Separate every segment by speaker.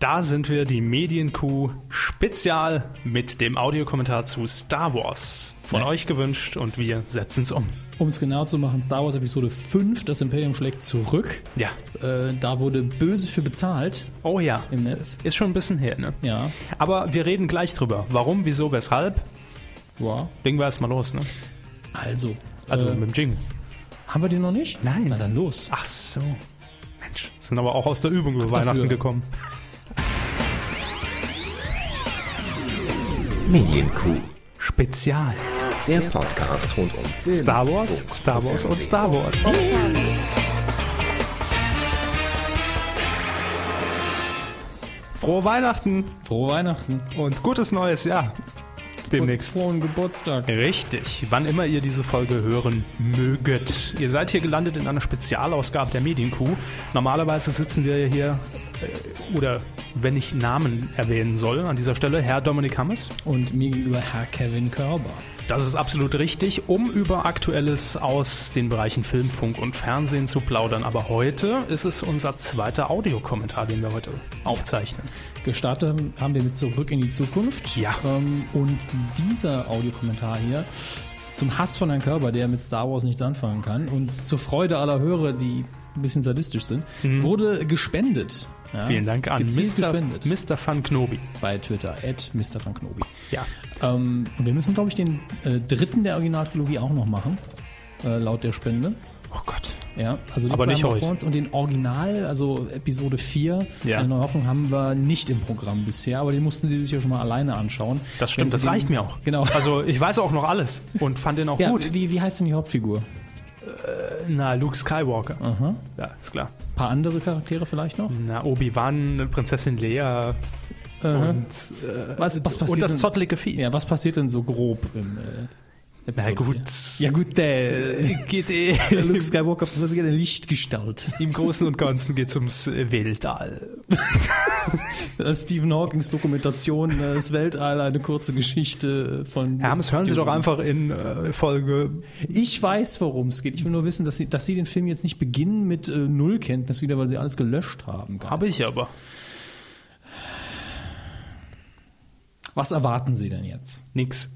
Speaker 1: Da sind wir, die Medienkuh Spezial mit dem Audiokommentar zu Star Wars. Von euch gewünscht und wir setzen es um.
Speaker 2: Um es genau zu machen, Star Wars Episode 5, das Imperium schlägt zurück.
Speaker 1: Ja.
Speaker 2: Äh, da wurde böse für bezahlt
Speaker 1: Oh ja.
Speaker 2: im Netz.
Speaker 1: Ist schon ein bisschen her, ne?
Speaker 2: Ja,
Speaker 1: Aber wir reden gleich drüber. Warum, wieso, weshalb?
Speaker 2: wow.
Speaker 1: Legen wir erstmal los, ne?
Speaker 2: Also,
Speaker 1: Also
Speaker 2: äh,
Speaker 1: mit dem Jingle.
Speaker 2: haben wir den noch nicht?
Speaker 1: Nein.
Speaker 2: Na dann los.
Speaker 1: Ach so. Mensch, sind aber auch aus der Übung über
Speaker 2: Ach, dafür.
Speaker 1: Weihnachten gekommen.
Speaker 3: Medienkuh,
Speaker 1: Spezial.
Speaker 3: der Podcast rund um Film,
Speaker 1: Star Wars,
Speaker 3: Funk
Speaker 1: Star Wars und
Speaker 3: Fernsehen.
Speaker 1: Star Wars. Frohe Weihnachten
Speaker 2: Frohe Weihnachten.
Speaker 1: und gutes neues Jahr. Demnächst.
Speaker 2: Und frohen Geburtstag.
Speaker 1: Richtig, wann immer ihr diese Folge hören möget. Ihr seid hier gelandet in einer Spezialausgabe der Medienkuh. Normalerweise sitzen wir hier, äh, oder wenn ich Namen erwähnen soll, an dieser Stelle Herr Dominik Hammes.
Speaker 2: Und mir gegenüber Herr Kevin Körber.
Speaker 1: Das ist absolut richtig, um über Aktuelles aus den Bereichen Film, Funk und Fernsehen zu plaudern. Aber heute ist es unser zweiter Audiokommentar, den wir heute aufzeichnen.
Speaker 2: Gestartet haben wir mit Zurück in die Zukunft.
Speaker 1: Ja.
Speaker 2: Ähm, und dieser Audiokommentar hier zum Hass von Herrn Körber, der mit Star Wars nichts anfangen kann und zur Freude aller Hörer, die ein bisschen sadistisch sind, wurde gespendet. Ja,
Speaker 1: Mhm. Vielen Dank an
Speaker 2: gezielt
Speaker 1: Mr.
Speaker 2: gespendet
Speaker 1: Mr. Van Knobi.
Speaker 2: bei Twitter, at Mr. Van Knobi.
Speaker 1: Ja.
Speaker 2: Ähm, und wir müssen, glaube ich, den äh, dritten der Originaltrilogie auch noch machen, äh, laut der Spende.
Speaker 1: Oh Gott.
Speaker 2: Ja, also die
Speaker 1: Aber
Speaker 2: zwei
Speaker 1: nicht
Speaker 2: haben wir
Speaker 1: heute.
Speaker 2: vor uns und den Original, also Episode 4,
Speaker 1: Ja.
Speaker 2: eine neue Hoffnung haben wir nicht im Programm bisher, aber den mussten Sie sich ja schon mal alleine anschauen.
Speaker 1: Das stimmt,
Speaker 2: Wenn Sie
Speaker 1: das
Speaker 2: den-
Speaker 1: reicht mir auch.
Speaker 2: Genau.
Speaker 1: Also ich weiß auch noch alles und fand den auch
Speaker 2: ja,
Speaker 1: gut.
Speaker 2: Wie, wie heißt denn die Hauptfigur? Ein
Speaker 1: Na, Luke Skywalker. Ja, ist klar.
Speaker 2: paar andere Charaktere vielleicht noch?
Speaker 1: Na, Obi-Wan, Prinzessin Leia und,
Speaker 2: Äh, Was, was passiert
Speaker 1: und das
Speaker 2: denn,
Speaker 1: zottelige Vieh.
Speaker 2: Ja, was passiert denn so grob im äh,
Speaker 1: Na
Speaker 2: Episode
Speaker 1: gut.
Speaker 2: 4? Ja gut, äh, der,
Speaker 1: Geht eh.
Speaker 2: der Luke Skywalker das ist ja eine Lichtgestalt.
Speaker 1: Im Großen und Ganzen geht's ums äh, Weltall.
Speaker 2: Äh, Stephen Hawkings Dokumentation, äh, das Weltall, eine kurze Geschichte von...
Speaker 1: Herr Hermes, hören Sie doch einfach in äh, Folge.
Speaker 2: Ich weiß, worum es geht. Ich will nur wissen, dass Sie, dass Sie den Film jetzt nicht beginnen mit äh, Nullkenntnis wieder, weil Sie alles gelöscht haben. Geist.
Speaker 1: Habe ich aber.
Speaker 2: Was erwarten Sie denn jetzt?
Speaker 1: Nix.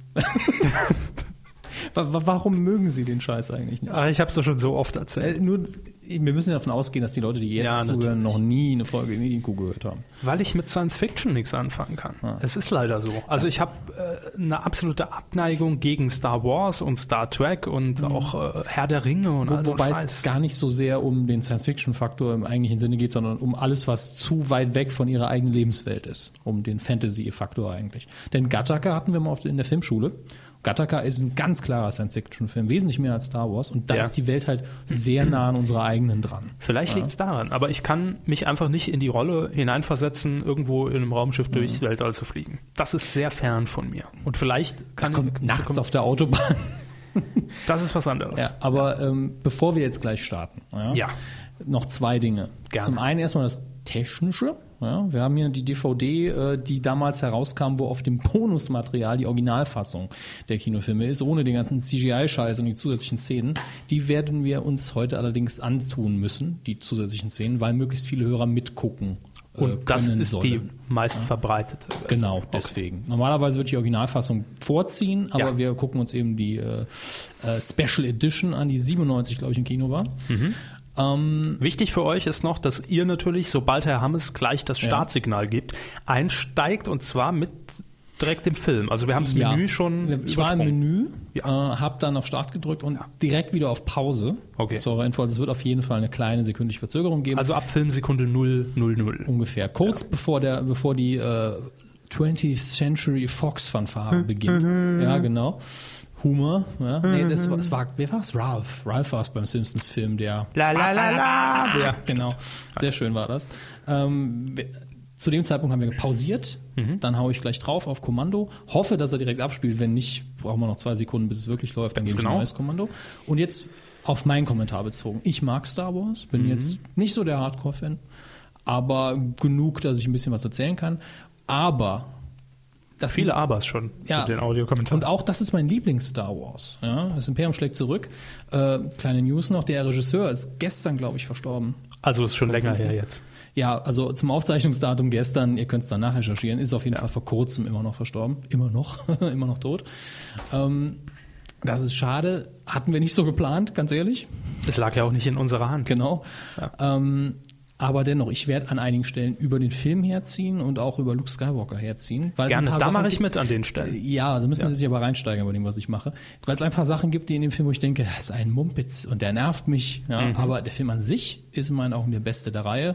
Speaker 2: Wa- wa- warum mögen Sie den Scheiß eigentlich nicht?
Speaker 1: Ach, Ah, ich hab's doch schon so oft
Speaker 2: Äh,
Speaker 1: erzählt.
Speaker 2: nur, wir müssen davon ausgehen, dass die Leute, die jetzt
Speaker 1: Ja,
Speaker 2: zuhören, noch nie eine Folge Medienkuh gehört haben.
Speaker 1: Weil ich mit Science Fiction nichts anfangen kann. Es ist leider so. Also ich habe äh, eine absolute Abneigung gegen Star Wars und Star Trek und auch äh, Herr der Ringe und all so
Speaker 2: Mhm. Wobei es
Speaker 1: Scheiß.
Speaker 2: gar nicht so sehr um den Science-Fiction-Faktor im eigentlichen Sinne geht, sondern um alles, was zu weit weg von ihrer eigenen Lebenswelt ist. Um den Fantasy-Faktor eigentlich. Denn Gattaca hatten wir mal auf- in der Filmschule. Gattaca ist ein ganz klarer Science-Fiction-Film, wesentlich mehr als Star Wars. Und da
Speaker 1: Ja.
Speaker 2: ist die Welt halt sehr nah an unserer eigenen dran.
Speaker 1: Vielleicht liegt's daran, aber ich kann mich einfach nicht in die Rolle hineinversetzen, irgendwo in einem Raumschiff durchs
Speaker 2: Mhm.
Speaker 1: Weltall zu fliegen. Das ist sehr fern von mir. Und vielleicht
Speaker 2: Da
Speaker 1: kann
Speaker 2: kommt nachts
Speaker 1: kommt-
Speaker 2: auf der Autobahn.
Speaker 1: Das ist was anderes.
Speaker 2: Ja, aber ähm, bevor wir jetzt gleich starten, ja,
Speaker 1: Ja.
Speaker 2: noch zwei Dinge.
Speaker 1: Gerne.
Speaker 2: Zum einen erstmal das Technische. Ja, wir haben hier die DVD, äh, die damals herauskam, wo auf dem Bonusmaterial die Originalfassung der Kinofilme ist, ohne den ganzen CGI-Scheiß und die zusätzlichen Szenen. Die werden wir uns heute allerdings antun müssen, die zusätzlichen Szenen, weil möglichst viele Hörer mitgucken. äh,
Speaker 1: Und das
Speaker 2: können
Speaker 1: ist die meistverbreitete.
Speaker 2: Genau, deswegen. Normalerweise würde ich die Originalfassung vorziehen, aber
Speaker 1: Ja.
Speaker 2: wir gucken uns eben die äh, äh, Special Edition an, die 97, glaube ich, im Kino war.
Speaker 1: Mhm.
Speaker 2: Ähm,
Speaker 1: Wichtig für euch ist noch, dass ihr natürlich, sobald Herr Hammes gleich das Startsignal gibt, einsteigt und zwar mit direkt dem Film. Also wir haben das Menü schon
Speaker 2: Ich war im
Speaker 1: übersprungen.
Speaker 2: Menü,
Speaker 1: Ja.
Speaker 2: äh, habe dann auf Start gedrückt und direkt wieder auf Pause.
Speaker 1: Okay.
Speaker 2: Zur Info, also es wird auf jeden Fall eine kleine sekündliche Verzögerung geben.
Speaker 1: Also ab Filmsekunde 0, 0, 0.
Speaker 2: ungefähr. Kurz bevor der, bevor die äh, 20th Century Fox Fanfare beginnt. ja, genau. Humor. Ja. Nee, das war, es war, wer war es? Ralph. Ralph war es beim Simpsons-Film, der
Speaker 1: La la la la. Ja.
Speaker 2: genau. Sehr schön war das. Ähm, wir- zu dem Zeitpunkt haben wir pausiert.
Speaker 1: Mhm.
Speaker 2: Dann haue ich gleich drauf auf Kommando. Hoffe, dass er direkt abspielt. Wenn nicht, brauchen wir noch zwei Sekunden, bis es wirklich läuft. Dann gebe ich
Speaker 1: genau.
Speaker 2: ein neues Kommando. Und jetzt auf meinen Kommentar bezogen. Ich mag Star Wars,
Speaker 1: Mhm.
Speaker 2: bin jetzt nicht so der Hardcore-Fan, aber genug, dass ich ein bisschen was erzählen kann. Aber das
Speaker 1: Viele Abers schon
Speaker 2: Ja.
Speaker 1: mit den
Speaker 2: und
Speaker 1: Audiokommentaren.
Speaker 2: auch das ist mein Lieblings-Star Wars. Ja? Das Imperium schlägt zurück. Äh, kleine News noch, der Regisseur ist gestern, glaube ich, verstorben.
Speaker 1: Also ist schon länger her jetzt.
Speaker 2: Ja, also zum Aufzeichnungsdatum gestern, ihr könnt es dann nachrecherchieren, ist auf jeden Fall vor kurzem immer noch verstorben. Immer noch, immer noch tot. Ähm, das ist schade, hatten wir nicht so geplant, ganz ehrlich.
Speaker 1: Es lag ja auch nicht in unserer Hand.
Speaker 2: Genau. Ähm, aber dennoch, ich werde an einigen Stellen über den Film herziehen und auch über Luke Skywalker herziehen. Weil es Also ein
Speaker 1: Gerne,
Speaker 2: paar
Speaker 1: da
Speaker 2: Sachen
Speaker 1: mache ich
Speaker 2: gibt-
Speaker 1: mit an den Stellen.
Speaker 2: Ja, also müssen Sie sich aber reinsteigen bei dem, was ich mache. Weil es ein paar Sachen gibt, die in dem Film, wo ich denke, das ist ein Mumpitz und der nervt mich. Ja,
Speaker 1: Mhm.
Speaker 2: Aber der Film an sich ist in meinen Augen der beste der Reihe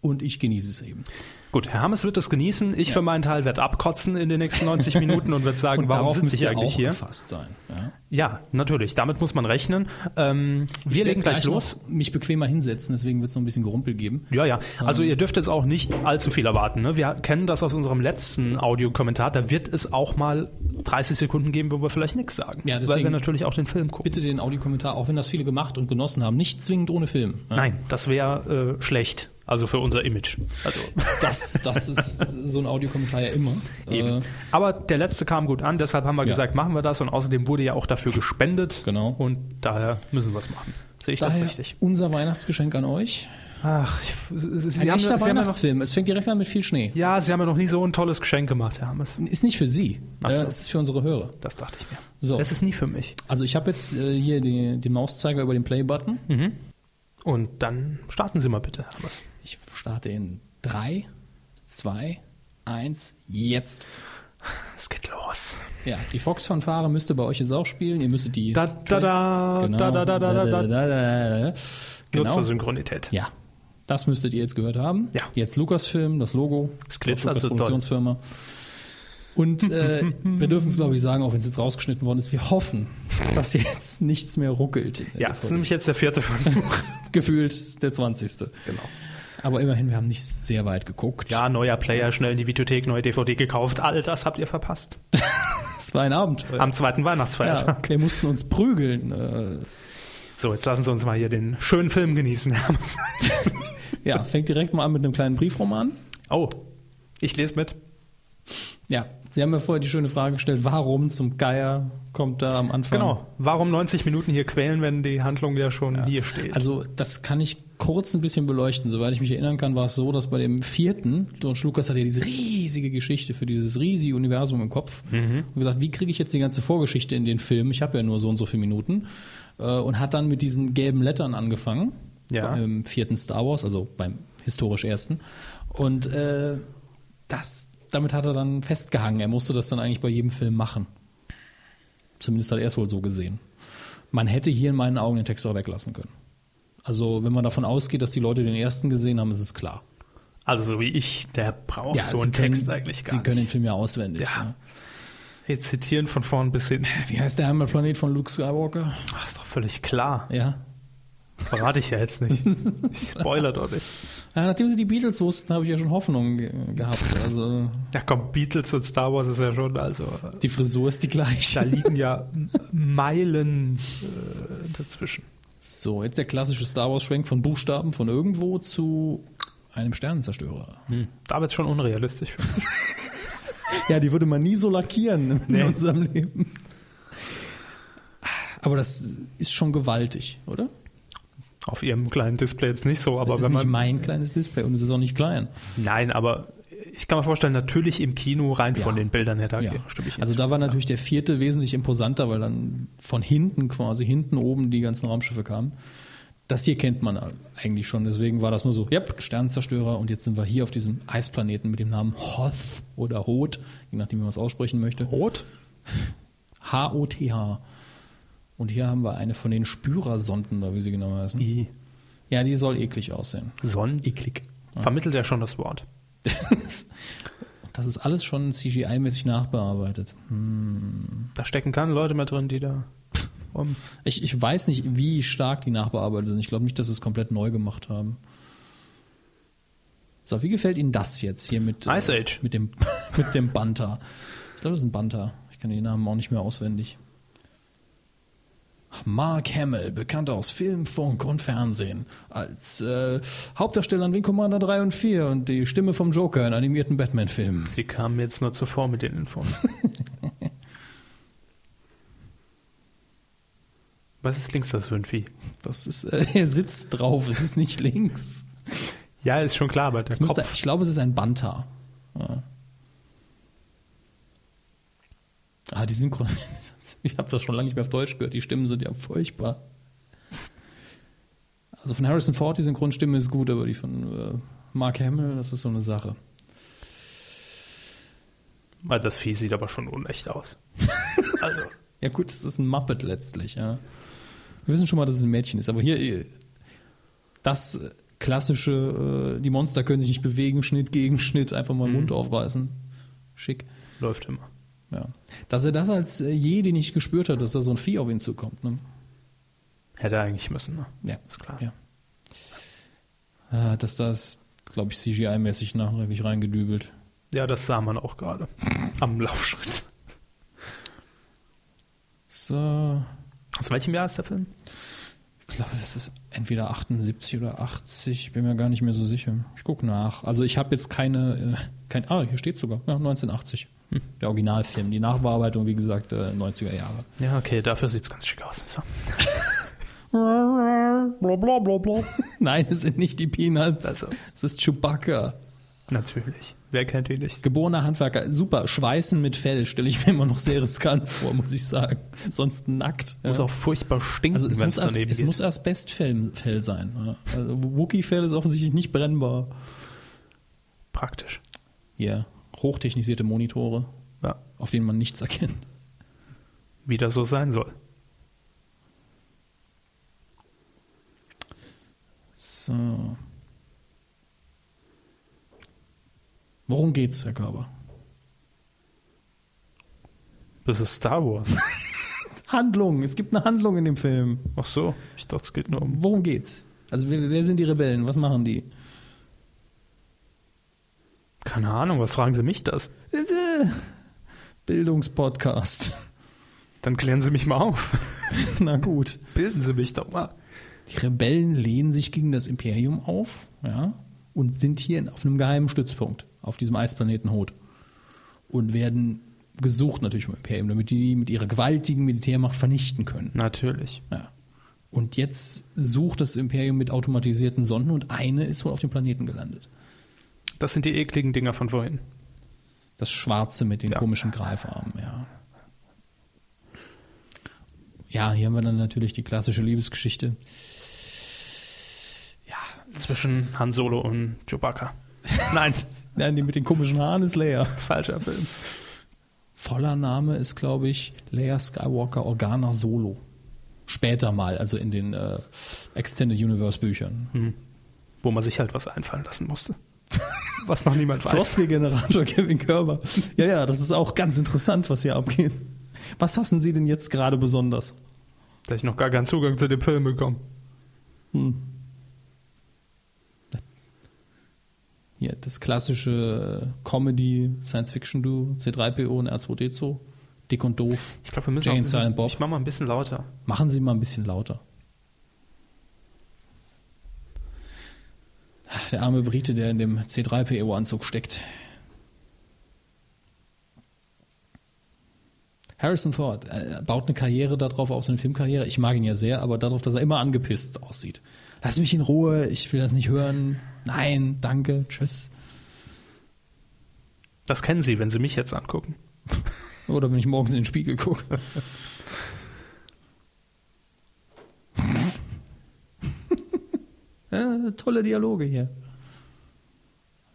Speaker 2: und ich genieße es eben.
Speaker 1: Gut, Herr Hammes wird es genießen. Ich für meinen Teil werde abkotzen in den nächsten 90 Minuten und wird sagen,
Speaker 2: Und
Speaker 1: warum sitze
Speaker 2: müsst
Speaker 1: ich
Speaker 2: ihr
Speaker 1: eigentlich
Speaker 2: auch
Speaker 1: hier?
Speaker 2: gefasst sein. Ja.
Speaker 1: Ja, natürlich. Damit muss man rechnen. Ähm, wir
Speaker 2: Ich
Speaker 1: legen
Speaker 2: werde
Speaker 1: gleich los.
Speaker 2: noch mich bequemer hinsetzen, deswegen wird es noch Ähm. ein bisschen Gerumpel geben.
Speaker 1: Ja, ja. Also ihr dürft jetzt auch nicht allzu viel erwarten. Ne? Wir kennen das aus unserem letzten Audiokommentar. Da wird es auch mal 30 Sekunden geben, wo wir vielleicht nichts sagen.
Speaker 2: Ja,
Speaker 1: weil wir
Speaker 2: deswegen-
Speaker 1: natürlich auch den Film gucken.
Speaker 2: Bitte den Audiokommentar, auch wenn das viele gemacht und genossen haben, nicht zwingend ohne Film. Ja.
Speaker 1: Nein, das wäre äh, schlecht. Also für unser Image. Also.
Speaker 2: Das, das ist so ein Audiokommentar ja immer.
Speaker 1: Eben.
Speaker 2: Äh,
Speaker 1: Aber der letzte kam gut an, deshalb haben wir gesagt, machen wir das und außerdem wurde ja auch dafür gespendet.
Speaker 2: Genau.
Speaker 1: Und daher müssen wir es machen. Sehe ich
Speaker 2: daher
Speaker 1: das richtig?
Speaker 2: unser Weihnachtsgeschenk an euch.
Speaker 1: Ach, ich, Sie,
Speaker 2: Ein
Speaker 1: haben, Sie, haben
Speaker 2: echter
Speaker 1: ja noch,
Speaker 2: Weihnachtsfilm. Es fängt direkt an mit viel Schnee.
Speaker 1: ja, Sie haben ja noch nie so ein tolles Geschenk gemacht, Herr Hammes.
Speaker 2: Ist nicht für Sie.
Speaker 1: Ach
Speaker 2: Äh,
Speaker 1: so.
Speaker 2: es ist für unsere Hörer.
Speaker 1: Das dachte ich mir.
Speaker 2: So.
Speaker 1: Es ist nie für mich.
Speaker 2: Also ich habe jetzt äh, hier die, den Mauszeiger über den Play-Button.
Speaker 1: Und dann starten Sie mal bitte, Herr Hammes.
Speaker 2: Ich starte in 3, 2, 1, jetzt.
Speaker 1: Es geht los.
Speaker 2: Ja, die Fox-Fanfare müsste bei euch jetzt auch spielen. Ihr müsstet die...
Speaker 1: Da, da, da,
Speaker 2: genau,
Speaker 1: da, da, da, da, da, da.
Speaker 2: da. Genau.
Speaker 1: Nutzersynchronität.
Speaker 2: Ja, das müsstet ihr jetzt gehört haben.
Speaker 1: Ja.
Speaker 2: Jetzt Lucasfilm, das Logo.
Speaker 1: Das glitzert
Speaker 2: Lucas
Speaker 1: so toll.
Speaker 2: Produktionsfirma. Und äh, wir dürfen es, glaube ich, sagen, auch wenn es jetzt rausgeschnitten worden ist, wir hoffen, dass jetzt nichts mehr ruckelt. in der
Speaker 1: Ja, das
Speaker 2: DVD.
Speaker 1: ist nämlich jetzt der vierte Versuch.
Speaker 2: gefühlt der 20. Genau. Aber immerhin, wir haben nicht sehr weit geguckt.
Speaker 1: ja, neuer Player, schnell in die Videothek, neue DVD gekauft. All das habt ihr verpasst.
Speaker 2: es war ein Abend.
Speaker 1: Am zweiten Weihnachtsfeiertag.
Speaker 2: Ja, wir mussten uns prügeln. äh,
Speaker 1: So, jetzt lassen Sie uns mal hier den schönen Film genießen, Herr Hammes.
Speaker 2: Äh, Ja, fängt direkt mal an mit einem kleinen Briefroman.
Speaker 1: Oh, ich lese mit.
Speaker 2: Ja, Sie haben mir vorher die schöne Frage gestellt, warum zum Geier kommt da am Anfang?
Speaker 1: Genau. Warum 90 Minuten hier quälen, wenn die Handlung ja schon hier steht?
Speaker 2: Also das kann ich kurz ein bisschen beleuchten. Soweit ich mich erinnern kann, war es so, dass bei dem vierten, George Lucas hat ja diese riesige Geschichte für dieses riesige Universum im Kopf und gesagt, wie kriege ich jetzt die ganze Vorgeschichte in den Film? Ich habe ja nur so und so viele Minuten. Äh, Und hat dann mit diesen gelben Lettern angefangen,
Speaker 1: Ja.
Speaker 2: beim vierten Star Wars, also beim historisch ersten. Und äh, das, damit hat er dann festgehangen. Er musste das dann eigentlich bei jedem Film machen. Zumindest hat er es wohl so gesehen. Man hätte hier in meinen Augen den Text auch weglassen können. Also, wenn man davon ausgeht, dass die Leute den ersten gesehen haben, ist es klar.
Speaker 1: Also, so wie ich, der braucht so
Speaker 2: Sie
Speaker 1: einen
Speaker 2: können-
Speaker 1: Text eigentlich gar
Speaker 2: Sie können
Speaker 1: nicht.
Speaker 2: den Film ja auswendig.
Speaker 1: Ja.
Speaker 2: ne?
Speaker 1: Rezitieren von vorn bis hinten.
Speaker 2: Wie heißt der Heimatplanet von Luke Skywalker?
Speaker 1: Ach, ist doch völlig klar.
Speaker 2: Ja.
Speaker 1: Verrate ich ja jetzt nicht. Ich spoiler doch nicht.
Speaker 2: ja nachdem sie die Beatles wussten, habe ich ja schon Hoffnung ge gehabt. Also,
Speaker 1: Ja, komm, Beatles und Star Wars ist ja schon, also. äh,
Speaker 2: die Frisur ist die
Speaker 1: Da
Speaker 2: gleiche.
Speaker 1: liegen ja M- Meilen äh, dazwischen.
Speaker 2: So, jetzt der klassische Star Wars-Schwenk von Buchstaben von irgendwo zu einem Sternenzerstörer.
Speaker 1: Da wird's schon unrealistisch. für mich.
Speaker 2: Ja, die würde man nie so lackieren in
Speaker 1: Nee.
Speaker 2: unserem Leben. Aber das ist schon gewaltig, oder?
Speaker 1: Auf ihrem kleinen Display jetzt nicht so, aber
Speaker 2: Das ist
Speaker 1: wenn
Speaker 2: nicht
Speaker 1: man
Speaker 2: mein kleines Display und es ist auch nicht klein.
Speaker 1: Nein, aber ich kann mir vorstellen, natürlich im Kino rein von den Bildern her, da
Speaker 2: Ja.
Speaker 1: stimme ich Ihnen
Speaker 2: Also
Speaker 1: zu.
Speaker 2: da war natürlich der vierte wesentlich imposanter, weil dann von hinten quasi, hinten oben die ganzen Raumschiffe kamen. Das hier kennt man eigentlich schon, deswegen war das nur so, yep, Sternenzerstörer und jetzt sind wir hier auf diesem Eisplaneten mit dem Namen Hoth oder Hoth, je nachdem, wie man es aussprechen möchte.
Speaker 1: Rot?
Speaker 2: H-O-T-H. Und hier haben wir eine von den Spürersonden, oder wie sie genau heißen.
Speaker 1: I.
Speaker 2: Ja, die soll eklig aussehen.
Speaker 1: Sonnen?
Speaker 2: Eklig.
Speaker 1: Vermittelt ja schon das Wort.
Speaker 2: Das ist alles schon CGI-mäßig nachbearbeitet.
Speaker 1: Da stecken keine Leute mehr drin, die da. Um.
Speaker 2: Ich, ich weiß nicht, wie stark die nachbearbeitet sind. Ich glaube nicht, dass sie es komplett neu gemacht haben. So, wie gefällt Ihnen das jetzt hier mit, äh,
Speaker 1: Ice Age.
Speaker 2: mit, dem, mit dem Banta? Ich glaube, das ist ein Banta. Ich kann den Namen auch nicht mehr auswendig. Mark Hamill, bekannt aus Film, Funk und Fernsehen, als äh, Hauptdarsteller in Wing Commander 3 und 4 und die Stimme vom Joker in animierten Batman-Filmen.
Speaker 1: Sie kamen jetzt nur zuvor mit den Infos. Was ist links das für ein Vieh?
Speaker 2: Das ist, äh, er sitzt drauf, es ist nicht links.
Speaker 1: Ja, ist schon klar, aber der
Speaker 2: Es müsste,
Speaker 1: Kopf.
Speaker 2: ich glaube, es ist ein Banta. Ja. Ah, die Synchronisation. Ich habe das schon lange nicht mehr auf Deutsch gehört. Die Stimmen sind ja furchtbar. Also von Harrison Ford, die Synchronstimme ist gut, aber die von äh, Mark Hamill, das ist so eine Sache.
Speaker 1: Weil das Vieh sieht aber schon unecht aus. also,
Speaker 2: Ja, gut, es ist ein Muppet letztlich, ja. Wir wissen schon mal, dass es ein Mädchen ist, aber hier äh, das äh, klassische, äh, die Monster können sich nicht bewegen, Schnitt gegen Schnitt, einfach mal den Mund aufreißen. Schick.
Speaker 1: läuft immer.
Speaker 2: Ja. Dass er das als äh, Jedi nicht gespürt hat, dass da so ein Vieh auf ihn zukommt. Ne?
Speaker 1: Hätte er eigentlich müssen, ne?
Speaker 2: Ja,
Speaker 1: Ist klar.
Speaker 2: Ja. Ah, dass das, glaube ich, CGI-mäßig nachträglich reingedübelt.
Speaker 1: Ja, das sah man auch gerade. Am Laufschritt.
Speaker 2: So.
Speaker 1: Aus welchem Jahr ist der Film?
Speaker 2: Ich glaube, das ist entweder 78 oder 80. Ich bin mir gar nicht mehr so sicher. Ich gucke nach. Also ich habe jetzt keine, äh, kein, ah, hier steht sogar, ja, 1980. Der Originalfilm. Die Nachbearbeitung, wie gesagt, äh, 90er Jahre.
Speaker 1: Ja, okay, dafür sieht es ganz schick aus. So.
Speaker 2: Nein, es sind nicht die Peanuts.
Speaker 1: Also.
Speaker 2: Es ist Chewbacca.
Speaker 1: Natürlich. Wer kennt ihn nicht?
Speaker 2: Geborener Handwerker, super. Schweißen mit Fell stelle ich mir immer noch sehr riskant vor, muss ich sagen. Sonst nackt.
Speaker 1: Muss
Speaker 2: ja.
Speaker 1: auch furchtbar stinken,
Speaker 2: also es
Speaker 1: wenn es
Speaker 2: muss, As
Speaker 1: daneben
Speaker 2: es
Speaker 1: geht.
Speaker 2: muss Asbestfell Fell sein. ja. Also Wookie-Fell ist offensichtlich nicht brennbar.
Speaker 1: Praktisch.
Speaker 2: Ja, hochtechnisierte Monitore,
Speaker 1: Ja,
Speaker 2: auf denen man nichts erkennt.
Speaker 1: wie das so sein soll.
Speaker 2: So. Worum geht's, Herr Körber?
Speaker 1: Das ist Star Wars.
Speaker 2: Handlung. Es gibt eine Handlung in dem Film.
Speaker 1: Ach so, ich dachte, es geht nur um.
Speaker 2: Worum geht's? Also wer, wer sind die Rebellen? Was machen die?
Speaker 1: Keine Ahnung, was fragen Sie mich das?
Speaker 2: Äh, Bildungspodcast.
Speaker 1: Dann klären Sie mich mal auf.
Speaker 2: Na gut.
Speaker 1: Bilden Sie mich doch mal.
Speaker 2: Die Rebellen lehnen sich gegen das Imperium auf, ja, und sind hier in- auf einem geheimen Stützpunkt, auf diesem Eisplaneten Hoth. Und werden gesucht natürlich vom Imperium, damit die die mit ihrer gewaltigen Militärmacht vernichten können.
Speaker 1: Natürlich.
Speaker 2: Ja. Und jetzt sucht das Imperium mit automatisierten Sonden und eine ist wohl auf dem Planeten gelandet.
Speaker 1: Das sind die ekligen Dinger von vorhin.
Speaker 2: Das Schwarze mit den
Speaker 1: Ja.
Speaker 2: komischen Greifarmen, ja. Ja, hier haben wir dann natürlich die klassische Liebesgeschichte.
Speaker 1: Zwischen Han Solo und Chewbacca. Nein,
Speaker 2: Nein, die mit den komischen Haaren ist leer.
Speaker 1: falscher Film.
Speaker 2: Voller Name ist, glaube ich, Leia Skywalker Organa Solo. Später mal, also in den äh, Extended Universe Büchern.
Speaker 1: Wo man sich halt was einfallen lassen musste. Was noch niemand weiß.
Speaker 2: Flossregenerator Kevin Körber. Ja, ja, das ist auch ganz interessant, was hier abgeht. Was hassen Sie denn jetzt gerade besonders?
Speaker 1: Da ich noch gar keinen Zugang zu dem Film bekommen.
Speaker 2: Hm. Hier, das klassische Comedy, Science-Fiction-Duo, C3PO und R2D2. Dick und doof.
Speaker 1: Ich glaube, wir müssen
Speaker 2: Jane,
Speaker 1: auch ein bisschen,
Speaker 2: Silent Bob.
Speaker 1: Ich mach mal ein bisschen lauter.
Speaker 2: Machen Sie mal ein bisschen lauter. Ach, Der arme Brite, der in dem C3PO-Anzug E steckt. Harrison Ford äh, baut eine Karriere darauf auf, seine Filmkarriere. Ich mag ihn ja sehr, aber darauf, dass er immer angepisst aussieht. Lass mich in Ruhe, ich will das nicht hören. Nein, danke, tschüss.
Speaker 1: Das kennen Sie, wenn Sie mich jetzt angucken.
Speaker 2: Oder wenn ich morgens in den Spiegel gucke. ja, tolle Dialoge hier.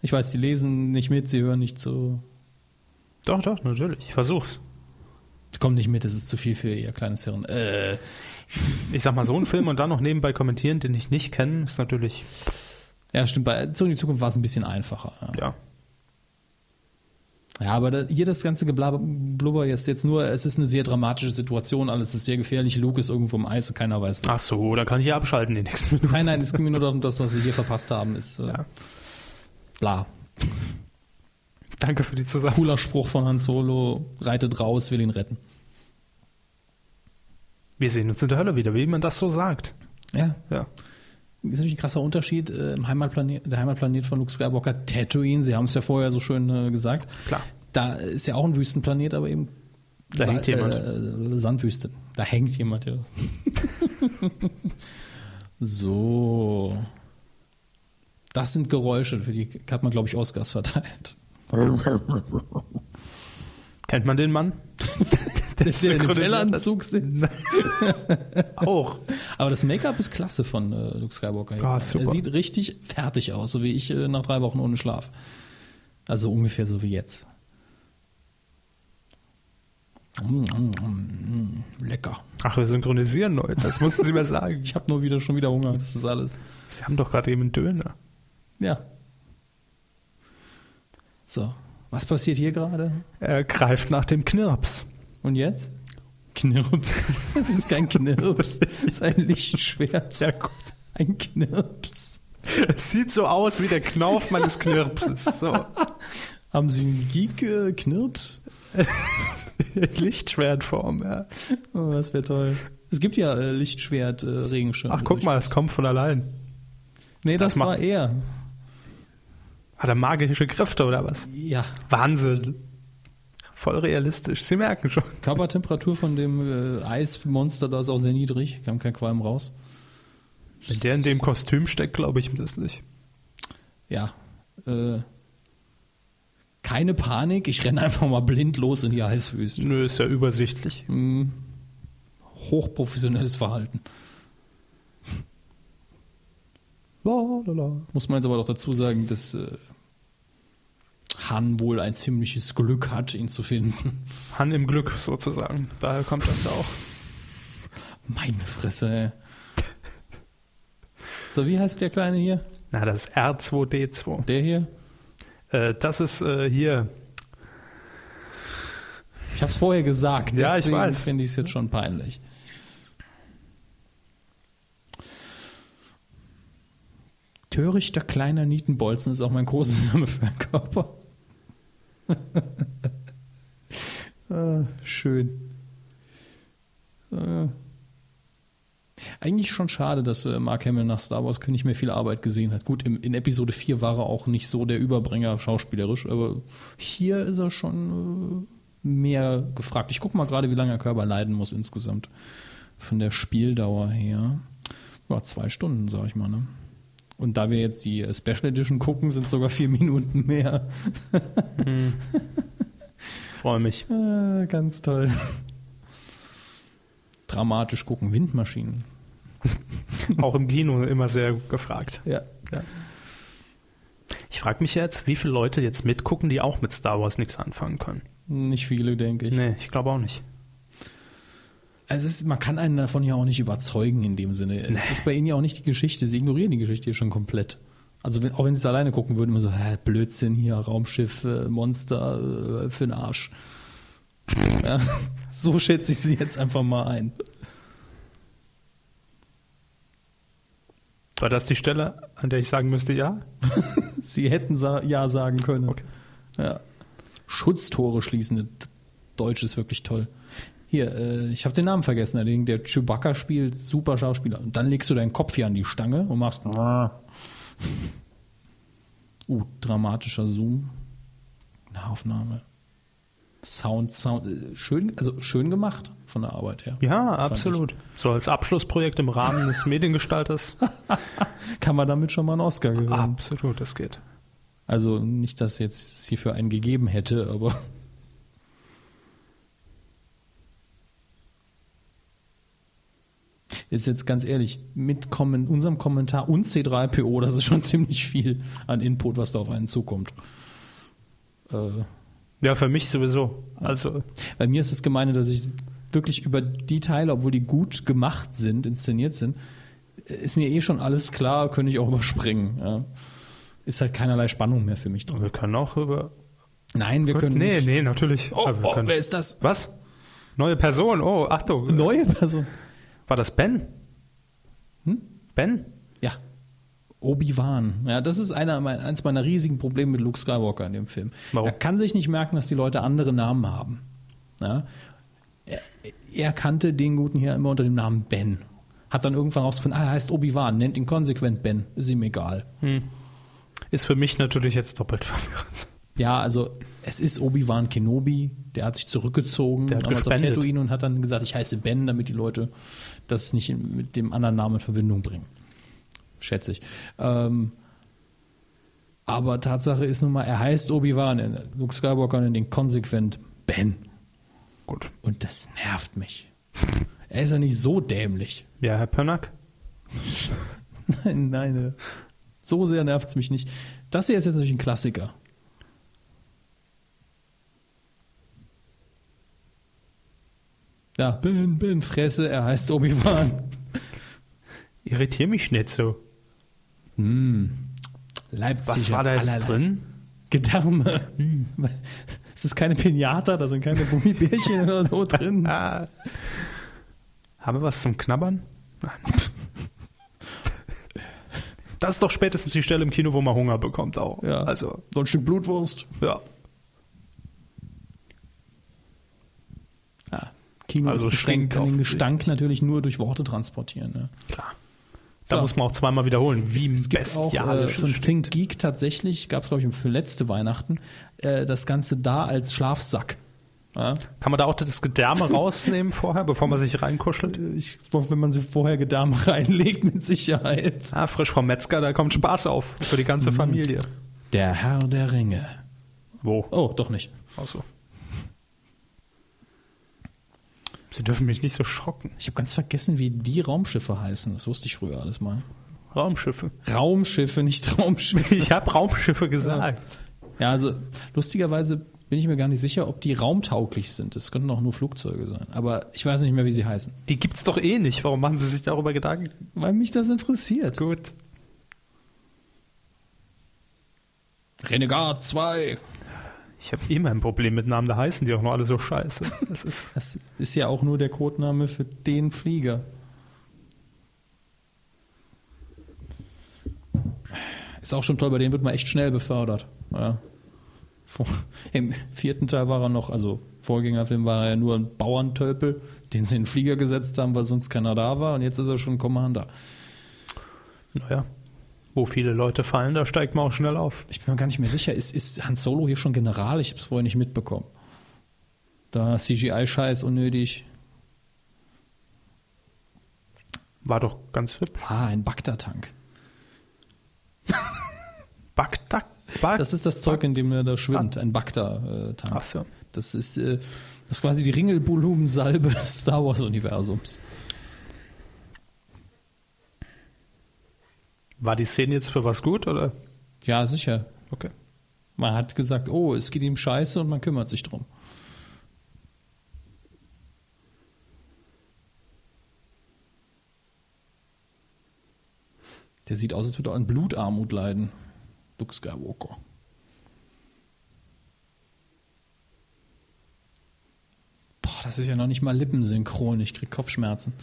Speaker 2: Ich weiß, sie lesen nicht mit, sie hören nicht zu.
Speaker 1: Doch, doch, natürlich. Ich versuch's.
Speaker 2: Sie kommen nicht mit, es ist zu viel für ihr kleines Hirn. Äh,
Speaker 1: Ich sag mal, so einen Film und dann noch nebenbei kommentieren, den ich nicht kenne, ist natürlich,
Speaker 2: ja, stimmt, bei Zurück in die Zukunft war es ein bisschen einfacher. Ja.
Speaker 1: ja.
Speaker 2: Ja, aber da, hier das ganze Geblabber Blubber ist jetzt nur, es ist eine sehr dramatische Situation, alles ist sehr gefährlich, Luke ist irgendwo im Eis und keiner weiß,
Speaker 1: Ach so, dann kann ich ja abschalten die nächsten Minuten.
Speaker 2: Nein, nein, es ging mir nur darum, das, was sie hier verpasst haben, ist äh,
Speaker 1: Ja.
Speaker 2: bla.
Speaker 1: Danke für die Zusammenfassung.
Speaker 2: Cooler Spruch von Han Solo, reitet raus, will ihn retten.
Speaker 1: Wir sehen uns in der Hölle wieder, wie man das so sagt.
Speaker 2: Ja.
Speaker 1: Ja.
Speaker 2: Das ist natürlich ein krasser Unterschied. äh, Im Heimatplanet, der Heimatplanet von Luke Skywalker, Tatooine, sie haben es ja vorher so schön äh, gesagt.
Speaker 1: Klar.
Speaker 2: Da ist ja auch ein Wüstenplanet, aber eben
Speaker 1: Da
Speaker 2: Sa-
Speaker 1: hängt jemand.
Speaker 2: Äh, Sandwüste. Da hängt jemand, ja. so. Das sind Geräusche, für die hat man, glaube ich, Oscars verteilt.
Speaker 1: Kennt man den Mann?
Speaker 2: Der ist ja in einem
Speaker 1: synchronisiert
Speaker 2: Fellanzug sitzt.
Speaker 1: Auch.
Speaker 2: Aber das Make-up ist klasse von äh, Luke Skywalker.
Speaker 1: Ah, super.
Speaker 2: Er sieht richtig fertig aus, so wie ich äh, nach drei Wochen ohne Schlaf. Also ungefähr so wie jetzt. Mm, mm, mm, mm, lecker.
Speaker 1: Ach, wir synchronisieren, Leute. Das mussten Sie mir sagen.
Speaker 2: Ich habe nur wieder schon wieder Hunger. Das ist alles.
Speaker 1: Sie haben doch gerade eben einen Döner.
Speaker 2: Ja. So, was passiert hier gerade?
Speaker 1: Er greift nach dem Knirps.
Speaker 2: Und jetzt? Knirps. Das ist kein Knirps. Das ist ein Lichtschwert.
Speaker 1: Sehr gut.
Speaker 2: Ein Knirps.
Speaker 1: Es sieht so aus wie der Knauf meines Knirpses. So.
Speaker 2: Haben Sie einen äh, Geek-Knirps?
Speaker 1: Lichtschwertform, ja.
Speaker 2: Oh, das wäre toll. Es gibt ja äh, Lichtschwert, äh, Regenschirm.
Speaker 1: Ach, guck mal, es kommt von allein.
Speaker 2: Nee, das,
Speaker 1: das ma-
Speaker 2: war er.
Speaker 1: Hat er magische Kräfte oder was?
Speaker 2: Ja.
Speaker 1: Wahnsinn. Voll realistisch. Sie merken schon.
Speaker 2: Körpertemperatur von dem äh, Eismonster da ist auch sehr niedrig. Kam kein Qualm raus.
Speaker 1: Wenn der in dem Kostüm steckt, glaube ich ihm das nicht.
Speaker 2: Ja. Äh, keine Panik, ich renne einfach mal blind los in die Eiswüste.
Speaker 1: Nö, ist ja übersichtlich.
Speaker 2: Hochprofessionelles Verhalten.
Speaker 1: Lalala.
Speaker 2: Muss man jetzt aber doch dazu sagen, dass äh, Han wohl ein ziemliches Glück hat, ihn zu finden.
Speaker 1: Hand im Glück sozusagen. Daher kommt das ja auch.
Speaker 2: Meine Fresse. ey. So, wie heißt der Kleine hier?
Speaker 1: Na, das ist R2D2.
Speaker 2: Der hier?
Speaker 1: Äh, das ist äh, hier.
Speaker 2: Ich habe es vorher gesagt.
Speaker 1: Ja, ich
Speaker 2: deswegen
Speaker 1: weiß.
Speaker 2: finde ich es jetzt schon peinlich. Törichter kleiner Nietenbolzen ist auch mein
Speaker 1: Mhm.
Speaker 2: großer Name für einen Körper. Ah, schön.
Speaker 1: Ah.
Speaker 2: Äh, eigentlich schon schade, dass äh, Mark Hamill nach Star Wars nicht mehr viel Arbeit gesehen hat. Gut, im, in Episode 4 war er auch nicht so der Überbringer schauspielerisch, aber hier ist er schon äh, mehr gefragt. Ich gucke mal gerade, wie lange der Körper leiden muss insgesamt. Von der Spieldauer her. Ja, zwei Stunden, sag ich mal. Ne? Und da wir jetzt die äh, Special Edition gucken, sind sogar vier Minuten mehr.
Speaker 1: Freue mich.
Speaker 2: Äh, ganz toll. Dramatisch gucken. Windmaschinen.
Speaker 1: Auch im Kino immer sehr gefragt.
Speaker 2: Ja. ja.
Speaker 1: Ich frage mich jetzt, wie viele Leute jetzt mitgucken, die auch mit Star Wars nichts anfangen können.
Speaker 2: Nicht viele, denke ich.
Speaker 1: Nee, ich glaube auch nicht.
Speaker 2: Also es ist, man kann einen davon ja auch nicht überzeugen in dem Sinne. Es ist bei ihnen ja auch nicht die Geschichte. Sie ignorieren die Geschichte hier schon komplett. Also wenn, auch wenn sie es alleine gucken würden, immer so, hä, Blödsinn hier, Raumschiff, äh, Monster, äh, für den Arsch. ja, so schätze ich sie jetzt einfach mal ein.
Speaker 1: War das die Stelle, an der ich sagen müsste, ja?
Speaker 2: Sie hätten sa ja sagen können. Ja. Schutztore schließende D- Deutsch ist wirklich toll. Hier, äh, ich habe den Namen vergessen. Der, der Chewbacca spielt, super Schauspieler. Und dann legst du deinen Kopf hier an die Stange und machst. Uh, dramatischer Zoom. Nahaufnahme. Sound, Sound. äh, Schön, also schön gemacht von der Arbeit her.
Speaker 1: Ja,
Speaker 2: Fand
Speaker 1: absolut. So als Abschlussprojekt im Rahmen des Mediengestalters.
Speaker 2: ich. Kann man damit schon mal einen Oscar gewinnen.
Speaker 1: absolut, das geht.
Speaker 2: Also nicht, dass jetzt es hierfür einen gegeben hätte, aber. Ist jetzt ganz ehrlich, mit Kommen, unserem Kommentar und C3PO, das ist schon ziemlich viel an Input, was da auf einen zukommt. Äh,
Speaker 1: Ja, für mich sowieso. Also,
Speaker 2: bei mir ist das Gemeine, dass ich wirklich über die Teile, obwohl die gut gemacht sind, inszeniert sind, ist mir eh schon alles klar, könnte ich auch überspringen. Ja. Ist halt keinerlei Spannung mehr für mich drin.
Speaker 1: wir können auch über.
Speaker 2: Nein, wir können
Speaker 1: nee,
Speaker 2: nicht.
Speaker 1: nee, natürlich.
Speaker 2: Oh,
Speaker 1: Aber wir
Speaker 2: oh,
Speaker 1: können-
Speaker 2: wer ist das?
Speaker 1: Was? Neue Person. Oh, Achtung.
Speaker 2: Neue Person?
Speaker 1: War das Ben? Hm?
Speaker 2: Hm?
Speaker 1: Ben?
Speaker 2: Ja. Obi-Wan. Ja, das ist einer, mein- eins meiner riesigen Probleme mit Luke Skywalker in dem Film.
Speaker 1: Warum?
Speaker 2: Er kann sich nicht merken, dass die Leute andere Namen haben. Ja? Er, er kannte den Guten hier immer unter dem Namen Ben. Hat dann irgendwann rausgefunden, ah, er heißt Obi-Wan, nennt ihn konsequent Ben. Ist ihm egal.
Speaker 1: Ist für mich natürlich jetzt doppelt verwirrend.
Speaker 2: Ja, also es ist Obi-Wan Kenobi, der hat sich zurückgezogen
Speaker 1: Der hat
Speaker 2: damals auf
Speaker 1: gespendet.
Speaker 2: Tatooine und hat dann gesagt, ich heiße Ben, damit die Leute das nicht in- mit dem anderen Namen in Verbindung bringen. Schätze ich. Ähm, Aber Tatsache ist nun mal, er heißt Obi-Wan. äh, Luke Skywalker nennt ihn konsequent Ben.
Speaker 1: Gut.
Speaker 2: Und das nervt mich. Er ist ja nicht so dämlich.
Speaker 1: Ja, Herr Pönnack?
Speaker 2: Nein, nein. So sehr nervt es mich nicht. Das hier ist jetzt natürlich ein Klassiker. Ja, Ben, Ben, Fresse, er heißt Obi-Wan.
Speaker 1: Irritier mich nicht so.
Speaker 2: Leipzig.
Speaker 1: Was war da jetzt drin?
Speaker 2: Gedärme. Es ist keine Pinata, da sind keine Gummibärchen oder so drin.
Speaker 1: Ah. Haben wir was zum Knabbern? Nein. Das ist doch spätestens die Stelle im Kino, wo man Hunger bekommt auch.
Speaker 2: Ja.
Speaker 1: Also,
Speaker 2: Noch ein Stück Blutwurst.
Speaker 1: ja.
Speaker 2: Ja. Kino
Speaker 1: Also
Speaker 2: ist
Speaker 1: stinkt
Speaker 2: beschränkt, kann den
Speaker 1: offensichtlich.
Speaker 2: Gestank natürlich nur durch Worte transportieren. Ne?
Speaker 1: Klar. Da
Speaker 2: So.
Speaker 1: muss man auch zweimal wiederholen, wie
Speaker 2: es gibt auch äh,
Speaker 1: bestialisch.
Speaker 2: von Think Geek tatsächlich, gab es glaube ich um, für letzte Weihnachten, äh, das Ganze da als Schlafsack. Ja?
Speaker 1: Kann man da auch das Gedärme rausnehmen vorher, bevor man sich reinkuschelt?
Speaker 2: Ich, wenn man sie vorher Gedärme reinlegt, mit Sicherheit.
Speaker 1: Ah, frisch vom Metzger, da kommt Spaß auf für die
Speaker 2: Mhm.
Speaker 1: ganze Familie.
Speaker 2: Der Herr der Ringe.
Speaker 1: Wo? Also.
Speaker 2: Oh, doch nicht.
Speaker 1: Ach so. Sie dürfen mich nicht so schocken.
Speaker 2: Ich habe ganz vergessen, wie die Raumschiffe heißen. Das wusste ich früher alles mal.
Speaker 1: Raumschiffe.
Speaker 2: Raumschiffe, nicht Raumschiffe.
Speaker 1: Ich habe Raumschiffe gesagt.
Speaker 2: Ja, also lustigerweise bin ich mir gar nicht sicher, ob die raumtauglich sind. Es könnten auch nur Flugzeuge sein. Aber ich weiß nicht mehr, wie sie heißen.
Speaker 1: Die gibt's doch eh nicht. Warum machen Sie sich darüber Gedanken?
Speaker 2: Weil mich das interessiert.
Speaker 1: Gut.
Speaker 2: Renegade 2.
Speaker 1: Ich habe immer ein Problem mit Namen, da heißen die auch nur alle so scheiße. Das ist
Speaker 2: Das ist ja auch nur der Codename für den Flieger. Ist auch schon toll, bei denen wird man echt schnell befördert. Ja. Vor, Im vierten Teil war er noch, also Vorgängerfilm war er ja nur ein Bauerntölpel, den sie in den Flieger gesetzt haben, weil sonst keiner da war und jetzt ist er schon Commander.
Speaker 1: naja. Wo viele Leute fallen, da steigt man auch schnell auf.
Speaker 2: Ich bin mir gar nicht mehr sicher, ist, ist Han Solo hier schon General? Ich habe es vorher nicht mitbekommen. Da CGI-Scheiß unnötig.
Speaker 1: War doch ganz hübsch.
Speaker 2: Ah, ein Bagdad-Tank.
Speaker 1: Bagdad. Bag
Speaker 2: Das ist das Zeug, in dem er da schwimmt, ein Bacta-Tank.
Speaker 1: Ach so.
Speaker 2: Das ist, äh, das ist quasi die Ringelvolumensalbe des Star Wars-Universums.
Speaker 1: War die Szene jetzt für was gut oder?
Speaker 2: Ja, sicher.
Speaker 1: Okay.
Speaker 2: Man hat gesagt, oh, es geht ihm scheiße und man kümmert sich drum. Der sieht aus, als würde er an Blutarmut leiden. Luke Skywalker. Boah, das ist ja noch nicht mal lippensynchron. Ich krieg Kopfschmerzen.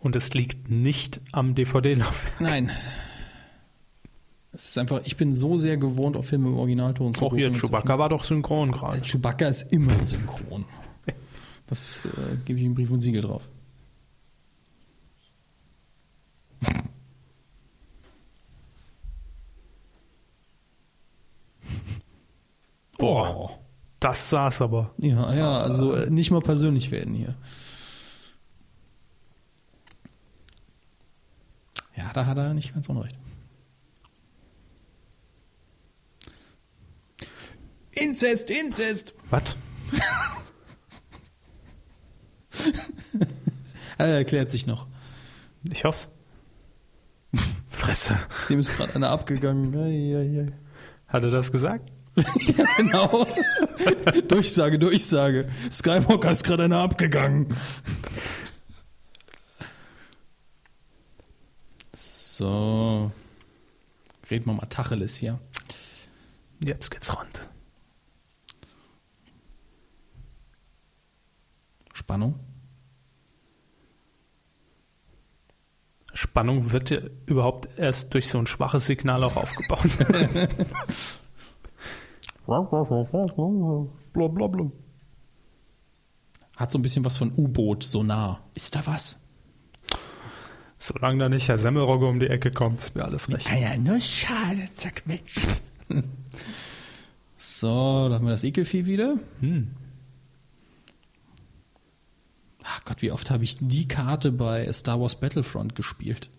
Speaker 1: Und es liegt nicht am DVD-Lauf.
Speaker 2: Nein. Es ist einfach, ich bin so sehr gewohnt, auf Filme im Originalton zu
Speaker 1: Auch hier
Speaker 2: gucken.
Speaker 1: Chewbacca war doch synchron
Speaker 2: Äh,
Speaker 1: gerade.
Speaker 2: Chewbacca ist immer synchron. Das äh, gebe ich ihm Brief und Siegel drauf.
Speaker 1: Boah. Das saß aber.
Speaker 2: Oh. Ja, ja, also äh, nicht mal persönlich werden hier. Ja, da hat er nicht ganz unrecht. Inzest, Inzest!
Speaker 1: Was?
Speaker 2: Er erklärt sich noch.
Speaker 1: Ich hoff's. Fresse.
Speaker 2: Dem ist gerade einer abgegangen. Ei, ei, ei.
Speaker 1: Hat er das gesagt?
Speaker 2: Genau. Durchsage, Durchsage. Skywalker ist gerade einer abgegangen. So. Reden wir mal Tacheles hier.
Speaker 1: Jetzt geht's rund.
Speaker 2: Spannung.
Speaker 1: Spannung wird ja überhaupt erst durch so ein schwaches Signal auch aufgebaut. Blablabla.
Speaker 2: Hat so ein bisschen was von U-Boot, Sonar. Ist da was?
Speaker 1: Solange da nicht Herr Semmelrogge um die Ecke kommt, ist mir alles recht.
Speaker 2: ja, nur schade, zerquetscht. So, da haben wir das Ekelvieh wieder. Ach Gott, wie oft habe ich die Karte bei Star Wars Battlefront gespielt?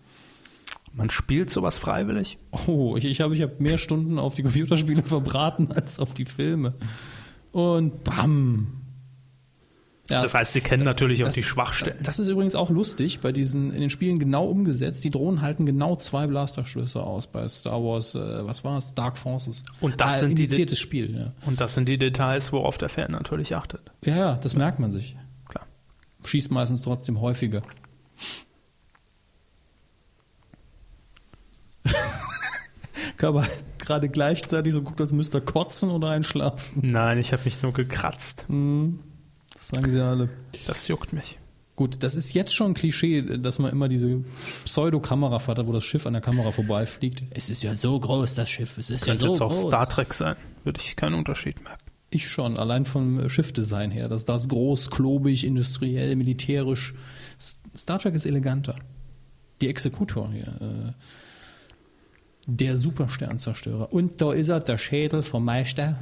Speaker 1: Man spielt sowas freiwillig?
Speaker 2: Oh, ich, ich habe ich hab mehr Stunden auf die Computerspiele verbraten als auf die Filme. Und bam. Ja,
Speaker 1: Das heißt, sie kennen natürlich auch
Speaker 2: das-
Speaker 1: die Schwachstellen.
Speaker 2: Das ist übrigens auch lustig, bei diesen, in den Spielen genau umgesetzt. Die Drohnen halten genau zwei Blasterschüsse aus bei Star Wars, äh, was war es? Dark Forces.
Speaker 1: Und das sind die-
Speaker 2: indiziertes Spiel, ja.
Speaker 1: Und das sind die Details, worauf der Fan natürlich achtet.
Speaker 2: Ja, ja, das merkt man sich.
Speaker 1: Klar.
Speaker 2: Schießt meistens trotzdem häufiger. Körper gerade gleichzeitig so guckt, als müsste er kotzen oder einschlafen.
Speaker 1: Nein, ich habe mich nur gekratzt.
Speaker 2: Das sagen sie alle.
Speaker 1: Das juckt mich.
Speaker 2: Gut, das ist jetzt schon ein Klischee, dass man immer diese Pseudo-Kamerafahrt hat, wo das Schiff an der Kamera vorbeifliegt. Es ist ja so groß, das Schiff. Es ist ja
Speaker 1: Könnte
Speaker 2: so
Speaker 1: jetzt auch
Speaker 2: groß.
Speaker 1: Star Trek sein. Würde ich keinen Unterschied merken.
Speaker 2: Ich schon, allein vom Schiffdesign her. Das, das groß, klobig, industriell, militärisch. S- Star Trek ist eleganter. Die Exekutor hier. Äh, der Supersternzerstörer. Und da ist er, der Schädel vom Meister.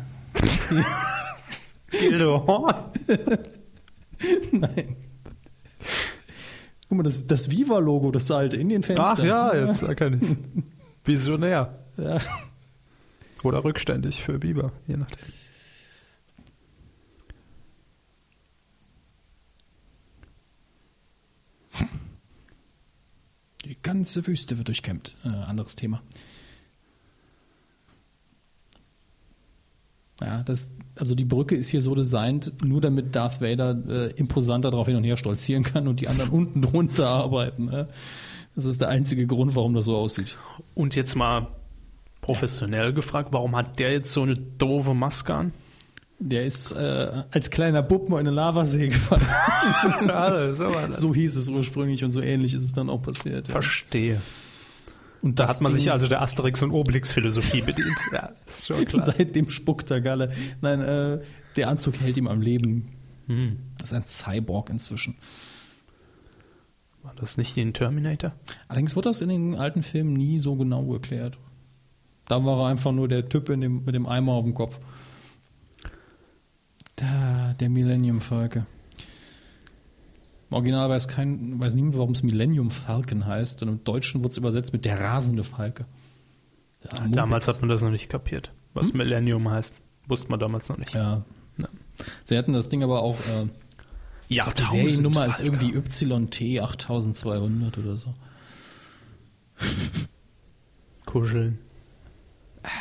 Speaker 1: Gildo Horn.
Speaker 2: Nein. Guck mal, das, das Viva-Logo, das alte in den Fenstern.
Speaker 1: Ach ja, jetzt erkenne ich Visionär.
Speaker 2: Ja.
Speaker 1: Oder rückständig für Biber, je nachdem.
Speaker 2: Die ganze Wüste wird durchkämmt. Äh, anderes Thema. Ja, das, also die Brücke ist hier so designt, nur damit Darth Vader äh, imposanter drauf hin und her stolzieren kann und die anderen unten drunter arbeiten. Ne? Das ist der einzige Grund, warum das so aussieht.
Speaker 1: Und jetzt mal professionell gefragt, warum hat der jetzt so eine doofe Maske an?
Speaker 2: Der ist äh, als kleiner Bub mal in eine Lavasee gefallen.
Speaker 1: Also,
Speaker 2: so hieß es ursprünglich und so ähnlich ist es dann auch passiert. Ja.
Speaker 1: Verstehe.
Speaker 2: Und
Speaker 1: Da
Speaker 2: das
Speaker 1: hat man sich
Speaker 2: Ding-
Speaker 1: also der Asterix- und Obelix-Philosophie bedient. ja, ist schon
Speaker 2: Seitdem spuckt er Galle. Nein, äh, der Anzug hält ihm am Leben.
Speaker 1: Hm.
Speaker 2: Das ist ein Cyborg inzwischen.
Speaker 1: War das nicht den Terminator?
Speaker 2: Allerdings wird das in den alten Filmen nie so genau erklärt. Da war er einfach nur der Typ in dem, mit dem Eimer auf dem Kopf. Da, der Millennium Falke. Im Original weiß, kein, weiß niemand, warum es Millennium Falcon heißt. Und im Deutschen wurde es übersetzt mit der rasende Falke. Ja,
Speaker 1: Damals
Speaker 2: Mumpitz.
Speaker 1: hat man das noch nicht kapiert, was Millennium heißt. Wusste man damals noch nicht.
Speaker 2: Ja.
Speaker 1: Ja.
Speaker 2: Sie hatten das Ding aber auch. Äh,
Speaker 1: Ja,
Speaker 2: Die Seriennummer ist irgendwie YT 8200 oder so.
Speaker 1: Kuscheln.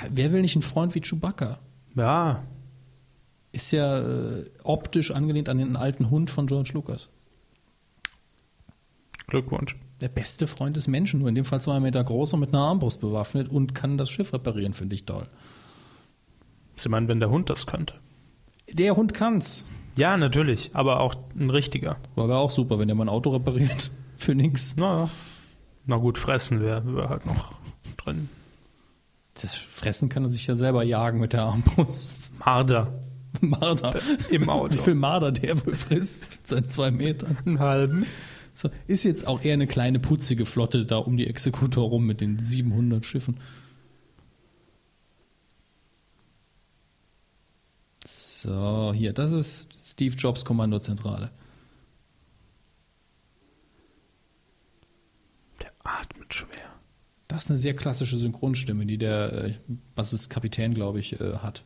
Speaker 2: Wer will nicht einen Freund wie Chewbacca?
Speaker 1: Ja,
Speaker 2: Ist ja äh, optisch angelehnt an den alten Hund von George Lucas.
Speaker 1: Glückwunsch.
Speaker 2: Der beste Freund des Menschen, nur in dem Fall zwei Meter groß und mit einer Armbrust bewaffnet und kann das Schiff reparieren, finde ich toll.
Speaker 1: Sie meinen, wenn der Hund das könnte?
Speaker 2: Der Hund kann's.
Speaker 1: Ja, natürlich, aber auch ein richtiger.
Speaker 2: War aber auch super, wenn der mal ein Auto repariert. Für nix.
Speaker 1: Naja. Na gut, fressen wäre wär halt noch drin.
Speaker 2: Das Fressen kann er sich ja selber jagen mit der Armbrust.
Speaker 1: Marder
Speaker 2: Marder.
Speaker 1: im
Speaker 2: Wie
Speaker 1: Auto.
Speaker 2: viel Marder der wohl frisst? Seit zwei Metern.
Speaker 1: Einen halben.
Speaker 2: So, ist jetzt auch eher eine kleine putzige Flotte da um die Exekutor rum mit den 700 Schiffen. So, hier, das ist Steve Jobs Kommandozentrale.
Speaker 1: Der atmet schwer.
Speaker 2: Das ist eine sehr klassische Synchronstimme, die der, äh, was ist Kapitän, glaube ich, äh, hat.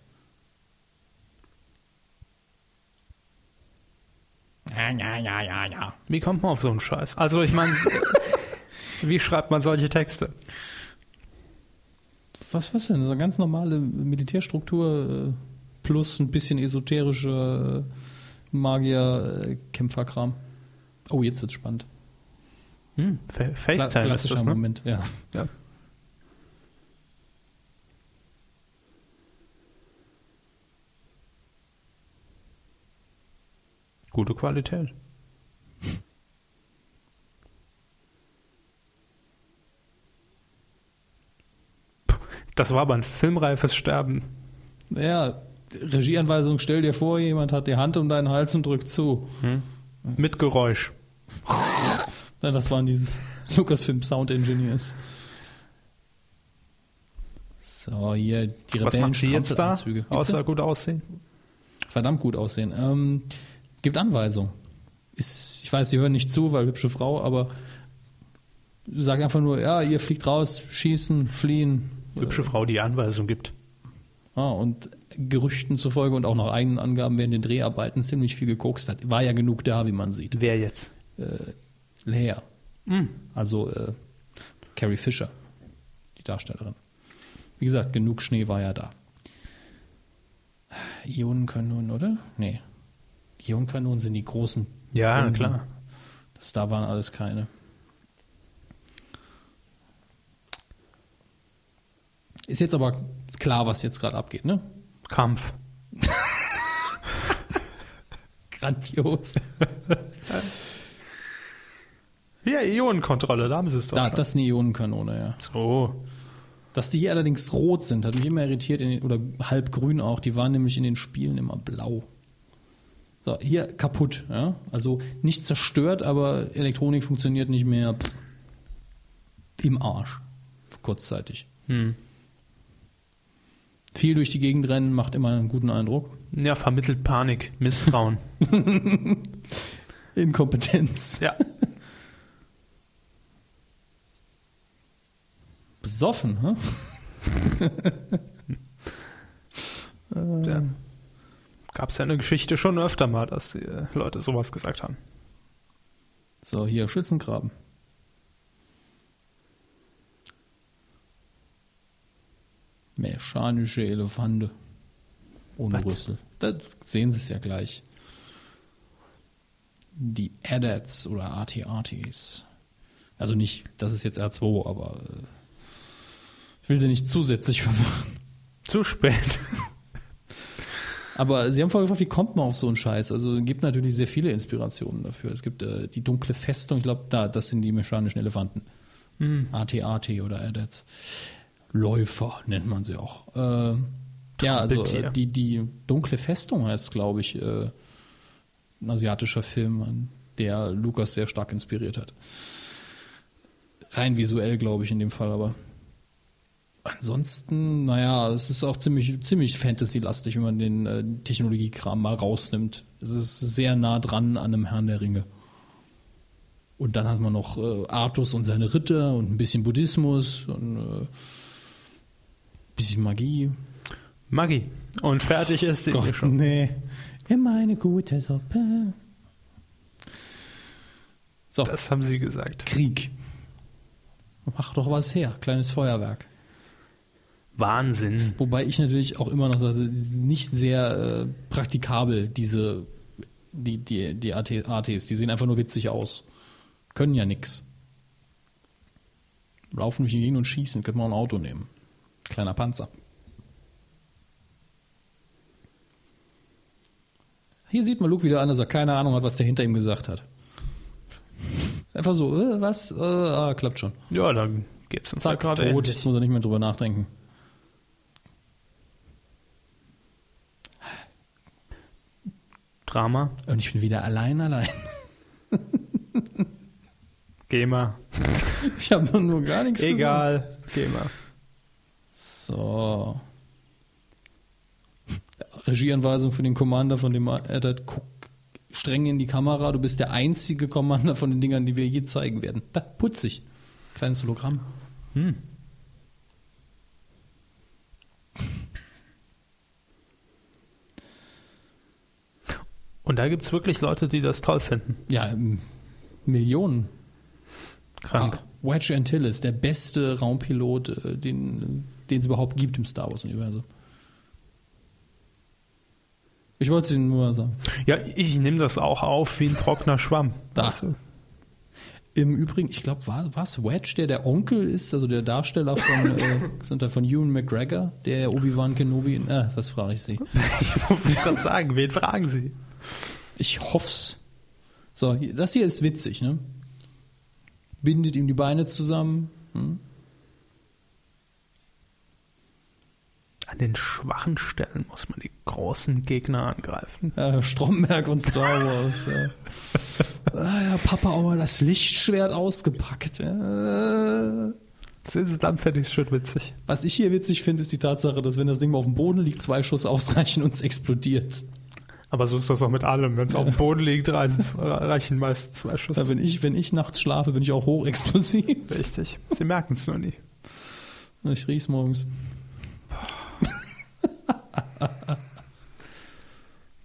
Speaker 2: Ja, ja, ja, ja, ja.
Speaker 1: Wie kommt man auf so einen Scheiß? Also ich meine, wie schreibt man solche Texte?
Speaker 2: Was was denn? So eine ganz normale Militärstruktur äh, plus ein bisschen esoterische äh, Magier-Kämpferkram. Oh, jetzt wird's spannend.
Speaker 1: Hm, Fa- FaceTime ist
Speaker 2: klassischer
Speaker 1: das, ne?
Speaker 2: Moment, ja.
Speaker 1: Ja. Gute Qualität. Puh, Das war aber ein filmreifes Sterben.
Speaker 2: Ja, Regieanweisung, stell dir vor, jemand hat die Hand um deinen Hals und drückt zu.
Speaker 1: Mit Geräusch.
Speaker 2: Na, das waren dieses Lucasfilm Sound Engineers. So, hier die
Speaker 1: Was
Speaker 2: Rebellen
Speaker 1: macht sie jetzt da?
Speaker 2: Strampelanzüge. Bitte?
Speaker 1: Außer gut aussehen.
Speaker 2: verdammt gut aussehen. Ähm, gibt Anweisungen. Ist, ich weiß, sie hören nicht zu, weil hübsche Frau, aber Sag einfach nur, ja, ihr fliegt raus, schießen, fliehen.
Speaker 1: Hübsche Frau, die Anweisung gibt.
Speaker 2: Ah, und Gerüchten zufolge und auch nach eigenen Angaben während den Dreharbeiten ziemlich viel gekokst hat. War ja genug da, wie man sieht.
Speaker 1: Wer jetzt?
Speaker 2: Leia.
Speaker 1: Hm.
Speaker 2: Also äh, Carrie Fisher, die Darstellerin. Wie gesagt, genug Schnee war ja da. Ionenkanonen, oder? Nee. Ionenkanonen sind die großen.
Speaker 1: Ja,
Speaker 2: Runden.
Speaker 1: klar.
Speaker 2: Das, da waren alles keine. Ist jetzt aber klar, was jetzt gerade abgeht, ne?
Speaker 1: Kampf.
Speaker 2: Grandios.
Speaker 1: Ja, Ionenkontrolle, da haben sie es doch.
Speaker 2: Da,
Speaker 1: schon.
Speaker 2: das ist eine Ionenkanone, ja.
Speaker 1: so.
Speaker 2: Dass die hier allerdings rot sind, hat mich immer irritiert, in den, oder halb grün auch. Die waren nämlich in den Spielen immer blau. So, hier kaputt, ja. Also nicht zerstört, aber Elektronik funktioniert nicht mehr. Pff, Im Arsch. Kurzzeitig.
Speaker 1: Hm.
Speaker 2: Viel durch die Gegend rennen macht immer einen guten Eindruck.
Speaker 1: Ja, vermittelt Panik, Misstrauen.
Speaker 2: Inkompetenz.
Speaker 1: ja.
Speaker 2: Besoffen, hä?
Speaker 1: ja. Gab es ja eine Geschichte schon öfter mal, dass die äh, Leute sowas gesagt haben.
Speaker 2: So, hier Schützengraben. Mechanische Elefante. Ohne
Speaker 1: Was?
Speaker 2: Rüssel. Da sehen Sie es ja gleich. Die ADATs oder AT-ATs. Also nicht, das ist jetzt R2, aber äh, ich will sie nicht zusätzlich verwirren.
Speaker 1: Zu spät.
Speaker 2: Aber Sie haben vorher gefragt, wie kommt man auf so einen Scheiß? Also es gibt natürlich sehr viele Inspirationen dafür. Es gibt äh, die dunkle Festung, ich glaube, da, das sind die mechanischen Elefanten. AT-AT oder ADATs. Läufer nennt man sie auch. Äh, ja, also äh,
Speaker 1: Trampeltier.
Speaker 2: die, die dunkle Festung heißt, glaube ich, äh, ein asiatischer Film, an der Lukas sehr stark inspiriert hat. Rein visuell, glaube ich, in dem Fall aber. Ansonsten, naja, es ist auch ziemlich, ziemlich fantasy-lastig, wenn man den äh, Technologiekram mal rausnimmt. Es ist sehr nah dran an einem Herrn der Ringe. Und dann hat man noch äh, Artus und seine Ritter und ein bisschen Buddhismus und äh, ein bisschen Magie.
Speaker 1: Maggi. Und fertig ist die hier schon.
Speaker 2: nee. Immer eine gute Suppe. So,
Speaker 1: Das haben sie gesagt.
Speaker 2: Krieg. Mach doch was her, kleines Feuerwerk.
Speaker 1: Wahnsinn.
Speaker 2: Wobei ich natürlich auch immer noch sage, es ist nicht sehr äh, praktikabel, diese die, die, die AT, ATs. Die sehen einfach nur witzig aus. Können ja nix. Laufen durch die Gegend und schießen. Könnte man auch ein Auto nehmen. Kleiner Panzer. Hier sieht man Luke wieder an, dass er keine Ahnung hat, was der hinter ihm gesagt hat. Einfach so, äh, was? Äh, ah, klappt schon.
Speaker 1: Ja, dann geht's uns halt
Speaker 2: Zack,
Speaker 1: ja gerade
Speaker 2: tot. Jetzt
Speaker 1: ähnlich.
Speaker 2: muss er nicht mehr drüber nachdenken.
Speaker 1: Drama.
Speaker 2: Und ich bin wieder allein, allein.
Speaker 1: GEMA.
Speaker 2: Ich habe doch nur gar nichts gesagt.
Speaker 1: Egal. GEMA.
Speaker 2: So. Regieanweisung für den Commander von dem Eddard, guck streng in die Kamera, du bist der einzige Commander von den Dingern, die wir je zeigen werden. Da, putzig. Kleines Hologramm.
Speaker 1: Und da gibt's wirklich Leute, die das toll finden.
Speaker 2: Ja, ähm, Millionen.
Speaker 1: Krank.
Speaker 2: Ah, Wedge Antilles, der beste Raumpilot, äh, den den es überhaupt gibt im Star Wars-Universum. Ich wollte es Ihnen nur sagen.
Speaker 1: Ja, ich nehme das auch auf wie ein trockener Schwamm.
Speaker 2: Da.
Speaker 1: Weißt du?
Speaker 2: Im Übrigen, ich glaube, war was Wedge, der der Onkel ist, also der Darsteller von äh, sind da von Ewan McGregor, der Obi-Wan Kenobi. in- Äh, was frage ich Sie?
Speaker 1: Ich wollte gerade sagen, wen fragen Sie?
Speaker 2: Ich hoff's. So, hier- das hier ist witzig, ne? Bindet ihm die Beine zusammen. Hm?
Speaker 1: An den schwachen Stellen muss man die großen Gegner angreifen.
Speaker 2: Äh, Stromberg und Star Wars. ja. ah, ja, Papa auch mal das Lichtschwert ausgepackt. Äh.
Speaker 1: Sind sie dann fertig, schon witzig.
Speaker 2: Was ich hier witzig finde, ist die Tatsache, dass wenn das Ding mal auf dem Boden liegt, zwei Schuss ausreichen und es explodiert.
Speaker 1: Aber so ist das auch mit allem. Wenn es auf dem Boden liegt, reichen, zwei- reichen meist zwei Schüsse.
Speaker 2: Ja, wenn, ich, wenn ich nachts schlafe, bin ich auch hochexplosiv.
Speaker 1: Richtig. Sie merken es nur nie.
Speaker 2: Ich riech's morgens.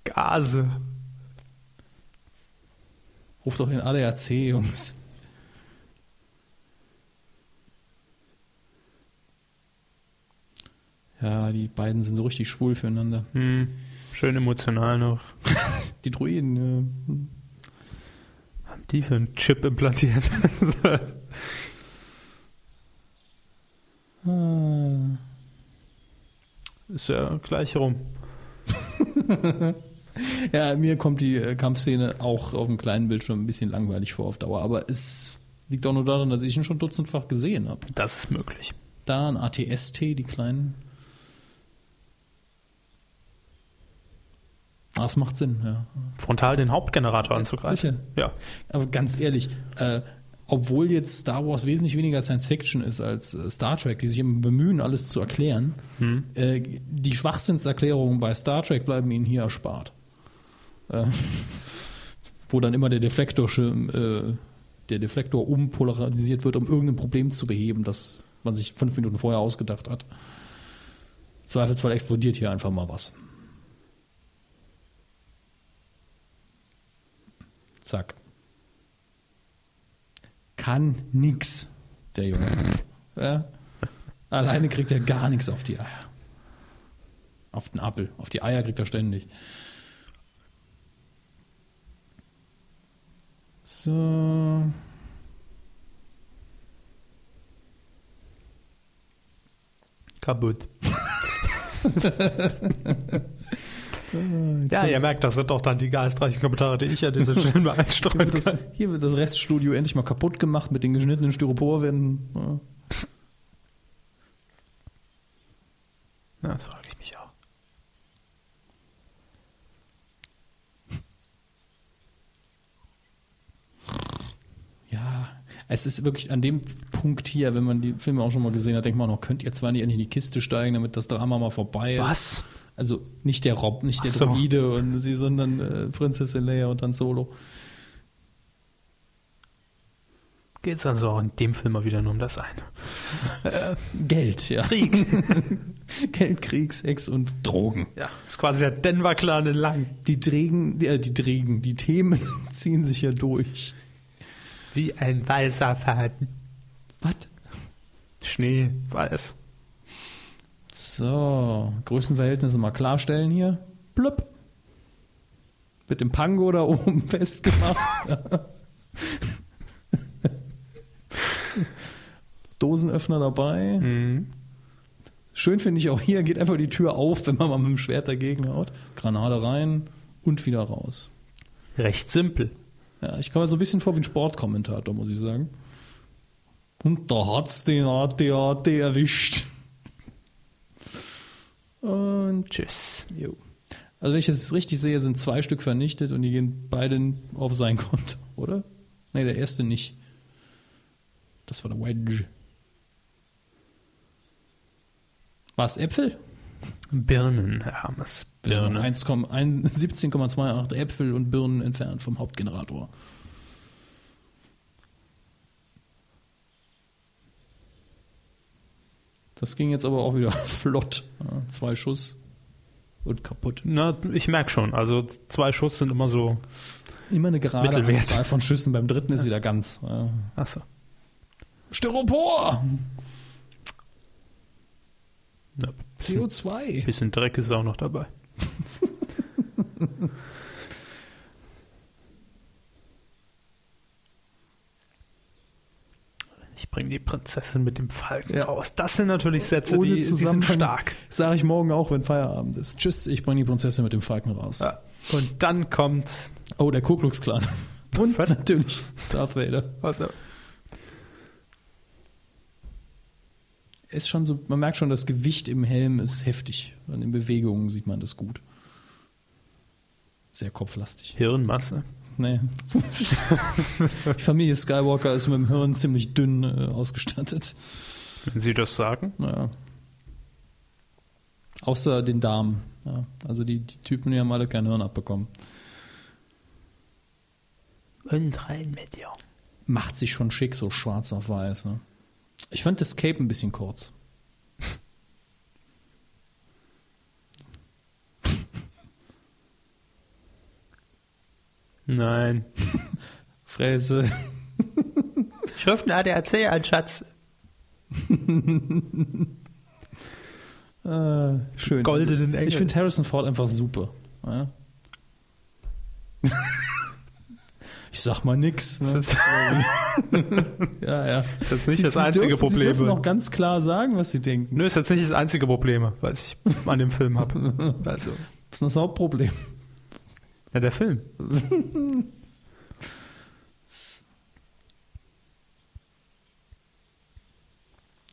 Speaker 1: Gase.
Speaker 2: Ruf doch den ADAC, Jungs. Ja, die beiden sind so richtig schwul füreinander.
Speaker 1: Hm. Schön emotional noch.
Speaker 2: Die Druiden,
Speaker 1: Haben die für einen Chip implantiert?
Speaker 2: ja. Ah.
Speaker 1: ist ja gleich rum.
Speaker 2: Ja, mir kommt die äh, Kampfszene auch auf dem kleinen Bildschirm ein bisschen langweilig vor auf Dauer, aber es liegt auch nur daran, dass ich ihn schon dutzendfach gesehen habe.
Speaker 1: Das ist möglich.
Speaker 2: Da ein ATST, die kleinen. Ah, das macht Sinn, ja.
Speaker 1: Frontal den Hauptgenerator anzugreifen.
Speaker 2: sicher.
Speaker 1: Ja.
Speaker 2: Aber ganz ehrlich, äh, obwohl jetzt Star Wars wesentlich weniger Science Fiction ist als äh, Star Trek, die sich immer bemühen, alles zu erklären, äh, die Schwachsinnserklärungen bei Star Trek bleiben ihnen hier erspart. Äh, wo dann immer der Deflektorschirm, äh, der Deflektor umpolarisiert wird, um irgendein Problem zu beheben, das man sich fünf Minuten vorher ausgedacht hat. Im Zweifelsfall explodiert hier einfach mal was. Zack. Kann nix, der Junge. ja? Alleine kriegt er gar nichts auf die Eier. Auf den Appel. Auf die Eier kriegt er ständig. So.
Speaker 1: Kaputt. Ah, ja, ihr merkt, das sind auch dann die geistreichen Kommentare, die ich an dieser Stelle mal einstreuen
Speaker 2: Das,
Speaker 1: kann.
Speaker 2: hier wird das Reststudio endlich mal kaputt gemacht mit den geschnittenen Styropor werden. Ja.
Speaker 1: Na, das frage ich mich auch.
Speaker 2: Ja, es ist wirklich an dem Punkt hier, wenn man die Filme auch schon mal gesehen hat, denkt man auch noch, könnt ihr zwar nicht endlich in die Kiste steigen, damit das Drama mal vorbei ist.
Speaker 1: Was?
Speaker 2: Also nicht der Rob, nicht der
Speaker 1: Ach so.
Speaker 2: Druide und sie, sondern äh, Prinzessin Leia und dann Solo.
Speaker 1: Geht es also auch in dem Film mal wieder nur um das eine?
Speaker 2: Geld, ja. Krieg. Geld, Krieg, Sex und Drogen.
Speaker 1: Ja, ist quasi der Denver-Clan in Lang.
Speaker 2: Die Dregen, äh, die Dregen, die Themen ziehen sich ja durch.
Speaker 1: Wie ein weißer Faden.
Speaker 2: Was?
Speaker 1: Schnee, weiß.
Speaker 2: So, Größenverhältnisse mal klarstellen hier. Blöpp. Mit dem Pango da oben festgemacht. Dosenöffner dabei.
Speaker 1: Mhm.
Speaker 2: Schön finde ich auch hier, geht einfach die Tür auf, wenn man mal mit dem Schwert dagegen haut. Granate rein und wieder raus.
Speaker 1: Recht simpel.
Speaker 2: Ja, ich komme mir so ein bisschen vor wie ein Sportkommentator, muss ich sagen. Und da hat's den ATAT erwischt. Und
Speaker 1: Tschüss.
Speaker 2: Jo. Also wenn ich das richtig sehe, sind zwei Stück vernichtet und die gehen beide auf sein Konto, oder? Nee, der erste nicht. Das war der Wedge. Was, Äpfel?
Speaker 1: Birnen, Hermes.
Speaker 2: Birne. 17,28 Äpfel und Birnen entfernt vom Hauptgenerator. Das ging jetzt aber auch wieder flott. Ja, Zwei Schuss und kaputt.
Speaker 1: Na, ich merke schon. Also zwei Schuss sind immer so.
Speaker 2: Immer eine gerade
Speaker 1: Mittelwert.
Speaker 2: Anzahl von Schüssen, beim dritten ist wieder ganz. Ja.
Speaker 1: Achso.
Speaker 2: Styropor!
Speaker 1: Ja, bisschen,
Speaker 2: CO2!
Speaker 1: bisschen Dreck ist auch noch dabei. ich bringe die Prinzessin mit dem Falken
Speaker 2: Ja.
Speaker 1: raus. Das sind natürlich Sätze, die, die sind
Speaker 2: Zusammenhang
Speaker 1: stark.
Speaker 2: Sag ich morgen auch, wenn Feierabend ist. Tschüss, ich bringe die Prinzessin mit dem Falken raus.
Speaker 1: Und dann kommt.
Speaker 2: Oh, der Ku Klux Klan.
Speaker 1: Und was?
Speaker 2: Natürlich Darth Vader.
Speaker 1: was
Speaker 2: Ist schon so, man merkt schon, das Gewicht im Helm ist heftig. An den Bewegungen sieht man das gut. Sehr kopflastig.
Speaker 1: Hirnmasse.
Speaker 2: Nee. die Familie Skywalker ist mit dem Hirn ziemlich dünn äh, ausgestattet.
Speaker 1: Wenn Sie das sagen.
Speaker 2: Ja. Außer den Damen. Ja, also die, die Typen, die haben alle kein Hirn abbekommen.
Speaker 1: Und rein mit dir.
Speaker 2: Macht sich schon schick, so schwarz auf weiß. Ne? Ich fand das Cape ein bisschen kurz.
Speaker 1: Nein.
Speaker 2: Fräse.
Speaker 1: Ich rufe einen ADAC an, Schatz.
Speaker 2: Äh, schön.
Speaker 1: Goldenen Engel.
Speaker 2: Ich finde Harrison Ford einfach super. Ja? ich sag mal nix. Ne?
Speaker 1: Das ist,
Speaker 2: Ja, ja.
Speaker 1: das ist jetzt nicht das
Speaker 2: Sie
Speaker 1: einzige
Speaker 2: dürfen, Sie
Speaker 1: Problem.
Speaker 2: dürfen auch ganz klar sagen, was sie denken.
Speaker 1: Nö, ist jetzt nicht das einzige Problem, was ich an dem Film habe. Also,
Speaker 2: Das ist das Hauptproblem.
Speaker 1: ja, der Film.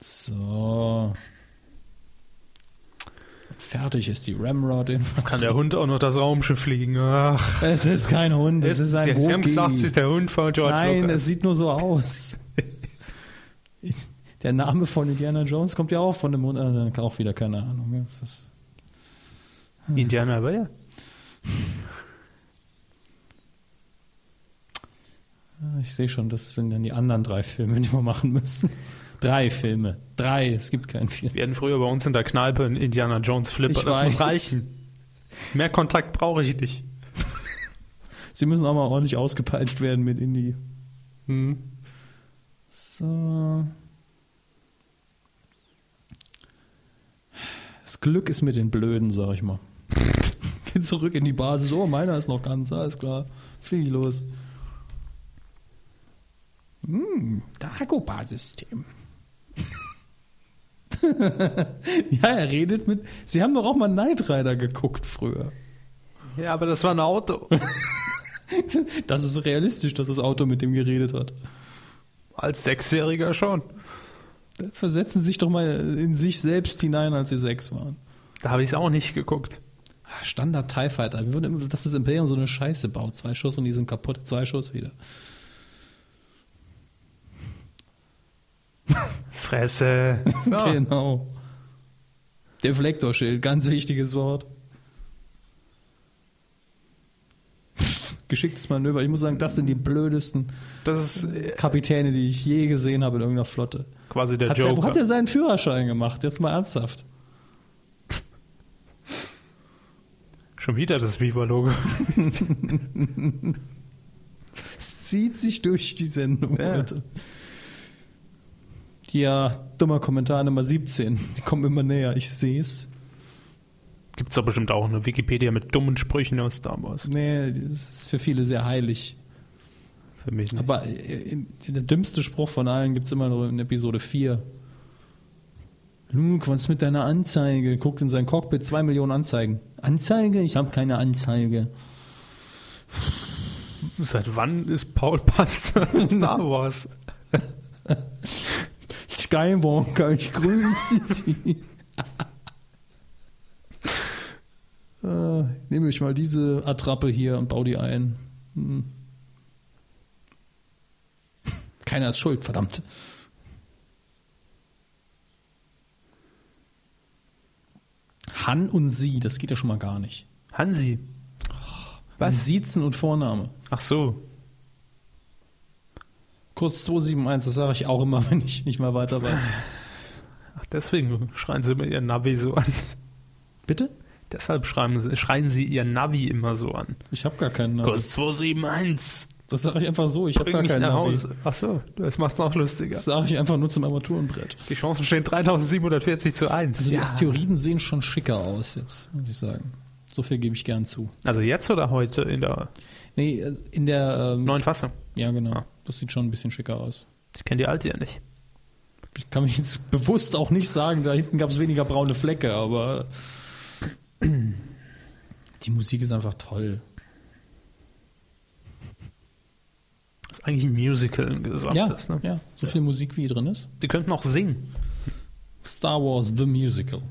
Speaker 2: So. Fertig ist die Ramrod.
Speaker 1: Kann der Hund auch noch das Raumschiff fliegen? Ach,
Speaker 2: Es ist kein Hund, es ist ein
Speaker 1: Sie, Sie haben
Speaker 2: Wookiee.
Speaker 1: gesagt, es ist der Hund von George
Speaker 2: Nein,
Speaker 1: Lucas.
Speaker 2: es sieht nur so aus. Der Name von Indiana Jones kommt ja auch von dem Hund. Also auch wieder keine Ahnung. Es ist,
Speaker 1: Indiana Weir?
Speaker 2: Äh, ich sehe schon, das sind dann die anderen drei Filme, die wir machen müssen. Drei Filme. Drei, es gibt keinen vierten.
Speaker 1: Wir hatten früher bei uns in der Kneipe einen Indiana Jones Flipper.
Speaker 2: Ich
Speaker 1: das muss
Speaker 2: weiß.
Speaker 1: reichen. Mehr Kontakt brauche ich nicht.
Speaker 2: Sie müssen auch mal ordentlich ausgepeitscht werden mit Indie.
Speaker 1: Hm.
Speaker 2: So. Das Glück ist mit den Blöden, sag ich mal. Geh zurück in die Basis. Oh, meiner ist noch ganz. Alles klar. Flieg ich los. Hm, Dagobah-System. ja, er redet mit. Sie haben doch auch mal Knight Rider geguckt früher.
Speaker 1: Ja, aber das war ein Auto.
Speaker 2: Das ist realistisch, dass das Auto mit dem geredet hat.
Speaker 1: Als Sechsjähriger schon.
Speaker 2: Versetzen Sie sich doch mal in sich selbst hinein, als Sie sechs waren.
Speaker 1: Da habe ich es auch nicht geguckt.
Speaker 2: Ah, Standard TIE Fighter. Wir würden, immer- dass das Imperium so eine Scheiße baut. Zwei Schuss und die sind kaputt. Zwei Schuss wieder.
Speaker 1: Fresse. So.
Speaker 2: Genau. Deflektorschild, ganz wichtiges Wort. Geschicktes Manöver. Ich muss sagen, das sind die blödesten
Speaker 1: Das ist äh,
Speaker 2: Kapitäne, die ich je gesehen habe in irgendeiner Flotte.
Speaker 1: quasi der
Speaker 2: Hat der,
Speaker 1: Joker.
Speaker 2: wo hat er seinen Führerschein gemacht? Jetzt mal ernsthaft.
Speaker 1: schon wieder das Viva-Logo.
Speaker 2: Es zieht sich durch die Sendung
Speaker 1: Ja.
Speaker 2: heute. Ja, dummer Kommentar Nummer 17. Die kommen immer näher. Ich sehe es.
Speaker 1: Gibt es da bestimmt auch eine Wikipedia mit dummen Sprüchen aus Star Wars.
Speaker 2: Nee, das ist für viele sehr heilig.
Speaker 1: Für mich nicht.
Speaker 2: Aber äh, im- der dümmste Spruch von allen gibt es immer noch in Episode 4. Luke, was ist mit deiner Anzeige? Guckt in sein Cockpit, zwei Millionen Anzeigen. Anzeige? Ich habe keine Anzeige.
Speaker 1: Seit wann ist Paul Panzer in Star Wars?
Speaker 2: Skywalker, ich grüße Sie. äh, nehme ich mal diese Attrappe hier und baue die ein. Hm. Keiner ist schuld, verdammt. Han und sie, das geht ja schon mal gar nicht.
Speaker 1: Hansi.
Speaker 2: Was? Siezen und Vorname.
Speaker 1: Ach so.
Speaker 2: Kurz 271, das sage ich auch immer, wenn ich nicht mal weiter weiß.
Speaker 1: Ach, deswegen schreien sie mit ihren Navi so an.
Speaker 2: Bitte?
Speaker 1: Deshalb schreien sie, schreien sie ihren Navi immer so an.
Speaker 2: Ich habe gar keinen Namen.
Speaker 1: Kurs 271.
Speaker 2: Das sage ich einfach so, ich habe
Speaker 1: Bring
Speaker 2: gar
Speaker 1: mich
Speaker 2: keinen
Speaker 1: nach
Speaker 2: Navi.
Speaker 1: Hause. Ach so, das macht's noch lustiger.
Speaker 2: Das sage ich einfach nur zum Armaturenbrett.
Speaker 1: Die Chancen stehen 3740 zu 1.
Speaker 2: Also die Asteroiden sehen schon schicker aus jetzt, muss ich sagen. So viel gebe ich gern zu.
Speaker 1: Also jetzt oder heute in der
Speaker 2: Nee, äh, in der ähm,
Speaker 1: neuen Fassung?
Speaker 2: Ja, genau.
Speaker 1: Ah.
Speaker 2: Das sieht schon ein bisschen schicker aus.
Speaker 1: Ich kenne die alte ja nicht.
Speaker 2: Ich kann mich jetzt bewusst auch nicht sagen, da hinten gab es weniger braune Flecke, aber die Musik ist einfach toll.
Speaker 1: Das ist eigentlich ein Musical im
Speaker 2: Ja,
Speaker 1: Gesamtes. ne?
Speaker 2: ja, so viel Musik wie hier drin ist.
Speaker 1: Die könnten auch singen.
Speaker 2: Star Wars The Musical.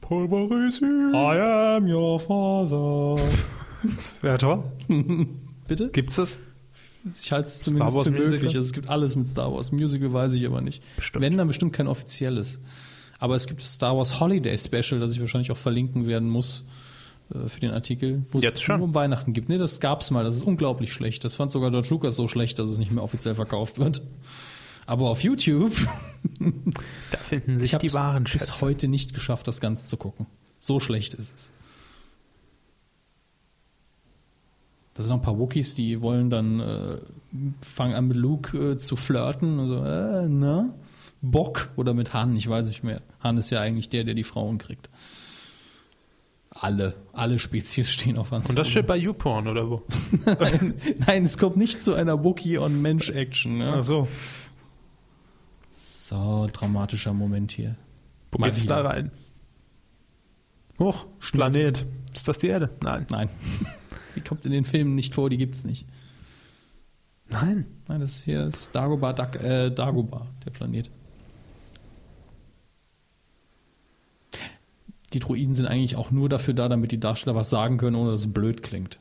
Speaker 1: Pulverisi.
Speaker 2: I am your father.
Speaker 1: Das wäre toll.
Speaker 2: Bitte?
Speaker 1: Gibt's das?
Speaker 2: Ich halte es zumindest
Speaker 1: Wars
Speaker 2: für
Speaker 1: Musical?
Speaker 2: möglich. Also es gibt alles mit Star Wars. Musical weiß ich aber nicht.
Speaker 1: Bestimmt.
Speaker 2: Wenn, dann bestimmt kein offizielles. Aber es gibt das Star Wars Holiday Special, das ich wahrscheinlich auch verlinken werden muss äh, für den Artikel, wo
Speaker 1: Jetzt
Speaker 2: es
Speaker 1: schon?
Speaker 2: nur um Weihnachten gibt. Nee, das gab's mal. Das ist unglaublich schlecht. Das fand sogar George Lucas so schlecht, dass es nicht mehr offiziell verkauft wird. Aber auf YouTube,
Speaker 1: Da finden sich
Speaker 2: ich habe
Speaker 1: die wahren
Speaker 2: bis
Speaker 1: Schätze.
Speaker 2: heute nicht geschafft, das Ganze zu gucken. So schlecht ist es. Da sind noch ein paar Wookies, die wollen dann, äh, fangen an mit Luke äh, zu flirten. Und so, äh, na? Bock oder mit Han, ich weiß nicht mehr. Han ist ja eigentlich der, der die Frauen kriegt. Alle, alle Spezies stehen auf Han
Speaker 1: Und das
Speaker 2: Solo.
Speaker 1: steht bei YouPorn oder wo?
Speaker 2: Nein, es kommt nicht zu einer Wookie-on-Mensch-Action. Ne?
Speaker 1: Ach so.
Speaker 2: So, dramatischer Moment hier.
Speaker 1: Wo
Speaker 2: Mal
Speaker 1: geht's
Speaker 2: wieder.
Speaker 1: da rein? Hoch, Planet. Ist das die Erde? Nein.
Speaker 2: Nein. Die kommt in den Filmen nicht vor, die gibt's nicht.
Speaker 1: Nein.
Speaker 2: Nein, das hier ist Dagobah, Dag, äh, Dagobah, der Planet. Die Druiden sind eigentlich auch nur dafür da, damit die Darsteller was sagen können, ohne dass es blöd klingt.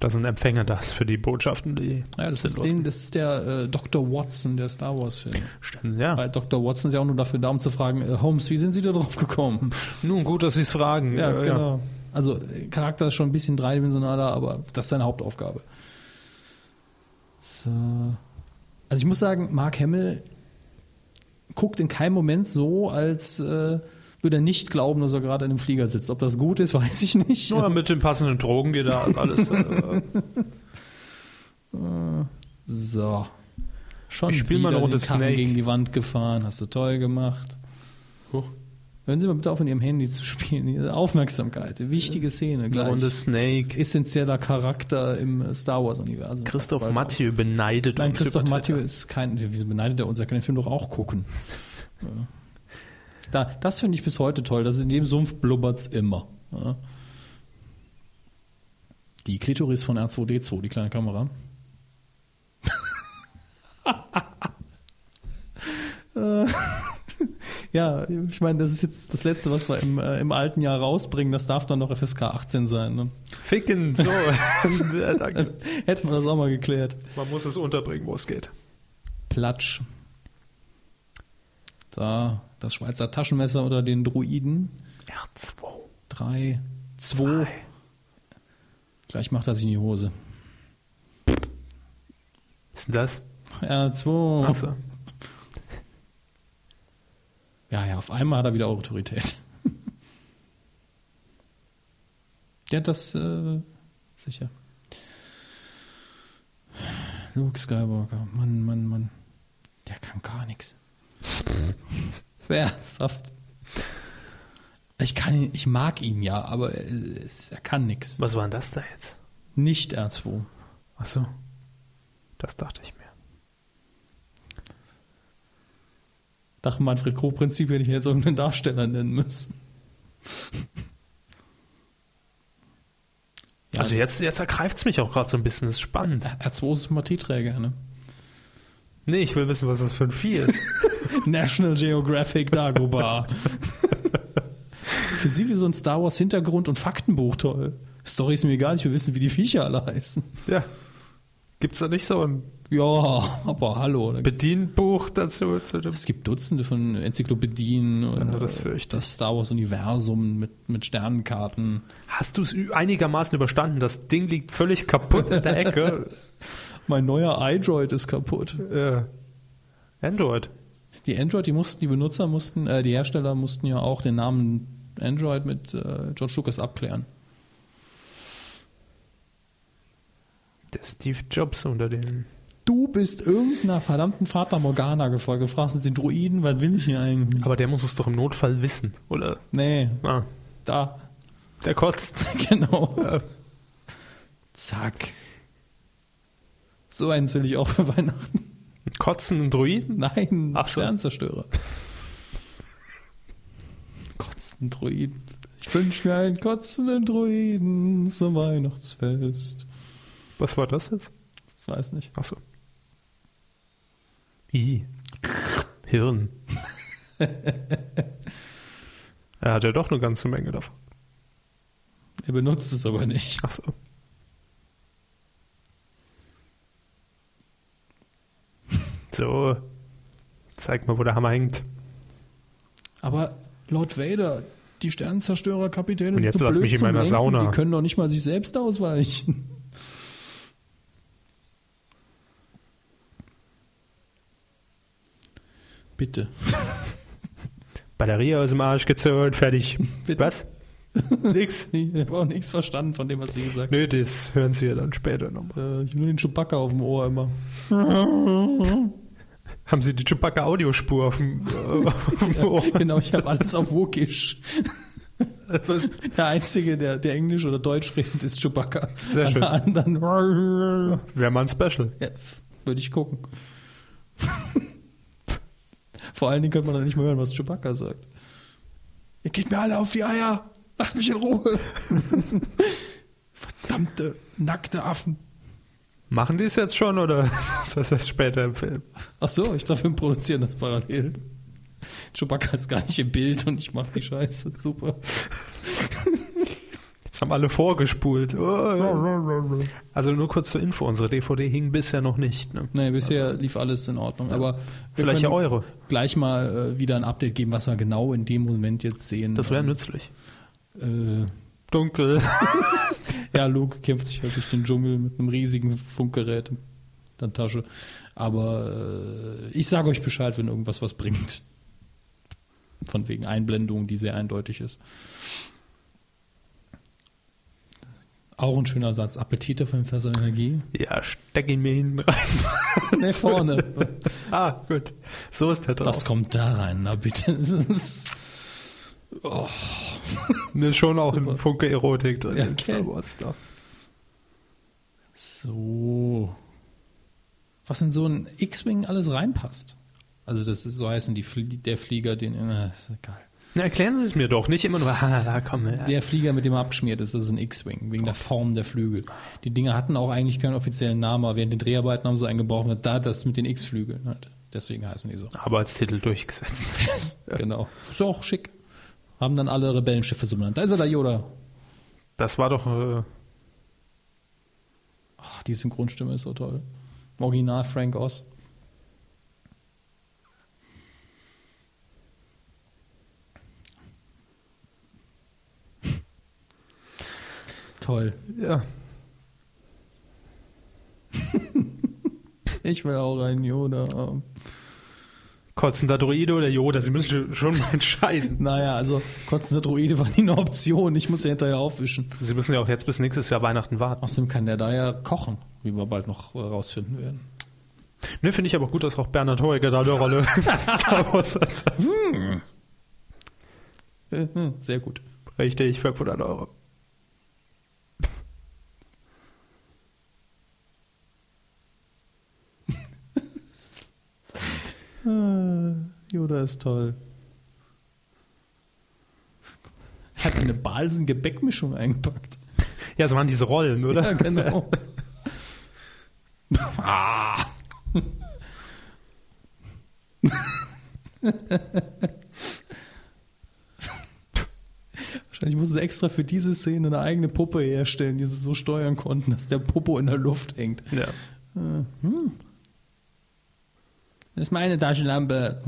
Speaker 1: Das sind Empfänger das für die Botschaften, die
Speaker 2: Ja, das, ist,
Speaker 1: sinnlos
Speaker 2: den, das ist der äh, Dr. Watson der Star Wars-Film.
Speaker 1: sind. Ja.
Speaker 2: Weil Dr. Watson ist ja auch nur dafür da, um zu fragen, äh, Holmes, wie sind Sie da drauf gekommen?
Speaker 1: Nun gut, dass Sie es fragen.
Speaker 2: Ja, genau. Also äh, Charakter ist schon ein bisschen dreidimensionaler, aber das ist seine Hauptaufgabe. So. Also ich muss sagen, Mark Hamill guckt in keinem Moment so, als äh, würde er nicht glauben, dass er gerade in einem Flieger sitzt. Ob das gut ist, weiß ich nicht.
Speaker 1: Nur mit den passenden Drogen, die da alles. Äh,
Speaker 2: So. Schon
Speaker 1: Ich spiel mal eine
Speaker 2: wieder
Speaker 1: Runde
Speaker 2: den Karren
Speaker 1: Snake.
Speaker 2: gegen die Wand gefahren. Hast du toll gemacht.
Speaker 1: Huch.
Speaker 2: Hören Sie mal bitte auf, mit Ihrem Handy zu spielen. Diese Aufmerksamkeit. Wichtige Szene.
Speaker 1: eine
Speaker 2: Gleich.
Speaker 1: Runde Snake.
Speaker 2: essentieller Charakter im äh, Star Wars-Universum.
Speaker 1: Christoph
Speaker 2: Weil-
Speaker 1: Mathieu beneidet
Speaker 2: Nein,
Speaker 1: uns.
Speaker 2: Christoph
Speaker 1: über
Speaker 2: Mathieu
Speaker 1: Twitter.
Speaker 2: ist kein. Wieso beneidet er uns? Er kann den Film doch auch gucken. Ja. da, das finde ich bis heute toll. Das in dem Sumpf blubbert's immer. Ja. Die Klitoris von R2D2, die kleine Kamera. Äh, ja, ich meine, das ist jetzt das Letzte, was wir im, äh, im alten Jahr rausbringen. Das darf dann noch FSK 18 sein. Ne?
Speaker 1: Ficken, so. ja,
Speaker 2: Äh.
Speaker 1: danke.
Speaker 2: Hätten wir das auch mal geklärt.
Speaker 1: Man muss es unterbringen, wo es geht.
Speaker 2: Platsch. Da, das Schweizer Taschenmesser unter den Druiden.
Speaker 1: R2.
Speaker 2: Drei, zwei. Gleich macht er sich in die Hose.
Speaker 1: Ist denn das?
Speaker 2: R2.
Speaker 1: Achso.
Speaker 2: Ja, ja, auf einmal hat er wieder Autorität. ja, das äh, sicher. Luke Skywalker, Mann, Mann, Mann. Der kann gar nichts. Ernsthaft. Ich kann ihn, ich mag ihn ja, aber äh, es, er kann nichts.
Speaker 1: Was war denn das da jetzt?
Speaker 2: Nicht R2.
Speaker 1: Achso. Das dachte ich mir.
Speaker 2: Nach dem Manfred Krog-Prinzip hätte ich jetzt irgendeinen Darsteller nennen müssen. Ja,
Speaker 1: also jetzt, jetzt ergreift es mich auch gerade so ein bisschen. Das ist spannend.
Speaker 2: R2 ist ein Sympathieträger, ne?
Speaker 1: Nee, ich will wissen, was das für ein Vieh ist.
Speaker 2: National Geographic Dagobah. Für sie wie so ein Star Wars Hintergrund und Faktenbuch toll. Story ist mir egal, ich will wissen, wie die Viecher alle heißen.
Speaker 1: ja. Gibt es da nicht so ein
Speaker 2: Ja, aber hallo. da-
Speaker 1: Bedienbuch dazu? Zu dem
Speaker 2: Es gibt Dutzende von Enzyklopädien und
Speaker 1: Ja, das
Speaker 2: äh,
Speaker 1: fürchte
Speaker 2: das Star Wars Universum mit, mit Sternenkarten.
Speaker 1: Hast du es einigermaßen überstanden? Das Ding liegt völlig kaputt in der Ecke.
Speaker 2: Mein neuer iDroid ist kaputt.
Speaker 1: äh, Android.
Speaker 2: Die Android, die mussten, die Benutzer mussten, äh, die Hersteller mussten ja auch den Namen Android mit äh, George Lucas abklären.
Speaker 1: Der Steve Jobs unter den.
Speaker 2: Du bist irgendeiner verdammten Vater Morgana gefolgt. Gefragt sind Druiden, was will ich hier eigentlich?
Speaker 1: Aber der muss es doch im Notfall wissen, oder?
Speaker 2: Nee,
Speaker 1: Ah,
Speaker 2: da,
Speaker 1: der kotzt.
Speaker 2: genau.
Speaker 1: Äh.
Speaker 2: Zack. So eins will ich auch für Weihnachten.
Speaker 1: Kotzenden Druiden?
Speaker 2: Nein,
Speaker 1: Ach so.
Speaker 2: Sternzerstörer. Kotzenden Druiden. Ich wünsche mir einen kotzenden Druiden zum Weihnachtsfest.
Speaker 1: Was war das jetzt?
Speaker 2: Ich weiß nicht.
Speaker 1: Achso. I. Hirn. er hat ja doch eine ganze Menge davon.
Speaker 2: Er benutzt es aber nicht.
Speaker 1: Achso. So. Zeig mal, wo der Hammer hängt.
Speaker 2: Aber Lord Vader, die Sternenzerstörer, Kapitäne
Speaker 1: jetzt
Speaker 2: so
Speaker 1: lass
Speaker 2: blöd
Speaker 1: mich in
Speaker 2: zum
Speaker 1: meiner
Speaker 2: Lenken,
Speaker 1: Sauna.
Speaker 2: Die können doch nicht mal sich selbst ausweichen. Bitte.
Speaker 1: Batterie aus dem Arsch gezerrt, fertig.
Speaker 2: Bitte?
Speaker 1: Was? Nix.
Speaker 2: Ich habe auch nichts verstanden von dem, was Sie gesagt haben.
Speaker 1: Nö, das hören Sie ja dann später nochmal.
Speaker 2: Äh, ich habe nur den Chewbacca auf dem Ohr immer.
Speaker 1: Haben Sie die Chewbacca-Audiospur auf dem, äh, auf dem Ohr?
Speaker 2: genau, ich habe alles auf Wokisch. Der Einzige, der, der Englisch oder Deutsch redet, ist Chewbacca.
Speaker 1: Sehr schön.
Speaker 2: Alle anderen
Speaker 1: Wäre mal ein Special.
Speaker 2: Ja, würde ich gucken. Vor allen Dingen könnte man dann nicht mehr hören, was Chewbacca sagt. Ihr geht mir alle auf die Eier. Lasst mich in Ruhe. Verdammte, nackte Affen.
Speaker 1: Machen die es jetzt schon oder ist das erst später im Film?
Speaker 2: Ach so, ich darf wir produzieren das parallel. Chewbacca ist gar nicht im Bild und ich mache die Scheiße. Super.
Speaker 1: Jetzt haben alle vorgespult. Also nur kurz zur Info, unsere DVD hing bisher noch nicht. Ne?
Speaker 2: Nee, bisher lief alles in Ordnung. Aber wir
Speaker 1: Vielleicht ja
Speaker 2: können
Speaker 1: eure.
Speaker 2: Gleich mal äh, wieder ein Update geben, was wir genau in dem Moment jetzt sehen.
Speaker 1: Das wäre nützlich.
Speaker 2: äh,
Speaker 1: Dunkel.
Speaker 2: Ja, Luke kämpft sich halt durch den Dschungel mit einem riesigen Funkgerät in der Tasche. Aber äh, ich sage euch Bescheid, wenn irgendwas was bringt. Von wegen Einblendung, die sehr eindeutig ist. Auch ein schöner Satz. Appetit auf ein Fässer Energie.
Speaker 1: Ja, steck ihn mir hinten rein.
Speaker 2: Nee, vorne.
Speaker 1: Ah, gut. So ist der drauf.
Speaker 2: Das kommt da rein, na bitte. Das ist-
Speaker 1: Das ist Ne, schon auch in Funke Erotik drin.
Speaker 2: Ja,
Speaker 1: in
Speaker 2: okay.
Speaker 1: Star Wars da.
Speaker 2: So. Was in so ein X-Wing alles reinpasst. Also, das ist so heißen die Flie der Flieger, den. Äh, ist egal.
Speaker 1: Na, erklären Sie es mir doch. Nicht immer nur, ha, ha, komm. Ja.
Speaker 2: Der Flieger, mit dem er abgeschmiert ist, das ist ein X-Wing, wegen der Form der Flügel. Die Dinger hatten auch eigentlich keinen offiziellen Namen, aber während den Dreharbeiten haben sie einen gebraucht, mit da das mit den X-Flügeln hat. Deswegen heißen die so.
Speaker 1: Arbeitstitel durchgesetzt.
Speaker 2: genau. Ist auch schick. Haben dann alle Rebellenschiffe so benannt. Da ist er, da Yoda.
Speaker 1: Das war doch äh,
Speaker 2: Ach, die Synchronstimme ist so toll. Original Frank Oz. Toll.
Speaker 1: ja,
Speaker 2: Ich will auch einen Yoda.
Speaker 1: kotzender Droide oder Yoda. Sie müssen schon mal entscheiden.
Speaker 2: Naja, also kotzende Droide war nie eine Option. Ich muss sie hinterher aufwischen.
Speaker 1: Sie müssen ja auch jetzt bis nächstes Jahr Weihnachten warten.
Speaker 2: Außerdem kann der da ja kochen, wie wir bald noch äh, rausfinden werden.
Speaker 1: Ne, finde ich aber gut, dass auch Bernhard Hoeger da eine Rolle in Star Wars hat.
Speaker 2: Äh, hm, Sehr gut.
Speaker 1: Richtig, 500 Euro.
Speaker 2: Ah, Yoda ist toll. Hat eine Balsen-Gebäckmischung eingepackt.
Speaker 1: Ja, so waren diese Rollen, oder?
Speaker 2: Ja, genau. Ah. Wahrscheinlich mussten sie extra für diese Szene eine eigene Puppe herstellen, die sie so steuern konnten, dass der Popo in der Luft hängt.
Speaker 1: Ja.
Speaker 2: Das ist meine Taschenlampe.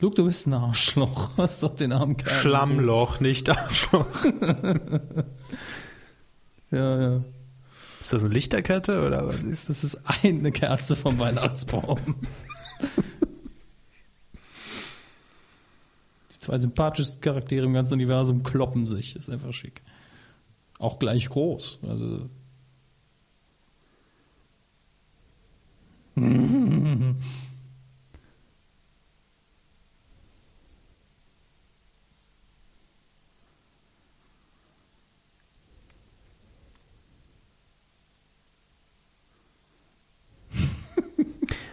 Speaker 2: Luke, du bist ein Arschloch. Hast doch den armen Kerl.
Speaker 1: Schlammloch, nicht Arschloch.
Speaker 2: Ja, ja.
Speaker 1: Ist das eine Lichterkette oder was ist?
Speaker 2: Das ist eine Kerze vom Weihnachtsbaum. Die zwei sympathischsten Charaktere im ganzen Universum kloppen sich. Ist einfach schick. Auch gleich groß. Also.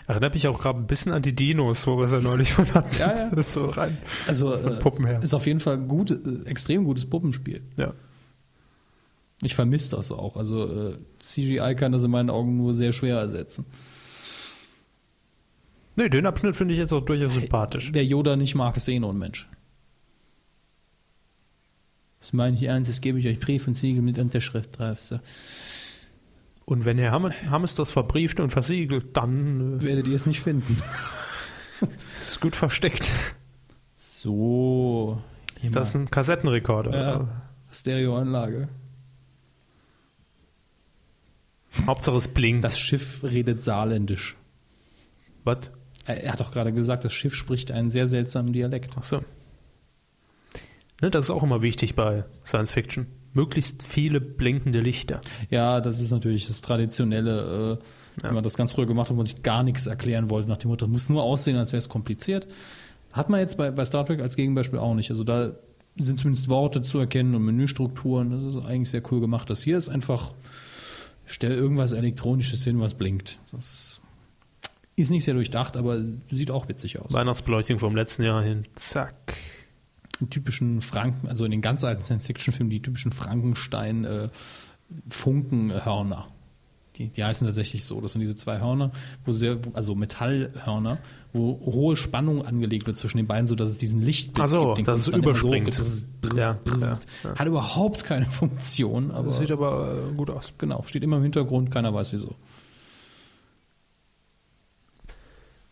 Speaker 1: Erinnert mich auch gerade ein bisschen an die Dinos, wo wir es ja neulich von hatten.
Speaker 2: Ja, ja.
Speaker 1: Das ist So rein.
Speaker 2: Also
Speaker 1: Von
Speaker 2: äh,
Speaker 1: Puppen her.
Speaker 2: ist auf jeden Fall ein gut, äh, extrem gutes Puppenspiel.
Speaker 1: Ja.
Speaker 2: Ich vermisse das auch. Also äh, CGI kann das in meinen Augen nur sehr schwer ersetzen.
Speaker 1: Nee, den Abschnitt finde ich jetzt auch durchaus sympathisch.
Speaker 2: Wer Yoda nicht mag, ist eh nur ein Mensch. Das meine ich ernst, das gebe ich euch Brief und Siegel mit Unterschrift drauf. So.
Speaker 1: Und wenn Herr Hamm- Hammes das verbrieft und versiegelt, dann. äh,
Speaker 2: Werdet ihr es nicht finden.
Speaker 1: Ist gut versteckt.
Speaker 2: So. Hier
Speaker 1: Ist
Speaker 2: mal.
Speaker 1: das ein
Speaker 2: äh,
Speaker 1: Kassettenrekorder?
Speaker 2: ja, Stereoanlage.
Speaker 1: Hauptsache es blinkt.
Speaker 2: Das Schiff redet saarländisch.
Speaker 1: Was?
Speaker 2: Er er hat doch gerade gesagt, das Schiff spricht einen sehr seltsamen Dialekt.
Speaker 1: Ach so. Ne, das ist auch immer wichtig bei Science Fiction. Möglichst viele blinkende Lichter.
Speaker 2: Ja, das ist natürlich das traditionelle, äh, wenn man das ganz früher gemacht hat, wo man sich gar nichts erklären wollte nach dem Motto, muss nur aussehen, als wäre es kompliziert. Hat man jetzt bei, bei Star Trek als Gegenbeispiel auch nicht. Also da sind zumindest Worte zu erkennen und Menüstrukturen. Das ist eigentlich sehr cool gemacht. Das hier ist einfach, stell irgendwas Elektronisches hin, was blinkt. Das ist nicht sehr durchdacht, aber sieht auch witzig aus.
Speaker 1: Weihnachtsbeleuchtung vom letzten Jahr hin. Zack.
Speaker 2: die typischen Franken, also in den ganz alten Science-Fiction-Filmen, die typischen Frankenstein-Funkenhörner. Die, die heißen tatsächlich so. Das sind diese zwei Hörner, wo sehr, also Metallhörner, wo hohe Spannung angelegt wird zwischen den beiden, sodass es diesen Lichtblitz
Speaker 1: Ach so,
Speaker 2: den
Speaker 1: dass
Speaker 2: kurz
Speaker 1: es
Speaker 2: dann immer
Speaker 1: überspringt.
Speaker 2: So, brz, brz,
Speaker 1: Ja,
Speaker 2: brz.
Speaker 1: ja,
Speaker 2: Hat überhaupt keine Funktion, aber
Speaker 1: Das sieht aber äh, gut aus.
Speaker 2: genau, steht immer im Hintergrund, keiner weiß wieso.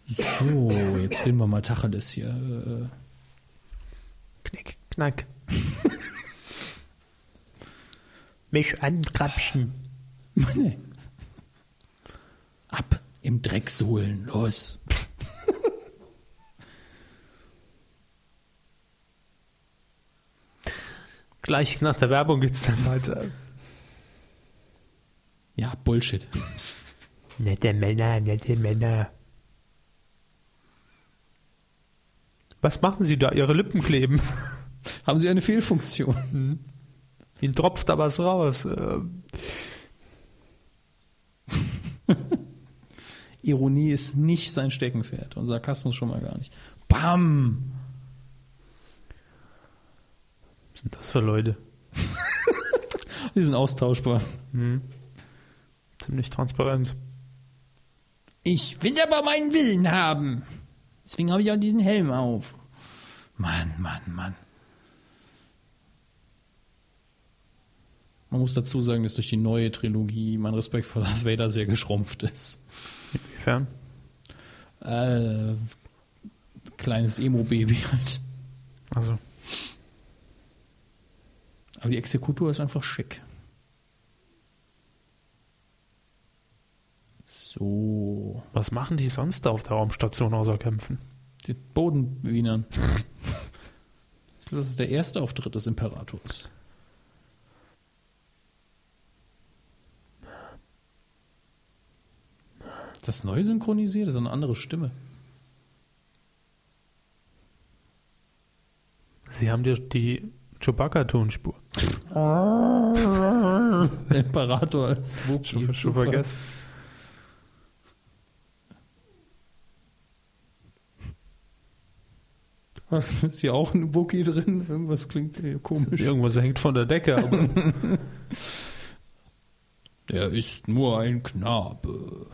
Speaker 2: So, jetzt reden wir mal Tacheles hier. Äh,
Speaker 1: Knick, knack. Mich angrapschen.
Speaker 2: Nee. Ab im Dreck sohlen, los.
Speaker 1: Gleich nach der Werbung geht's dann weiter.
Speaker 2: Ja, Bullshit.
Speaker 1: Nette Männer, nette Männer. Was machen Sie da? Ihre Lippen kleben.
Speaker 2: Haben Sie eine Fehlfunktion?
Speaker 1: Ihnen tropft da was raus. Äh,
Speaker 2: Ironie ist nicht sein Steckenpferd und Sarkasmus schon mal gar nicht. Bam!
Speaker 1: Was sind das für Leute?
Speaker 2: Die sind austauschbar.
Speaker 1: Ziemlich transparent.
Speaker 2: Ich will aber meinen Willen haben. Deswegen habe ich auch diesen Helm auf. Mann, Mann, Mann. Man muss dazu sagen, dass durch die neue Trilogie mein Respekt vor Darth Vader sehr geschrumpft ist.
Speaker 1: Inwiefern?
Speaker 2: Äh, kleines Emo-Baby halt.
Speaker 1: Also,
Speaker 2: Aber die Exekutor ist einfach schick. So.
Speaker 1: was machen die sonst da auf der Raumstation außer kämpfen?
Speaker 2: Die Bodenwienern. Das ist der erste Auftritt des Imperators. Ist Das neu synchronisiert Das ist eine andere Stimme.
Speaker 1: Sie haben dir die Chewbacca-Tonspur.
Speaker 2: Der Imperator als Wookie.
Speaker 1: Schon,
Speaker 2: ist
Speaker 1: schon
Speaker 2: super.
Speaker 1: vergessen.
Speaker 2: Ist hier auch ein Wookie drin? Irgendwas klingt hier komisch.
Speaker 1: Irgendwas hängt von der Decke, aber
Speaker 2: Der ist nur ein Knabe.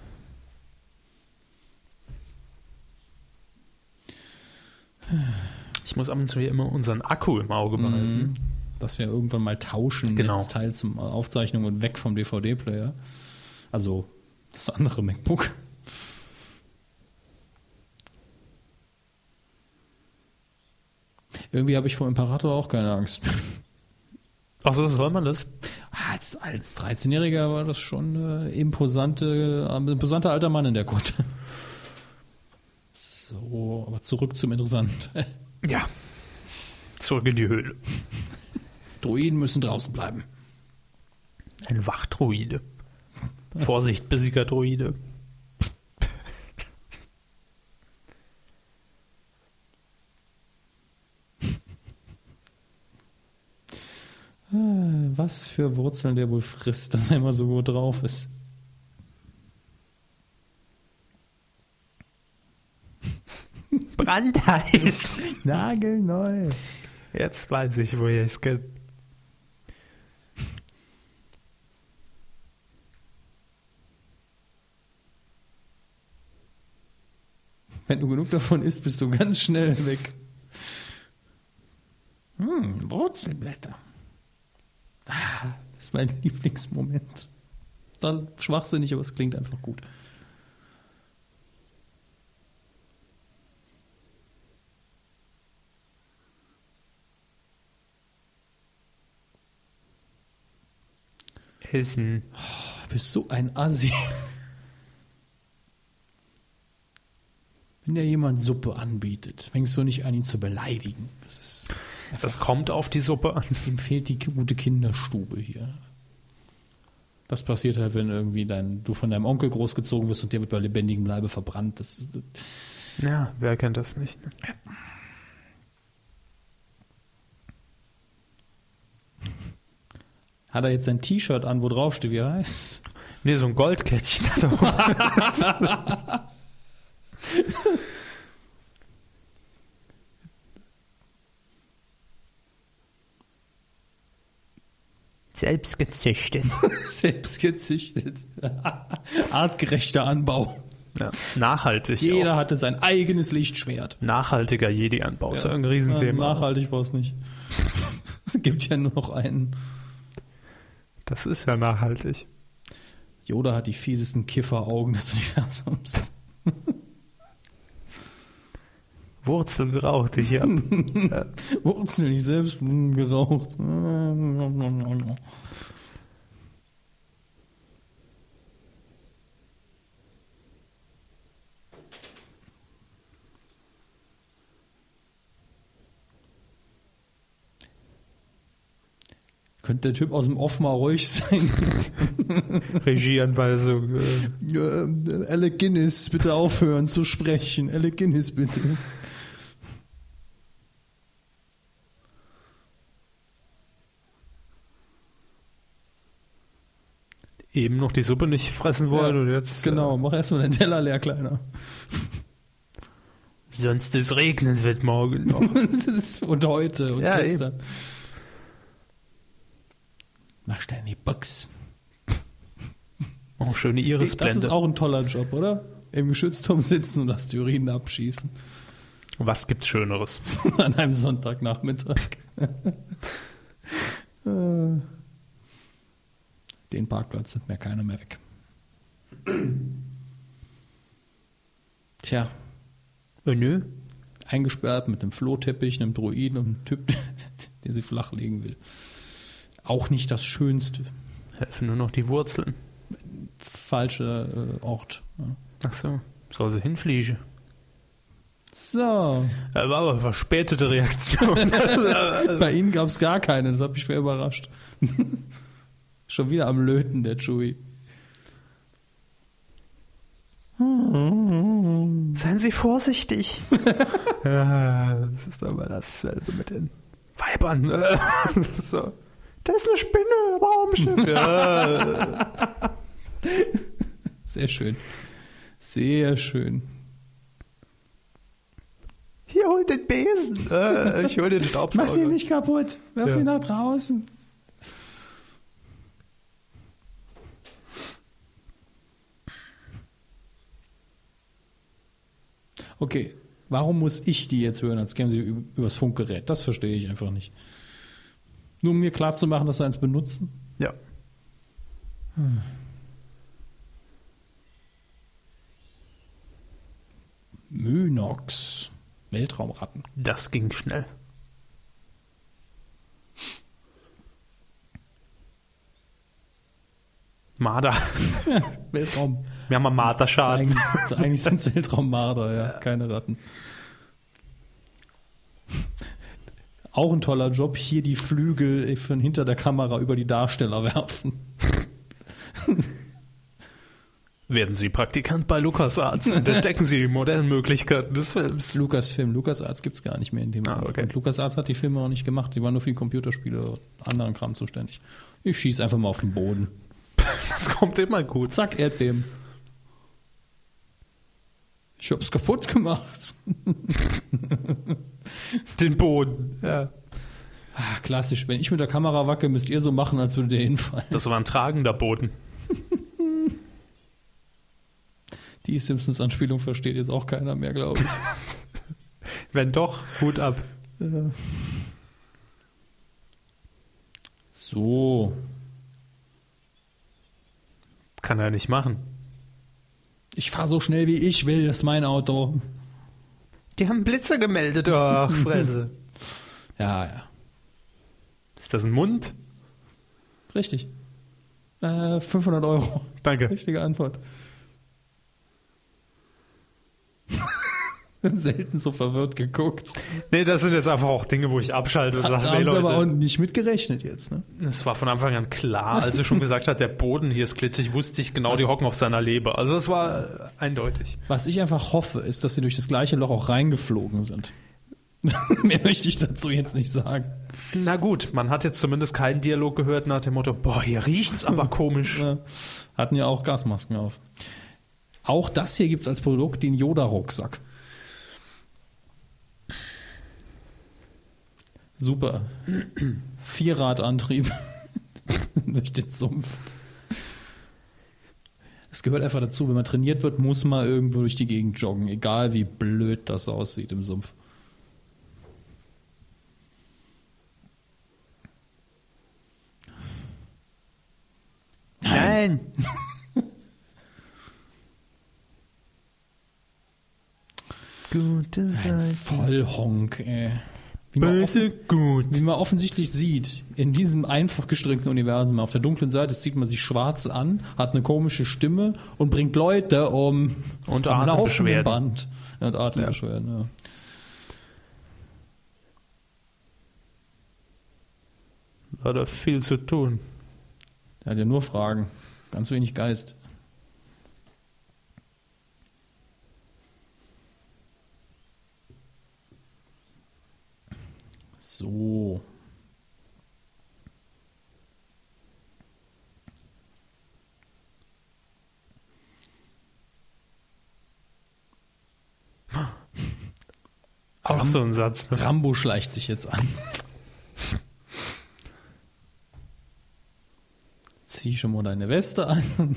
Speaker 1: ich muss ab und zu hier immer unseren Akku im Auge behalten.
Speaker 2: Dass wir irgendwann mal tauschen,
Speaker 1: Genau.
Speaker 2: jetzt Teil zum Aufzeichnung und weg vom DVD-Player. Also das andere MacBook. Irgendwie habe ich vor Imperator auch keine Angst.
Speaker 1: Ach so, Also, soll man das?
Speaker 2: Als, als 13-Jähriger war das schon äh, imposante, ein imposanter alter Mann in der Kutte. So, aber zurück zum interessanten Teil.
Speaker 1: Ja. Zurück in die Höhle.
Speaker 2: Druiden müssen draußen bleiben.
Speaker 1: Ein Wachtruide. Vorsicht, bissiger Druide.
Speaker 2: Äh, Was für Wurzeln der wohl frisst, dass er immer so gut drauf ist.
Speaker 1: Brandheiß.
Speaker 2: Nagelneu.
Speaker 1: Jetzt weiß ich, woher ich es kenne.
Speaker 2: Wenn du genug davon isst, bist du ganz schnell weg. Hm, Wurzelblätter. Ah, das ist mein Lieblingsmoment. Dann schwachsinnig, aber es klingt einfach gut.
Speaker 1: Essen.
Speaker 2: Du Oh, bist so ein Assi. Wenn dir jemand Suppe anbietet, fängst du nicht an, ihn zu beleidigen. Das ist,
Speaker 1: Das kommt auf die Suppe an.
Speaker 2: ihm fehlt die gute Kinderstube hier. Das passiert halt, wenn irgendwie dein, du von deinem Onkel großgezogen wirst und der wird bei lebendigem Leibe verbrannt. Das ist,
Speaker 1: Ja, wer kennt das nicht? ne?
Speaker 2: hat er jetzt sein T-Shirt an, wo draufsteht, wie er heißt?
Speaker 1: Nee, so ein Goldkettchen hat er auch.
Speaker 4: selbst gezüchtet.
Speaker 2: Selbstgezüchtet. Artgerechter Anbau.
Speaker 1: Ja. Nachhaltig.
Speaker 2: Jeder hatte sein eigenes Lichtschwert.
Speaker 1: Auch. Nachhaltiger Jedi-Anbau. Ist ja ein Riesenthema.
Speaker 2: Ja, nachhaltig war es nicht. es gibt ja nur noch einen.
Speaker 1: Das ist ja nachhaltig.
Speaker 2: Yoda hat die fiesesten Kifferaugen des Universums.
Speaker 1: Wurzelgrau, die hier.
Speaker 2: Wurzeln, ich selbst mm, geraucht. Könnte der Typ aus dem Off mal ruhig sein?
Speaker 1: Regieanweisung. Äh,
Speaker 2: Ähm, Elle Guinness, bitte aufhören zu sprechen. Elle Guinness, bitte.
Speaker 1: eben noch die Suppe nicht fressen wollen und jetzt.
Speaker 2: Genau, mach erstmal den Teller leer, Kleiner.
Speaker 1: Äh, sonst es regnen wird morgen noch.
Speaker 2: Das ist- und heute und
Speaker 1: Ja,
Speaker 2: gestern. Mach schnell in die Box.
Speaker 1: Oh, schöne
Speaker 2: Das ist
Speaker 1: Irisblende.
Speaker 2: auch ein toller Job, oder? Im Geschützturm sitzen und Asteroiden abschießen.
Speaker 1: Was gibt's Schöneres?
Speaker 2: An einem Sonntagnachmittag. Äh, Den Parkplatz hat mir keiner mehr weg. Tja,
Speaker 1: Äh, nö.
Speaker 2: eingesperrt mit einem Flohteppich, einem Droiden und einem Typ, der sie flachlegen will. Auch nicht das schönste,
Speaker 1: Helfen nur noch die Wurzeln.
Speaker 2: falsche äh, Ort. Ja.
Speaker 1: Ach so. Soll sie hinfliegen?
Speaker 2: So,
Speaker 1: Äh, War aber eine verspätete Reaktion.
Speaker 2: bei Ihnen gab es gar keine, das hat mich schwer überrascht. Schon wieder am Löten, der Chewie.
Speaker 1: Seien Sie vorsichtig. Äh, das ist aber dasselbe mit den Weibern. Äh, so. Das ist eine Spinne, Raumschiff. Ja.
Speaker 2: Sehr schön. Sehr schön.
Speaker 1: Hier holt den Besen. Äh, ich hol den Staubsauger.
Speaker 2: Mach sie nicht kaputt. Werf
Speaker 1: Ja.
Speaker 2: sie nach draußen. Okay, warum muss ich die jetzt hören, als kämen sie ü- übers Funkgerät? Das verstehe ich einfach nicht. Nur um mir klarzumachen, dass sie eins benutzen?
Speaker 1: Ja.
Speaker 2: Mynox. Weltraumratten.
Speaker 1: Das ging schnell. Marder.
Speaker 2: Weltraum.
Speaker 1: Wir haben einen Marderschaden.
Speaker 2: Eigentlich, eigentlich sind es Weltraummarder, ja, keine Ratten. Auch ein toller Job, hier die Flügel von hinter der Kamera über die Darsteller werfen.
Speaker 1: Werden Sie Praktikant bei LucasArts und entdecken Sie die modernen Möglichkeiten des Films.
Speaker 2: Lucasfilm, LucasArts gibt es gar nicht mehr in dem Sinne.
Speaker 1: okay.
Speaker 2: Und LucasArts hat die Filme auch nicht gemacht, die waren nur für die Computerspiele und anderen Kram zuständig. Ich schieße einfach mal auf den Boden.
Speaker 1: Das kommt immer gut.
Speaker 2: Zack, Erdbeben. Ich hab's kaputt gemacht.
Speaker 1: Den Boden. Ja.
Speaker 2: Ah, klassisch, wenn ich mit der Kamera wackel, müsst ihr so machen, als würde der hinfallen.
Speaker 1: Das war ein tragender Boden.
Speaker 2: Die Simpsons-Anspielung versteht jetzt auch keiner mehr, glaube ich.
Speaker 1: Wenn doch, Hut ab.
Speaker 2: So,
Speaker 1: Kann er nicht machen.
Speaker 2: ich fahre so schnell wie ich will, das ist mein Auto.
Speaker 1: Die haben Blitze gemeldet. Ach, Fresse.
Speaker 2: Ja, ja.
Speaker 1: Ist das ein Mund?
Speaker 2: Richtig. Äh, 500 Euro.
Speaker 1: Danke.
Speaker 2: Richtige Antwort. Wir haben selten so verwirrt geguckt.
Speaker 1: Nee, das sind jetzt einfach auch Dinge, wo ich abschalte und
Speaker 2: Da
Speaker 1: sage, nee,
Speaker 2: haben sie aber auch
Speaker 1: Leute,
Speaker 2: nicht mitgerechnet jetzt. Ne?
Speaker 1: es war von Anfang an klar, als er schon gesagt hat, der Boden hier ist glitschig, wusste ich genau, die
Speaker 2: Das-
Speaker 1: hocken auf seiner Leber. Also es war äh, eindeutig.
Speaker 2: Was ich einfach hoffe, ist, dass sie durch das gleiche Loch auch reingeflogen sind. Mehr möchte ich dazu jetzt nicht sagen.
Speaker 1: Na gut, man hat jetzt zumindest keinen Dialog gehört nach dem Motto, boah, hier riecht's aber komisch.
Speaker 2: Ja. äh, Hatten ja auch Gasmasken auf. Auch das hier gibt es als Produkt, den Yoda-Rucksack. Super. Vierradantrieb durch den Sumpf. Es gehört einfach dazu, wenn man trainiert wird, muss man irgendwo durch die Gegend joggen, egal wie blöd das aussieht im Sumpf.
Speaker 1: Nein!
Speaker 5: Gute Seite.
Speaker 2: Voll Honk, ey. Wie man
Speaker 1: Böse gut.
Speaker 2: Wie man offensichtlich sieht, in diesem einfach gestrickten Universum, auf der dunklen Seite zieht man sich schwarz an, hat eine komische Stimme und bringt Leute um
Speaker 1: Und
Speaker 2: am laufenden
Speaker 1: Atembeschwerden.
Speaker 2: Band. Und Atembeschwerden, ja.
Speaker 1: Hat er viel zu tun.
Speaker 2: Der hat ja nur Fragen. Ganz wenig Geist. So.
Speaker 1: Auch so ein Satz. Ne?
Speaker 2: Rambo schleicht sich jetzt an. Zieh schon mal deine Weste an.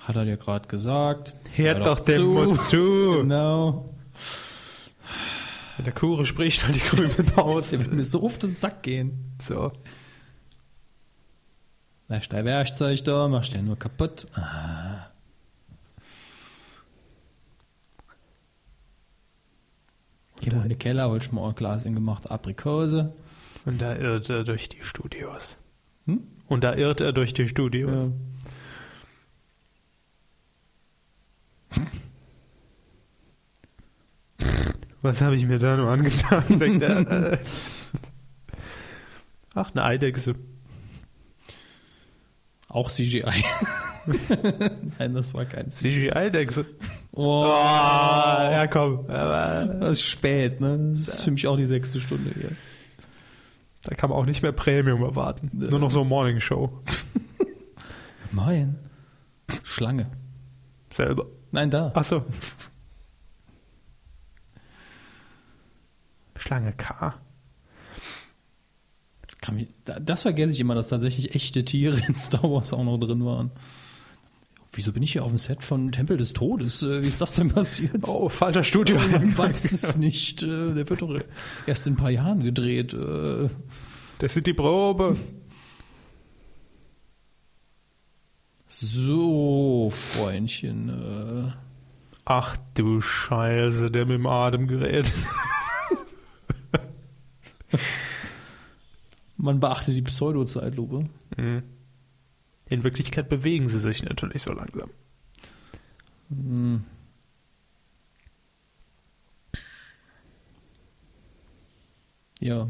Speaker 2: Hat er dir gerade gesagt.
Speaker 1: Hört doch dem Mund zu.
Speaker 2: Genau.
Speaker 1: Wenn der Kure spricht, halt die Krümel raus.
Speaker 2: Der wird mir so auf den Sack gehen.
Speaker 1: So.
Speaker 2: Weißt du, dein Werkzeug da, machst du ja nur kaputt. Ah. Geh mal in den Keller, holst mal ein Glas ingemachte Aprikose.
Speaker 1: Und da irrt er durch die Studios.
Speaker 2: Hm?
Speaker 1: Und da irrt er durch die Studios. Was habe ich mir da nur angetan? Denkt er. äh. Ach, eine Eidechse.
Speaker 2: Auch CGI. Nein, das war kein CGI.
Speaker 1: CGI-Eidechse.
Speaker 2: Oh,
Speaker 1: Ah, ja, komm. Aber
Speaker 2: das ist spät, ne? Das ist für mich auch die sechste Stunde hier.
Speaker 1: da kann man auch nicht mehr Premium erwarten. Nur noch so Morning Show.
Speaker 2: Nein. Schlange.
Speaker 1: Selber.
Speaker 2: Nein, da.
Speaker 1: Ach so. Schlange K.
Speaker 2: Kann mich, da- das vergesse ich immer, dass tatsächlich echte Tiere in Star Wars auch noch drin waren. Wieso bin ich hier auf dem Set von Tempel des Todes? Äh, Wie ist das denn passiert?
Speaker 1: Oh, falscher Studio.
Speaker 2: Man weiß es nicht. Äh, Der wird doch erst in ein paar Jahren gedreht. Äh,
Speaker 1: Das sind die Probe.
Speaker 2: So, Freundchen. äh,
Speaker 1: Ach du Scheiße, der mit dem Atemgerät.
Speaker 2: Man beachtet die Pseudo-Zeitlupe.
Speaker 1: In Wirklichkeit bewegen sie sich natürlich so langsam.
Speaker 2: Ja.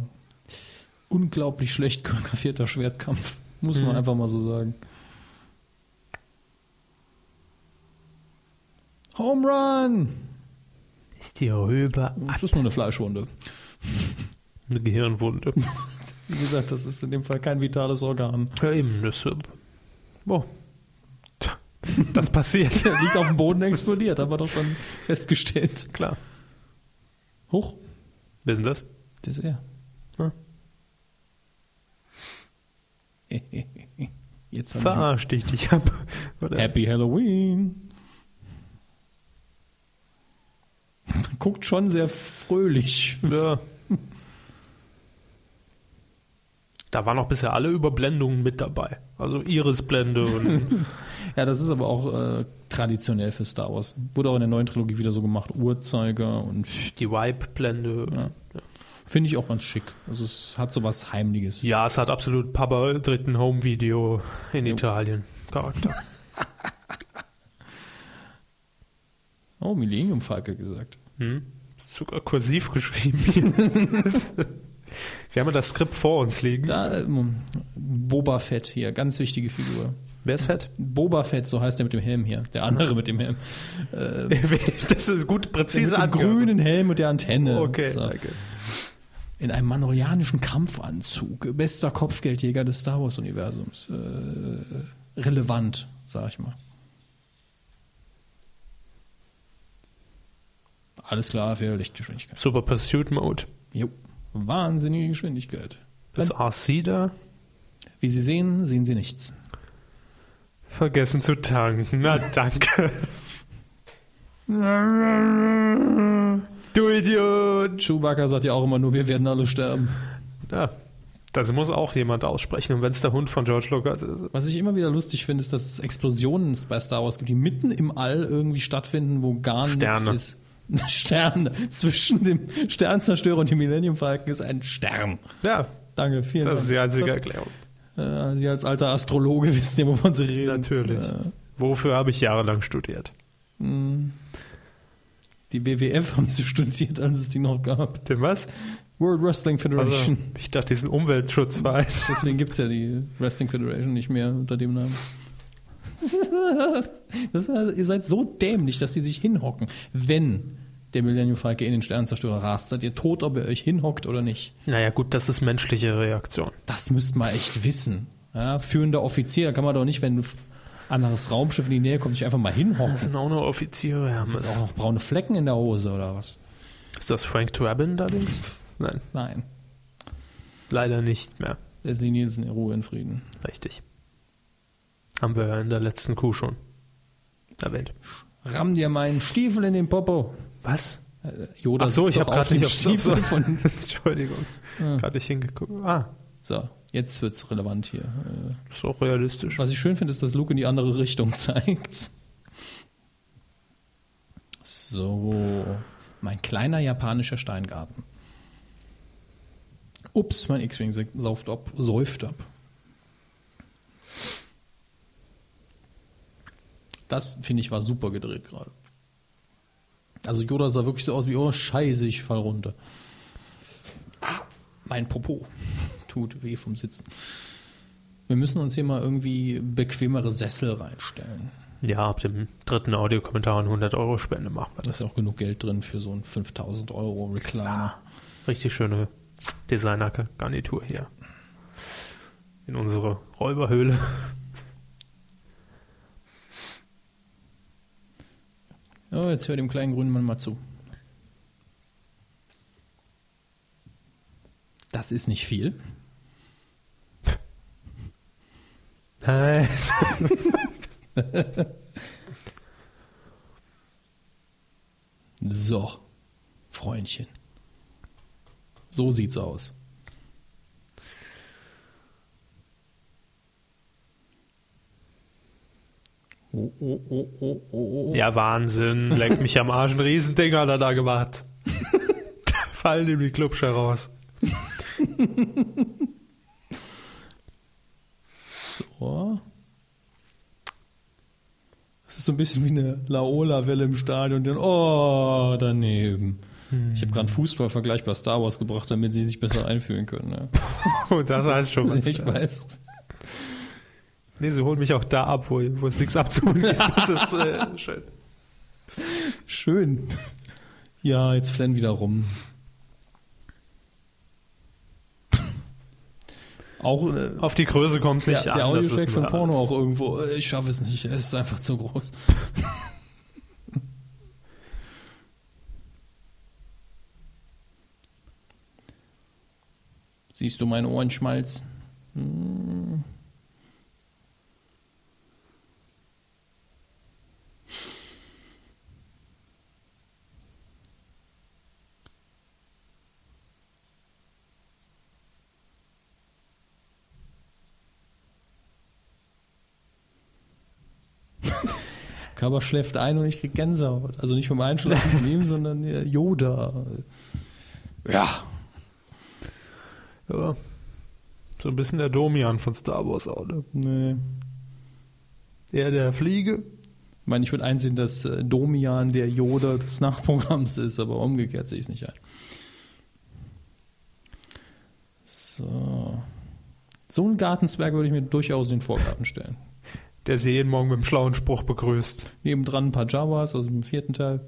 Speaker 2: Unglaublich schlecht choreografierter Schwertkampf. Muss man einfach mal so sagen. Home Run!
Speaker 1: Ist die rüber
Speaker 2: Das ist nur eine Fleischwunde.
Speaker 1: eine Gehirnwunde.
Speaker 2: Wie gesagt, das ist in dem Fall kein vitales Organ.
Speaker 1: ja, eben, das. Oh. Tja, Das passiert.
Speaker 2: Der liegt auf dem Boden explodiert, haben wir doch schon festgestellt.
Speaker 1: Klar.
Speaker 2: Hoch,
Speaker 1: Wissen das?
Speaker 2: das ist er.
Speaker 1: Ja.
Speaker 2: Jetzt habe
Speaker 1: Verarscht dich, ich hab.
Speaker 2: ich Happy Halloween. Guckt schon sehr fröhlich.
Speaker 1: Ja. Da waren auch bisher alle Überblendungen mit dabei. Also Irisblende und
Speaker 2: Ja, das ist aber auch äh, traditionell für Star Wars. Wurde auch in der neuen Trilogie wieder so gemacht. Uhrzeiger und
Speaker 1: Die Vibe-Blende. Ja.
Speaker 2: finde ich auch ganz schick. Also es hat so was Heimliches.
Speaker 1: es hat absolut Papa dritten Home-Video in Italien. Charakter.
Speaker 2: Oh, Millennium Falke gesagt.
Speaker 1: Ist sogar kursiv geschrieben hier. Wir haben ja das Skript vor uns liegen.
Speaker 2: Da, ähm, Boba Fett hier, ganz wichtige Figur.
Speaker 1: Wer ist fett?
Speaker 2: Boba Fett, so heißt der mit dem Helm hier. Der andere mit dem Helm.
Speaker 1: Ähm. das ist gut
Speaker 2: Der mit
Speaker 1: präzise
Speaker 2: dem
Speaker 1: angeordnet.
Speaker 2: grünen Helm und der Antenne.
Speaker 1: Okay,
Speaker 2: So.
Speaker 1: danke.
Speaker 2: In einem manorianischen Kampfanzug. Bester Kopfgeldjäger des Star Wars-Universums. Äh, relevant, sag ich mal. Alles klar für Lichtgeschwindigkeit.
Speaker 1: Super Pursuit Mode.
Speaker 2: Jo. Wahnsinnige Geschwindigkeit.
Speaker 1: Das RC da?
Speaker 2: Wie Sie sehen, sehen Sie nichts.
Speaker 1: Vergessen zu tanken. Na danke. du Idiot.
Speaker 2: Chewbacca sagt ja auch immer nur, wir werden alle sterben.
Speaker 1: Ja, das muss auch jemand aussprechen. Und wenn es der Hund von George Lucas ist.
Speaker 2: Was ich immer wieder lustig finde, ist, dass es Explosionen bei Star Wars gibt, die mitten im All irgendwie stattfinden, wo gar
Speaker 1: Sterne.
Speaker 2: nichts ist. Sterne. Zwischen dem Sternzerstörer und dem Millennium Falcon ist ein Stern.
Speaker 1: Ja,
Speaker 2: Danke, vielen
Speaker 1: das ist die
Speaker 2: Dank.
Speaker 1: einzige Erklärung.
Speaker 2: äh, Sie als alter Astrologe wissen ja, wovon Sie reden.
Speaker 1: Natürlich. Wofür habe ich jahrelang studiert?
Speaker 2: Die BWF haben Sie studiert, als es die noch gab.
Speaker 1: Denn was?
Speaker 2: World Wrestling
Speaker 1: Also,
Speaker 2: Federation.
Speaker 1: ich dachte, diesen Umweltschutzverein.
Speaker 2: Deswegen gibt es ja die Wrestling Federation nicht mehr unter dem Namen. Das, ist- ihr seid so dämlich, dass sie sich hinhocken. Wenn der Millennium Falke in den Sternenzerstörer rast, seid ihr tot, ob ihr euch hinhockt oder nicht.
Speaker 1: Naja, gut, das ist menschliche Reaktion.
Speaker 2: Das müsst man echt wissen. Ja, führender Offizier, da kann man doch nicht, wenn ein anderes Raumschiff in die Nähe kommt, sich einfach mal hinhocken.
Speaker 1: Das sind auch nur Offiziere,
Speaker 2: Ist auch
Speaker 1: Hermes.
Speaker 2: noch braune Flecken in der Hose oder was?
Speaker 1: Ist das Frank Drabin da links? Nein,
Speaker 2: Nein.
Speaker 1: leider nicht mehr.
Speaker 2: Leslie Nielsen in Ruhe in Frieden.
Speaker 1: Richtig. Haben wir ja in der letzten Kuh schon erwähnt.
Speaker 2: Ramm dir meinen Stiefel in den Popo.
Speaker 1: Was?
Speaker 2: Äh, Yoda
Speaker 1: Ach so,
Speaker 2: sitzt
Speaker 1: ich habe
Speaker 2: doch auf
Speaker 1: gerade
Speaker 2: den
Speaker 1: nicht auf
Speaker 2: Stiefel von
Speaker 1: Entschuldigung. Gerade nicht hingeguckt. Ah,
Speaker 2: So, jetzt wird's relevant hier. Äh,
Speaker 1: ist auch realistisch.
Speaker 2: Was ich schön finde, ist, dass Luke in die andere Richtung zeigt. So, mein kleiner japanischer Steingarten. Ups, mein X-Wing se- sauft ab, säuft ab. Das, finde ich, war super gedreht gerade. Also Yoda sah wirklich so aus wie, oh scheiße, ich fall runter. Ah, Mein Popo tut weh vom Sitzen. Wir müssen uns hier mal irgendwie bequemere Sessel reinstellen.
Speaker 1: Ja, ab dem dritten Audiokommentar eine 100 Euro Spende machen wir
Speaker 2: Da
Speaker 1: das.
Speaker 2: ist ja auch genug Geld drin für so einen 5000 Euro Recliner.
Speaker 1: Richtig schöne Designer-Garnitur hier. In unsere Räuberhöhle.
Speaker 2: Ja, jetzt hör dem kleinen grünen Mann mal zu. Das ist nicht viel.
Speaker 1: Nein.
Speaker 2: So, Freundchen. So sieht's aus. Oh, oh, oh, oh, oh, oh.
Speaker 1: Ja, Wahnsinn. Leck mich am Arsch. Ein Riesending hat er da gemacht. Da fallen ihm die Klubsche raus.
Speaker 2: Oh. Das ist so ein bisschen wie eine Laola-Welle im Stadion. Dann, oh, daneben. Ich habe gerade einen Fußballvergleich bei Star Wars gebracht, damit sie sich besser einfühlen können. Ne?
Speaker 1: Und das heißt schon was.
Speaker 2: Ich weiß.
Speaker 1: Nee, sie holen mich auch da ab, wo, wo es nichts abzuholen gibt. Das ist äh, schön.
Speaker 2: Schön. Ja, jetzt flennen wieder rum. Auch äh,
Speaker 1: Auf die Größe kommt es
Speaker 2: der,
Speaker 1: nicht an.
Speaker 2: der
Speaker 1: das
Speaker 2: Audiotrack
Speaker 1: wissen
Speaker 2: von
Speaker 1: wir
Speaker 2: Porno
Speaker 1: alles.
Speaker 2: auch irgendwo. äh, Ich schaffe es nicht, es ist einfach zu groß. Siehst du meinen Ohrenschmalz? Hm. Körper schläft ein und ich krieg Gänsehaut. Also nicht vom Einschlafen von ihm, sondern äh, Yoda. Ja.
Speaker 1: Ja. So ein bisschen der Domian von Star Wars auch, ne?
Speaker 2: Nee.
Speaker 1: Er der Fliege.
Speaker 2: Ich meine, ich würde einsehen, dass äh, Domian der Yoda des Nachprogramms ist, aber umgekehrt sehe ich es nicht ein. So. So einen Gartenzwerg würde ich mir durchaus in den Vorgarten stellen.
Speaker 1: Der sie jeden Morgen mit dem schlauen Spruch begrüßt.
Speaker 2: Nebendran ein paar Jawas aus dem vierten Teil.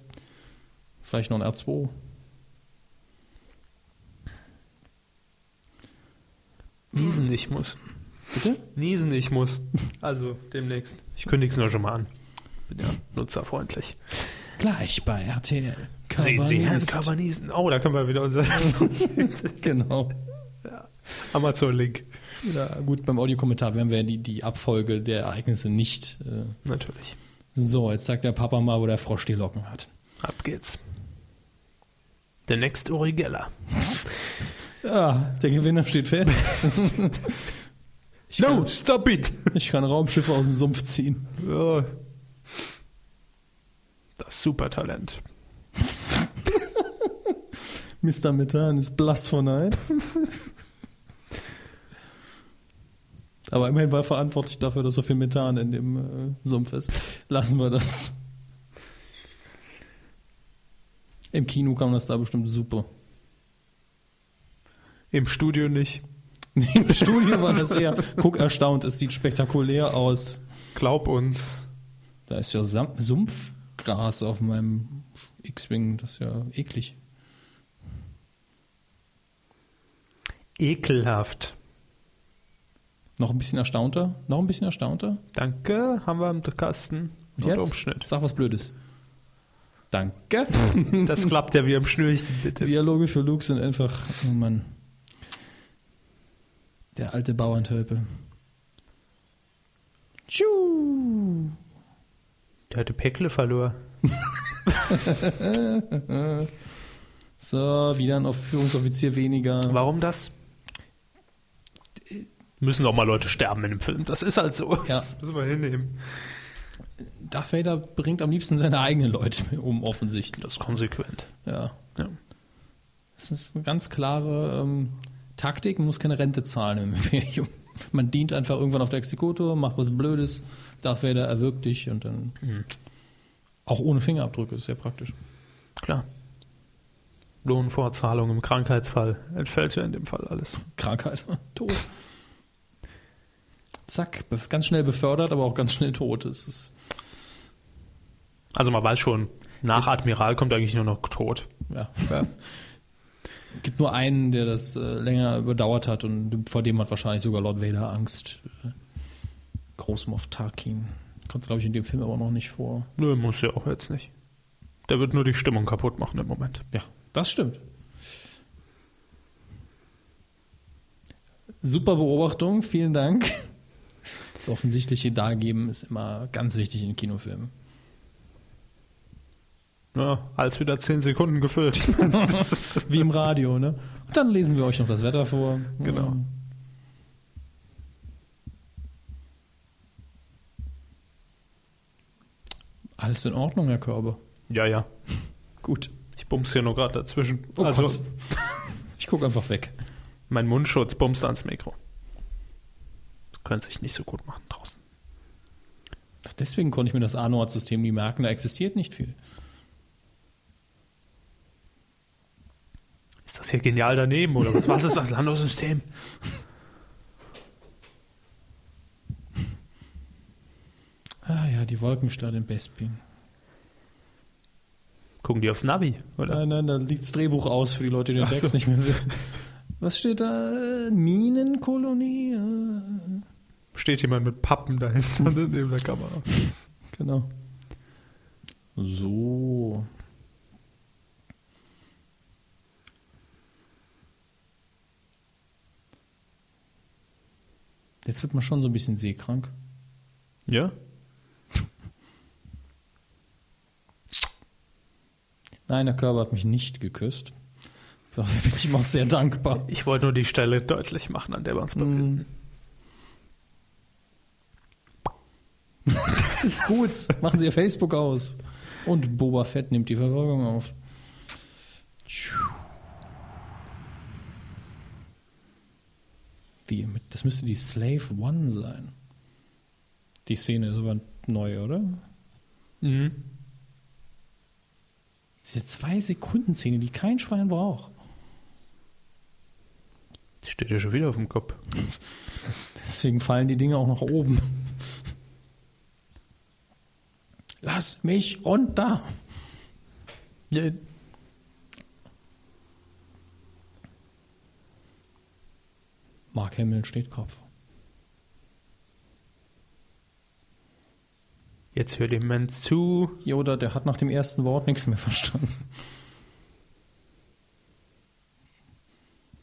Speaker 2: Vielleicht noch ein R2.
Speaker 1: Niesen, ich muss.
Speaker 2: Bitte?
Speaker 1: Niesen, ich muss. Also demnächst. Ich kündige es nur schon mal an. Bin ja nutzerfreundlich.
Speaker 2: Gleich bei RTL.
Speaker 1: Sehen Sie, Herrn
Speaker 2: Kabernist.
Speaker 1: Kabanisen. Oh, da können wir wieder unser
Speaker 2: Genau.
Speaker 1: Amazon-Link.
Speaker 2: Ja, gut, beim Audiokommentar werden wir die, die Abfolge der Ereignisse nicht. Äh.
Speaker 1: Natürlich.
Speaker 2: So, jetzt sagt der Papa mal, wo der Frosch die Locken hat.
Speaker 1: Ab geht's. Der next Origella.
Speaker 2: Ja, der Gewinner steht fest. ich, kann,
Speaker 1: stop it!
Speaker 2: ich kann Raumschiffe aus dem Sumpf ziehen.
Speaker 1: Ja. Das Supertalent.
Speaker 2: Mr. Methan ist blass vor Neid. Aber immerhin war er verantwortlich dafür, dass so viel Methan in dem äh, Sumpf ist. Lassen wir das. Im Kino kam das da bestimmt super.
Speaker 1: Im Studio nicht.
Speaker 2: Nee, Im Studio war das eher. Guck erstaunt, es sieht spektakulär aus.
Speaker 1: Glaub uns.
Speaker 2: Da ist ja Sam Sumpfgras auf meinem X-Wing, das ist ja eklig.
Speaker 1: Ekelhaft.
Speaker 2: Noch ein bisschen erstaunter? Noch ein bisschen erstaunter?
Speaker 1: Danke, haben wir im Kasten. Und
Speaker 2: Und jetzt?
Speaker 1: Umschnitt.
Speaker 2: Sag was Blödes. Danke.
Speaker 1: Das klappt ja wie im Schnürchen, bitte.
Speaker 2: Dialoge für Luke sind einfach, oh Mann. Der alte Bauerntölpel. Tschu.
Speaker 1: Der hatte Päckle verloren.
Speaker 2: So, wieder ein Führungsoffizier weniger.
Speaker 1: Warum das? Müssen doch mal Leute sterben in dem Film. Das ist halt so.
Speaker 2: Ja.
Speaker 1: Das müssen wir hinnehmen.
Speaker 2: Darth Vader bringt am liebsten seine eigenen Leute um, offensichtlich.
Speaker 1: Das ist konsequent.
Speaker 2: Ja.
Speaker 1: Ja.
Speaker 2: Es ist eine ganz klare ähm, Taktik, man muss keine Rente zahlen im Imperium. Man dient einfach irgendwann auf der Exekutor, macht was Blödes, Darth Vader erwürgt dich und dann auch ohne Fingerabdrücke, ist sehr praktisch.
Speaker 1: Klar. Lohnvorzahlung im Krankheitsfall entfällt ja in dem Fall alles.
Speaker 2: Krankheit, tot. Zack, bef- ganz schnell befördert, aber auch ganz schnell tot. Es ist,
Speaker 1: Also man weiß schon, nach Admiral kommt eigentlich nur noch tot.
Speaker 2: ja. gibt nur einen, der das äh, länger überdauert hat und vor dem hat wahrscheinlich sogar Lord Vader Angst. Großmoff Tarkin. Kommt, glaube ich, in dem Film aber noch nicht vor.
Speaker 1: Nö, muss ja auch jetzt nicht. Der wird nur die Stimmung kaputt machen im Moment.
Speaker 2: Ja, das stimmt. Super Beobachtung, vielen Dank. Das offensichtliche Dargeben ist immer ganz wichtig in Kinofilmen.
Speaker 1: Ja, als wieder 10 Sekunden gefüllt. Ich meine, das ist-
Speaker 2: Wie im Radio, ne? Und dann lesen wir euch noch das Wetter vor. Mhm.
Speaker 1: Genau.
Speaker 2: Alles in Ordnung, Herr Körber.
Speaker 1: ja, ja.
Speaker 2: Gut.
Speaker 1: Ich bumse hier nur gerade dazwischen.
Speaker 2: Oh
Speaker 1: also
Speaker 2: Gott. Ich gucke einfach weg.
Speaker 1: mein Mundschutz bumst ans Mikro. Das könnte sich nicht so gut machen draußen.
Speaker 2: Ach, deswegen konnte ich mir das Anoat-System nie merken, da existiert nicht viel.
Speaker 1: Ist das hier genial daneben oder was? Was ist das Landesystem?
Speaker 2: Ah ja, die Wolkenstadt in Bespin.
Speaker 1: Gucken die aufs Navi, oder?
Speaker 2: Nein, nein, da liegt das Drehbuch aus für die Leute, die den
Speaker 1: Ach
Speaker 2: Text
Speaker 1: so.
Speaker 2: nicht mehr wissen. Was steht da? Minenkolonie? äh,
Speaker 1: Steht jemand mit Pappen dahinter ne, neben der Kamera.
Speaker 2: Genau. So. Jetzt wird man schon so ein bisschen seekrank.
Speaker 1: Ja?
Speaker 2: Nein, der Körper hat mich nicht geküsst. Dafür bin ich ihm auch sehr dankbar.
Speaker 1: Ich wollte nur die Stelle deutlich machen, an der wir uns befinden.
Speaker 2: jetzt gut. Machen Sie Ihr Facebook aus. Und Boba Fett nimmt die Verfolgung auf. Wie, mit- das müsste die Slave One sein. Die Szene ist aber neu, oder?
Speaker 1: Mhm.
Speaker 2: Diese zwei Sekunden Szene, die kein Schwein braucht.
Speaker 1: Das steht ja schon wieder auf dem Kopf.
Speaker 2: Deswegen fallen die Dinge auch nach oben. Lass mich runter. Mark Hamill steht Kopf.
Speaker 1: Jetzt hört dem Mann zu.
Speaker 2: Yoda, der hat nach dem ersten Wort nichts mehr verstanden.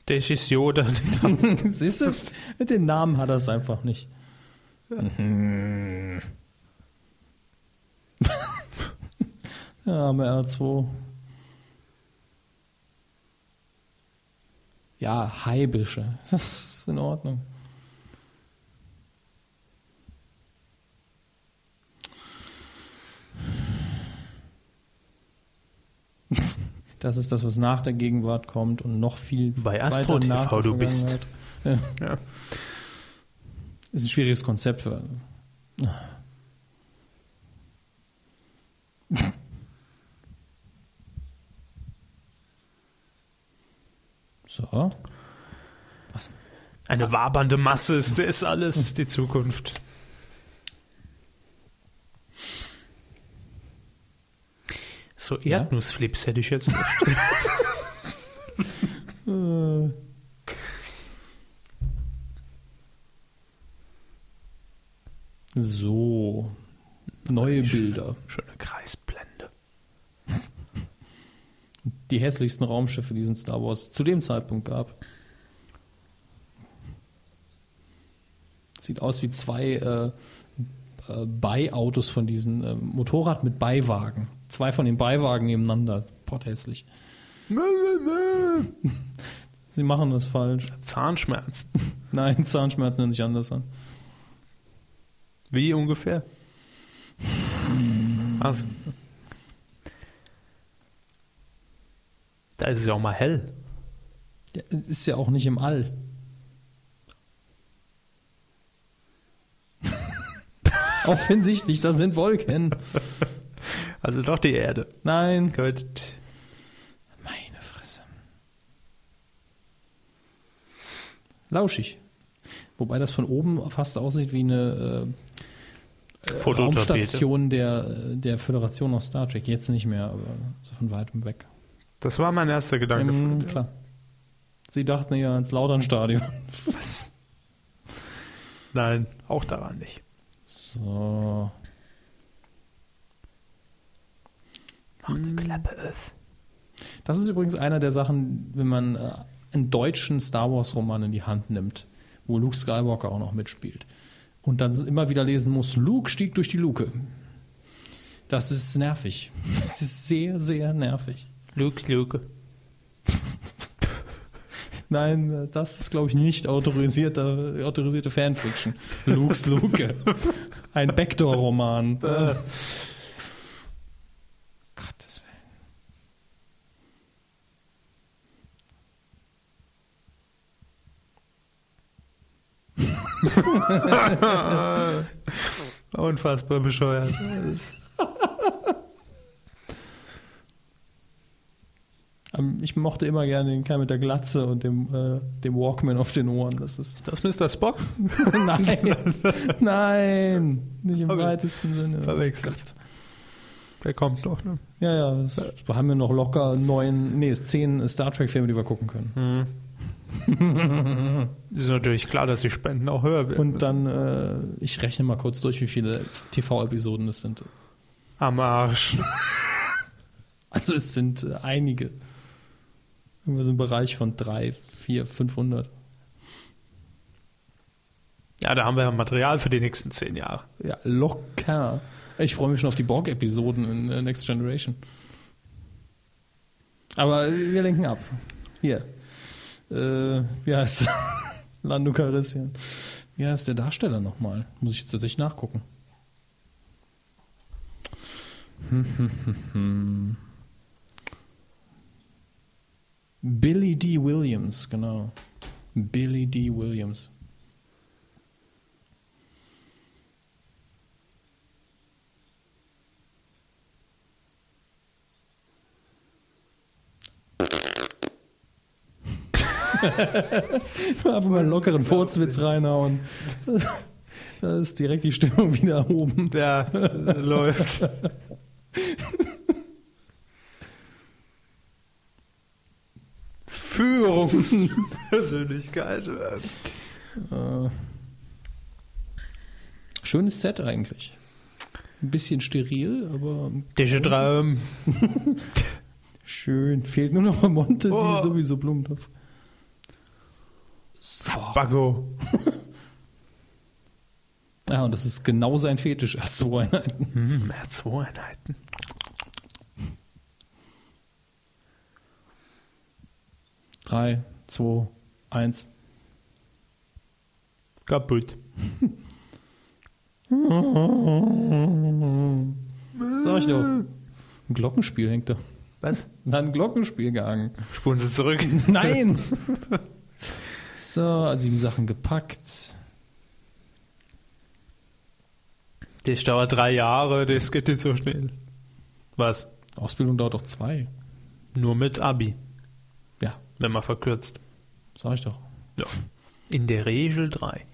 Speaker 1: Das ist Yoda.
Speaker 2: Siehst du, mit den Namen hat er es einfach nicht. Der arme R2. Ja, Haibische. Das ist in Ordnung. Das ist das, was nach der Gegenwart kommt und noch viel
Speaker 1: Bei
Speaker 2: weiter
Speaker 1: Astro
Speaker 2: nach
Speaker 1: TV,
Speaker 2: der
Speaker 1: du bist.
Speaker 2: Vergangenheit. Ja.
Speaker 1: Ja.
Speaker 2: Ist ein schwieriges Konzept für. So. Was?
Speaker 1: Eine wabernde Masse ist das alles, die Zukunft. So
Speaker 2: Ja?
Speaker 1: Erdnussflips hätte ich jetzt nicht.
Speaker 2: So. Neue Bilder.
Speaker 1: Schöne Kreisblende.
Speaker 2: Die hässlichsten Raumschiffe, die es in Star Wars zu dem Zeitpunkt gab. Sieht aus wie zwei äh, äh, Beiautos von diesen äh, Motorrad mit Beiwagen. Zwei von den Beiwagen nebeneinander. Potthässlich. Sie machen das falsch.
Speaker 1: Zahnschmerzen.
Speaker 2: Nein, Zahnschmerzen nennt sich anders an.
Speaker 1: Wie ungefähr? Also. Da ist es ja auch mal hell.
Speaker 2: Der ist ja auch nicht im All. Offensichtlich, das sind Wolken.
Speaker 1: Also doch die Erde.
Speaker 2: Nein.
Speaker 1: Gut.
Speaker 2: Meine Fresse. Lauschig. Wobei das von oben fast aussieht wie eine äh, äh,
Speaker 1: Fototapete.
Speaker 2: Raumstation der, äh, der Föderation aus Star Trek. Jetzt nicht mehr, aber so von weitem weg.
Speaker 1: Das war mein erster Gedanke.
Speaker 2: Ähm, klar. Sie dachten ja ans Lauternstadion.
Speaker 1: Was? Nein, auch daran nicht.
Speaker 2: So.
Speaker 6: Klappe öff.
Speaker 2: Das ist übrigens einer der Sachen, wenn man äh, einen deutschen Star Wars Roman in die Hand nimmt, wo Luke Skywalker auch noch mitspielt und dann immer wieder lesen muss, Luke stieg durch die Luke. Das ist nervig. Das ist sehr, sehr nervig.
Speaker 1: Mhm. Luke, Luke.
Speaker 2: Nein, äh, das ist, glaube ich, nicht autorisierte, autorisierte Fanfiction. Luke's Luke. Ein Backdoor-Roman. Gottes Willen.
Speaker 1: Unfassbar bescheuert.
Speaker 2: Ähm, Ich mochte immer gerne den Kerl mit der Glatze und dem, äh, dem Walkman auf den Ohren. Das ist
Speaker 1: Das ist Mr. Spock.
Speaker 2: Nein, nein, nicht im
Speaker 1: Okay.
Speaker 2: weitesten Sinne.
Speaker 1: Verwechselt. Der kommt noch, ne?
Speaker 2: Ja, ja, es, wir haben ja noch locker neun, nee, zehn Star Trek-Filme, die wir gucken können.
Speaker 1: Ist natürlich klar, dass die Spenden auch höher werden.
Speaker 2: Und
Speaker 1: müssen.
Speaker 2: dann, äh, ich rechne mal kurz durch, wie viele TV-Episoden es sind.
Speaker 1: am Arsch.
Speaker 2: Also es sind äh, einige. Irgendwas im Bereich von drei, vier, 500.
Speaker 1: Ja, da haben wir ja Material für die nächsten zehn Jahre.
Speaker 2: Ja, locker. Ich freue mich schon auf die Borg-Episoden in äh, Next Generation. Aber äh, wir lenken ab. Hier. Äh, wie heißt er? Lando Calrissian. Wie heißt der Darsteller nochmal? Muss ich jetzt tatsächlich nachgucken. Billy D. Williams, genau. Billy D. Williams. Einfach mal einen lockeren Furzwitz reinhauen. Da ist direkt die Stimmung wieder oben.
Speaker 5: Ja, läuft. Führungspersönlichkeit.
Speaker 2: Schönes Set eigentlich. Ein bisschen steril, aber
Speaker 1: Digitraum.
Speaker 2: schön. Fehlt nur noch Monte,
Speaker 5: Oh.
Speaker 2: die sowieso Blumentopf.
Speaker 1: Baggo.
Speaker 2: Ja, und das ist genau sein Fetisch als so Einheiten.
Speaker 1: Mehr Hm, zwei Einheiten.
Speaker 2: Drei, zwei, eins.
Speaker 1: Kaputt.
Speaker 2: Sag ich doch. Ein Glockenspiel hängt da.
Speaker 1: Was?
Speaker 2: Da hat ein Glockenspiel gehangen.
Speaker 1: Spulen Sie zurück.
Speaker 2: Nein! so, sieben Sachen gepackt.
Speaker 1: Das dauert drei Jahre, das geht nicht so schnell. Was?
Speaker 2: Ausbildung dauert doch zwei.
Speaker 1: Nur mit Abi,
Speaker 2: Ja,
Speaker 1: wenn man verkürzt.
Speaker 2: sag ich doch.
Speaker 1: Ja. In der Regel drei.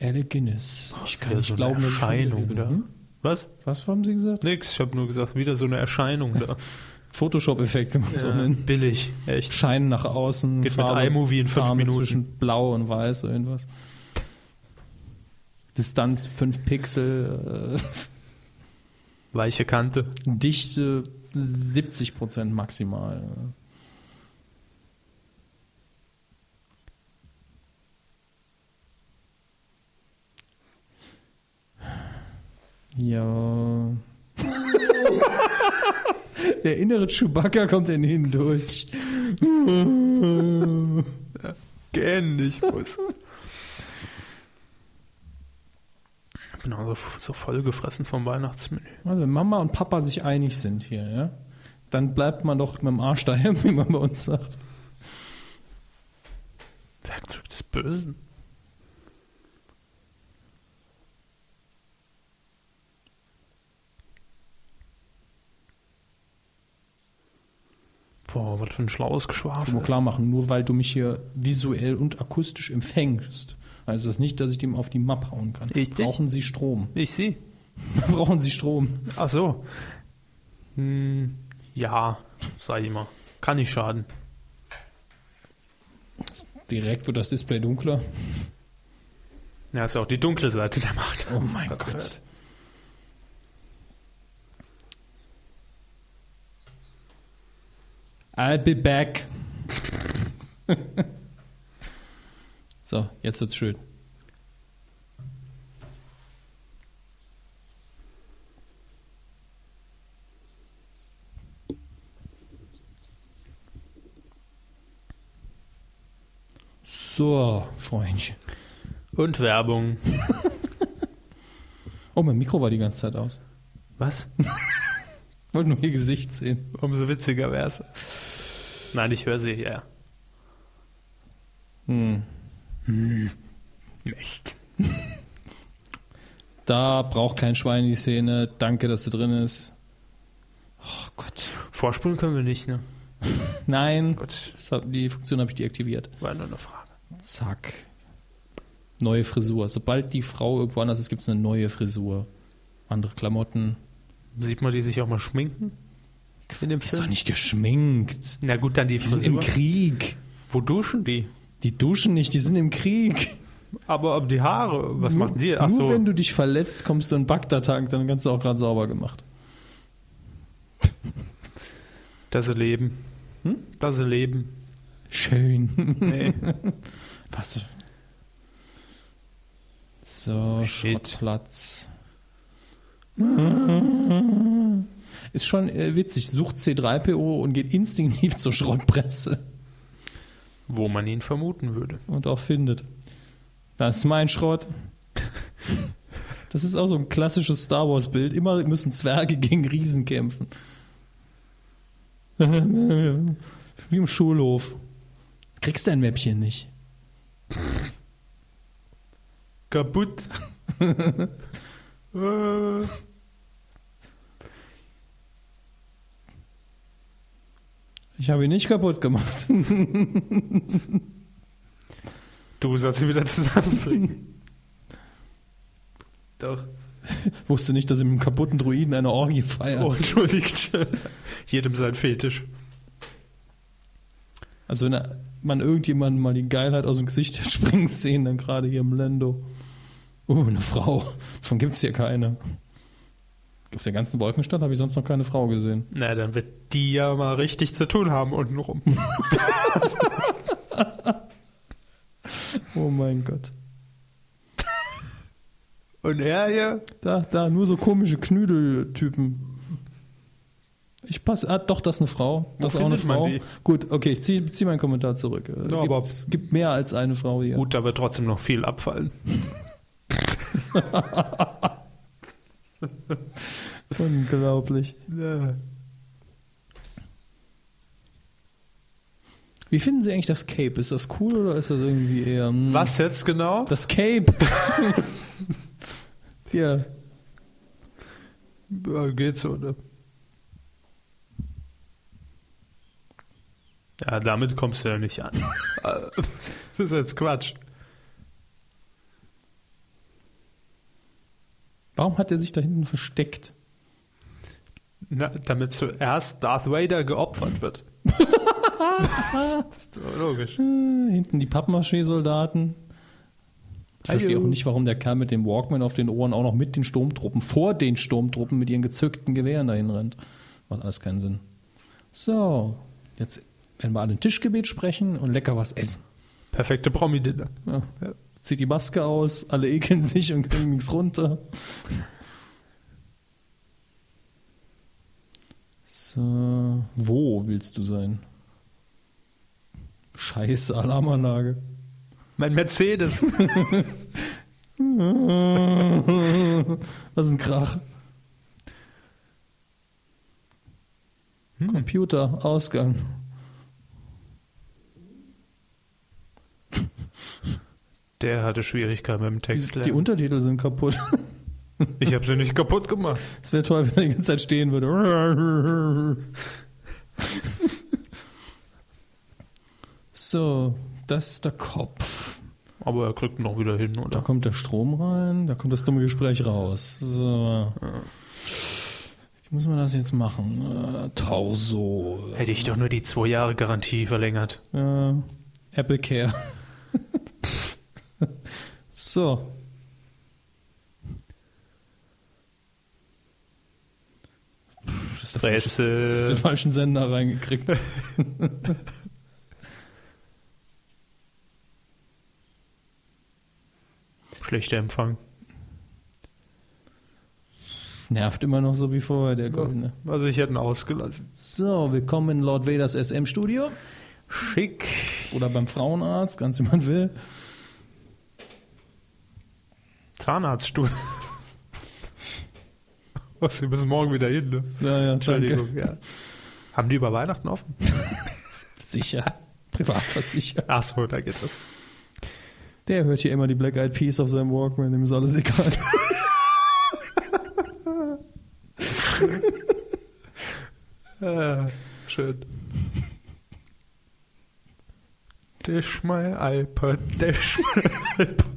Speaker 2: Alec Guinness. Ich kann
Speaker 1: Wieder
Speaker 2: nicht
Speaker 1: so
Speaker 2: glauben,
Speaker 1: eine
Speaker 2: dass ich schon wieder
Speaker 1: Erscheinung
Speaker 2: bin.
Speaker 1: da.
Speaker 2: Hm?
Speaker 1: Was?
Speaker 2: Was haben Sie gesagt?
Speaker 1: Nix, ich habe nur gesagt, wieder so eine Erscheinung da.
Speaker 2: Photoshop-Effekt, wenn man so nennt.
Speaker 1: billig, echt.
Speaker 2: Schein nach außen.
Speaker 1: Geht mit iMovie in fünf
Speaker 2: Farbe
Speaker 1: Minuten.
Speaker 2: zwischen blau und weiß, irgendwas. Distanz 5 Pixel,
Speaker 1: Weiche Kante.
Speaker 2: äh, Dichte 70% maximal. Ja. Der innere Chewbacca kommt in ihn durch.
Speaker 1: Gähn, ich muss. Ich bin auch so, so vollgefressen vom Weihnachtsmenü.
Speaker 2: Also wenn Mama und Papa sich einig sind hier, ja, dann bleibt man doch mit dem Arsch daheim, wie man bei uns sagt.
Speaker 1: Werkzeug des Bösen. Boah, was für ein schlaues
Speaker 2: Ich muss
Speaker 1: Geschwafel.
Speaker 2: klar machen, nur weil du mich hier visuell und akustisch empfängst. Also das nicht, dass ich dem auf die Mappe hauen kann.
Speaker 1: Richtig.
Speaker 2: Brauchen Sie Strom?
Speaker 1: Ich sehe.
Speaker 2: Brauchen Sie Strom?
Speaker 1: Ach so. Hm, ja, sag ich mal. Kann nicht schaden.
Speaker 2: Direkt wird das Display dunkler.
Speaker 1: Ja, ist ja auch die dunkle Seite der Macht.
Speaker 2: Oh mein Gott. I'll be back. so, jetzt wird's schön. So, Freundchen.
Speaker 1: Und Werbung.
Speaker 2: Oh, mein Mikro war die ganze Zeit aus.
Speaker 1: Was?
Speaker 2: Wollte nur ihr Gesicht sehen.
Speaker 1: Umso witziger wär's. Nein, ich höre sie, ja.
Speaker 2: Hm.
Speaker 1: Hm. Nicht.
Speaker 2: Da braucht kein Schwein die Szene. Danke, dass sie drin ist. Oh Gott.
Speaker 1: Vorspulen können wir nicht, ne?
Speaker 2: Nein.
Speaker 1: Gut,
Speaker 2: Das hab, die Funktion habe ich deaktiviert.
Speaker 1: war nur eine Frage.
Speaker 2: Zack. Neue Frisur. Sobald die Frau irgendwo anders ist, gibt es eine neue Frisur. Andere Klamotten.
Speaker 1: Sieht man die sich auch mal schminken? In dem
Speaker 2: Die ist doch
Speaker 1: Film?
Speaker 2: nicht geschminkt.
Speaker 1: Na gut, dann die
Speaker 2: Die sind im
Speaker 1: Frisur.
Speaker 2: Krieg.
Speaker 1: Wo duschen die?
Speaker 2: Die duschen nicht, die sind im Krieg.
Speaker 1: Aber aber die Haare, was machen die? Ach
Speaker 2: Nur
Speaker 1: so,
Speaker 2: wenn du dich verletzt, kommst du in Bagdad-Tank, dann kannst du auch gerade sauber gemacht.
Speaker 1: das ist Leben. Hm? Das ist Leben.
Speaker 2: Schön.
Speaker 1: Nee.
Speaker 2: Was? So,
Speaker 1: Shit.
Speaker 2: Schrottplatz. Ist schon äh, witzig. Sucht C3PO und geht instinktiv zur Schrottpresse
Speaker 1: Wo man ihn vermuten würde.
Speaker 2: und auch findet. Das ist mein Schrott. Das ist auch so ein klassisches Star Wars-Bild. Immer müssen Zwerge gegen Riesen kämpfen. Wie im Schulhof. Kriegst dein Mäppchen nicht.
Speaker 1: Kaputt. äh.
Speaker 2: Ich habe ihn nicht kaputt gemacht.
Speaker 1: Du sollst sie wieder zusammenfliegen. Doch.
Speaker 2: Wusste nicht, dass ich mit einem kaputten Druiden eine Orgie feiert.
Speaker 1: Oh, entschuldigt. Jedem sein Fetisch.
Speaker 2: Also wenn man irgendjemanden mal die Geilheit aus dem Gesicht hat springen sehen, dann gerade hier im Lando. Oh, eine Frau. Davon gibt es hier keine. Auf der ganzen Wolkenstadt habe ich sonst noch keine Frau gesehen.
Speaker 1: Na, dann wird die ja mal richtig zu tun haben untenrum.
Speaker 2: Oh mein Gott.
Speaker 1: Und er hier?
Speaker 2: Da, da, nur so komische Knüdeltypen. Ich passe. Ah, doch, das ist eine Frau. Das ist auch eine
Speaker 1: findet man
Speaker 2: Frau.
Speaker 1: die?
Speaker 2: Gut, okay, ich ziehe zieh meinen Kommentar zurück. Es
Speaker 1: Ja,
Speaker 2: gibt,
Speaker 1: aber-
Speaker 2: gibt mehr als eine Frau hier.
Speaker 1: Gut, da wird trotzdem noch viel abfallen.
Speaker 2: Unglaublich. Wie finden Sie eigentlich das Cape? Ist das cool oder ist das irgendwie eher. mm,
Speaker 1: Was jetzt genau?
Speaker 2: Das Cape! ja.
Speaker 1: Ja, geht so, ne? Ja, damit kommst du ja nicht an. das ist jetzt Quatsch.
Speaker 2: Warum hat er sich da hinten versteckt?
Speaker 1: Na, damit zuerst Darth Vader geopfert wird. das ist doch logisch.
Speaker 2: Äh, Hinten die Pappmaché-Soldaten. Ich verstehe auch nicht, warum der Kerl mit dem Walkman auf den Ohren auch noch mit den Sturmtruppen, vor den Sturmtruppen mit ihren gezückten Gewehren dahin rennt. Macht alles keinen Sinn. So, jetzt werden wir an den Tischgebet sprechen und lecker was essen.
Speaker 1: Perfekte Promi-Dinner.
Speaker 2: Ja. Zieht die Maske aus, alle ekeln sich und kriegen nichts runter. So, wo willst du sein? Scheiß Alarmanlage.
Speaker 1: Mein Mercedes.
Speaker 2: Was ist ein Krach? Computer, Ausgang.
Speaker 1: Der hatte Schwierigkeiten mit dem Text.
Speaker 2: Die Untertitel sind kaputt.
Speaker 1: ich habe sie nicht kaputt gemacht.
Speaker 2: Es wäre toll, wenn er die ganze Zeit stehen würde. So, das ist der Kopf.
Speaker 1: Aber er kriegt ihn noch wieder hin,
Speaker 2: Da
Speaker 1: oder?
Speaker 2: kommt der Strom rein, da kommt das dumme Gespräch raus. So. Wie muss man das jetzt machen? Äh, Torso.
Speaker 1: Hätte ich doch nur die zwei Jahre Garantie verlängert.
Speaker 2: Äh, Apple Care. so. Pff, Das ist der falsche den
Speaker 1: Fresse.
Speaker 2: falschen Sender reingekriegt.
Speaker 1: Schlechter Empfang.
Speaker 2: Nervt immer noch so wie vorher, der Goldene.
Speaker 1: Also ich hätte ihn ausgelassen.
Speaker 2: So, willkommen in Lord Vaders SM-Studio.
Speaker 1: Schick.
Speaker 2: Oder beim Frauenarzt, ganz wie man will.
Speaker 1: Zahnarztstuhl. Was, wir müssen morgen wieder hin, ne?
Speaker 2: Ja, ja,
Speaker 1: Entschuldigung, ja.
Speaker 2: danke.
Speaker 1: Haben die über Weihnachten offen?
Speaker 2: Sicher. Privat versichert.
Speaker 1: Ach so, da geht das.
Speaker 2: Der hört hier immer die Black Eyed Peas auf seinem Walkman, dem ist alles egal.
Speaker 1: Äh, schön. Dash my iPad, dash my iPad.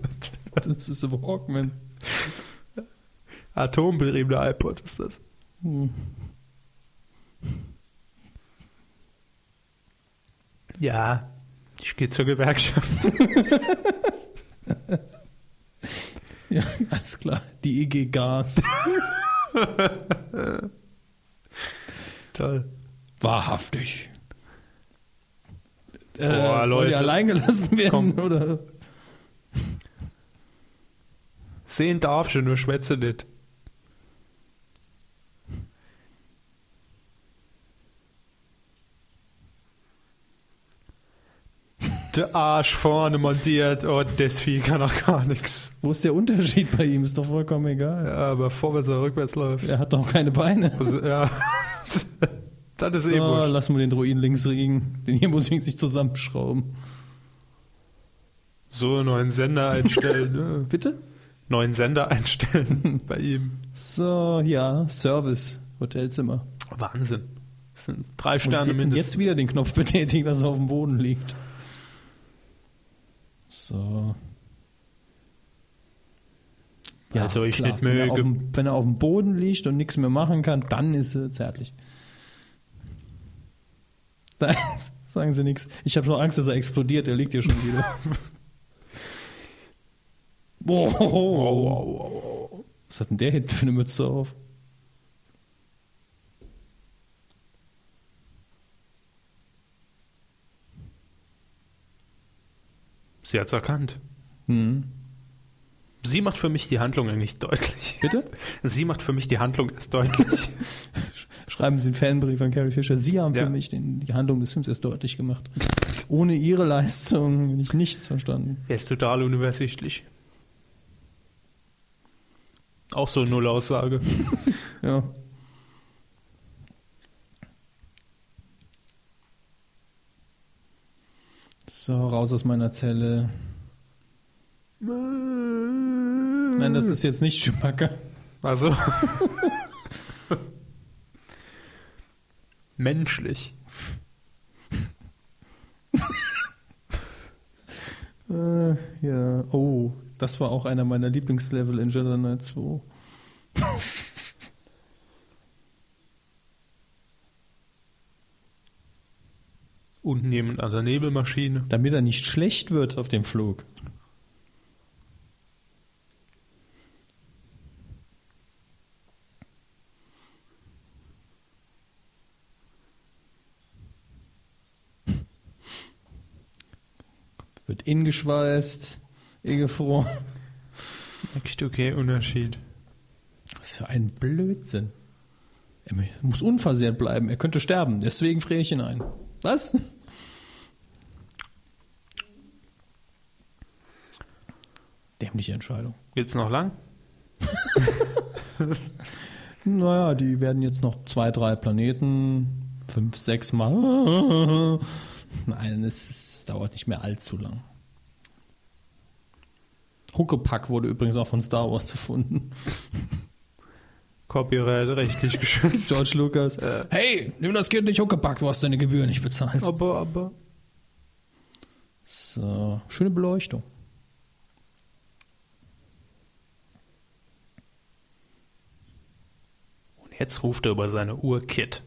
Speaker 2: Das ist ein Walkman.
Speaker 1: Atombetriebener iPod ist das.
Speaker 2: Hm.
Speaker 1: Ja, ich gehe zur Gewerkschaft.
Speaker 2: Ja, alles klar. Die IG Gas.
Speaker 1: Toll.
Speaker 2: Wahrhaftig. Äh,
Speaker 1: Boah,
Speaker 2: Soll die
Speaker 1: Leute.
Speaker 2: allein gelassen werden, oder?
Speaker 1: Sehen darfst du, nur schwätze nicht. der Arsch vorne montiert und das Vieh kann auch gar nichts.
Speaker 2: Wo ist der Unterschied bei ihm? Ist doch vollkommen egal.
Speaker 1: Aber vorwärts oder rückwärts läuft.
Speaker 2: Er hat doch keine Beine.
Speaker 1: Also, ja. das ist eh
Speaker 2: So,
Speaker 1: wurscht.
Speaker 2: lassen wir den Druiden links liegen. Den hier muss ich sich zusammenschrauben.
Speaker 1: So, neuen Sender einstellen. ne?
Speaker 2: Äh, Bitte?
Speaker 1: neuen Sender einstellen bei ihm.
Speaker 2: So, ja, Service, Hotelzimmer.
Speaker 1: Wahnsinn. Das sind drei
Speaker 2: Und
Speaker 1: Sterne
Speaker 2: je-
Speaker 1: mindestens.
Speaker 2: jetzt wieder den Knopf betätigen, dass er auf dem Boden liegt. So. Ja,
Speaker 1: Also ich nicht
Speaker 2: wenn, er
Speaker 1: möge.
Speaker 2: auf dem, wenn er auf dem Boden liegt und nichts mehr machen kann, dann ist er zärtlich. Da sagen sie nichts. Ich habe nur Angst, dass er explodiert. Er liegt hier schon wieder. Wow. Was hat denn der hinten für eine Mütze auf?
Speaker 1: Sie hat's erkannt.
Speaker 2: Hm.
Speaker 1: Sie macht für mich die Handlung eigentlich deutlich.
Speaker 2: Bitte?
Speaker 1: Sie macht für mich die Handlung erst deutlich.
Speaker 2: Schreiben Sie einen Fanbrief an Carrie Fisher. Sie haben
Speaker 1: Ja.
Speaker 2: für mich den, die Handlung des Films erst deutlich gemacht. Ohne Ihre Leistung bin ich nichts verstanden.
Speaker 1: er ist total unübersichtlich. Auch so eine Nullaussage.
Speaker 2: Ja. So, raus aus meiner Zelle. Nein, das ist jetzt nicht Chewbacca.
Speaker 1: Also. Menschlich.
Speaker 2: Äh, ja, oh, das war auch einer meiner Lieblingslevel in Jedi Knight 2.
Speaker 1: Unten jemand an der Nebelmaschine.
Speaker 2: Damit er nicht schlecht wird auf dem Flug. Wird ingeschweißt, ingefroren.
Speaker 1: Echt okay, Unterschied.
Speaker 2: Was für ein Blödsinn. Er mü- muss unversehrt bleiben, er könnte sterben, deswegen friere ich ihn ein. Was? Dämliche Entscheidung.
Speaker 1: Geht's noch lang?
Speaker 2: Naja, die werden jetzt noch zwei, drei Planeten, fünf, sechs Mal. Nein, es, es dauert nicht mehr allzu lang. Huckepack wurde übrigens auch von Star Wars erfunden.
Speaker 1: Copyright rechtlich geschützt.
Speaker 2: George Lucas. Hey, nimm das Kind nicht Huckepack, du hast deine Gebühr nicht bezahlt.
Speaker 1: aber, aber.
Speaker 2: So, schöne Beleuchtung.
Speaker 1: Und jetzt ruft er über seine Uhr Kit.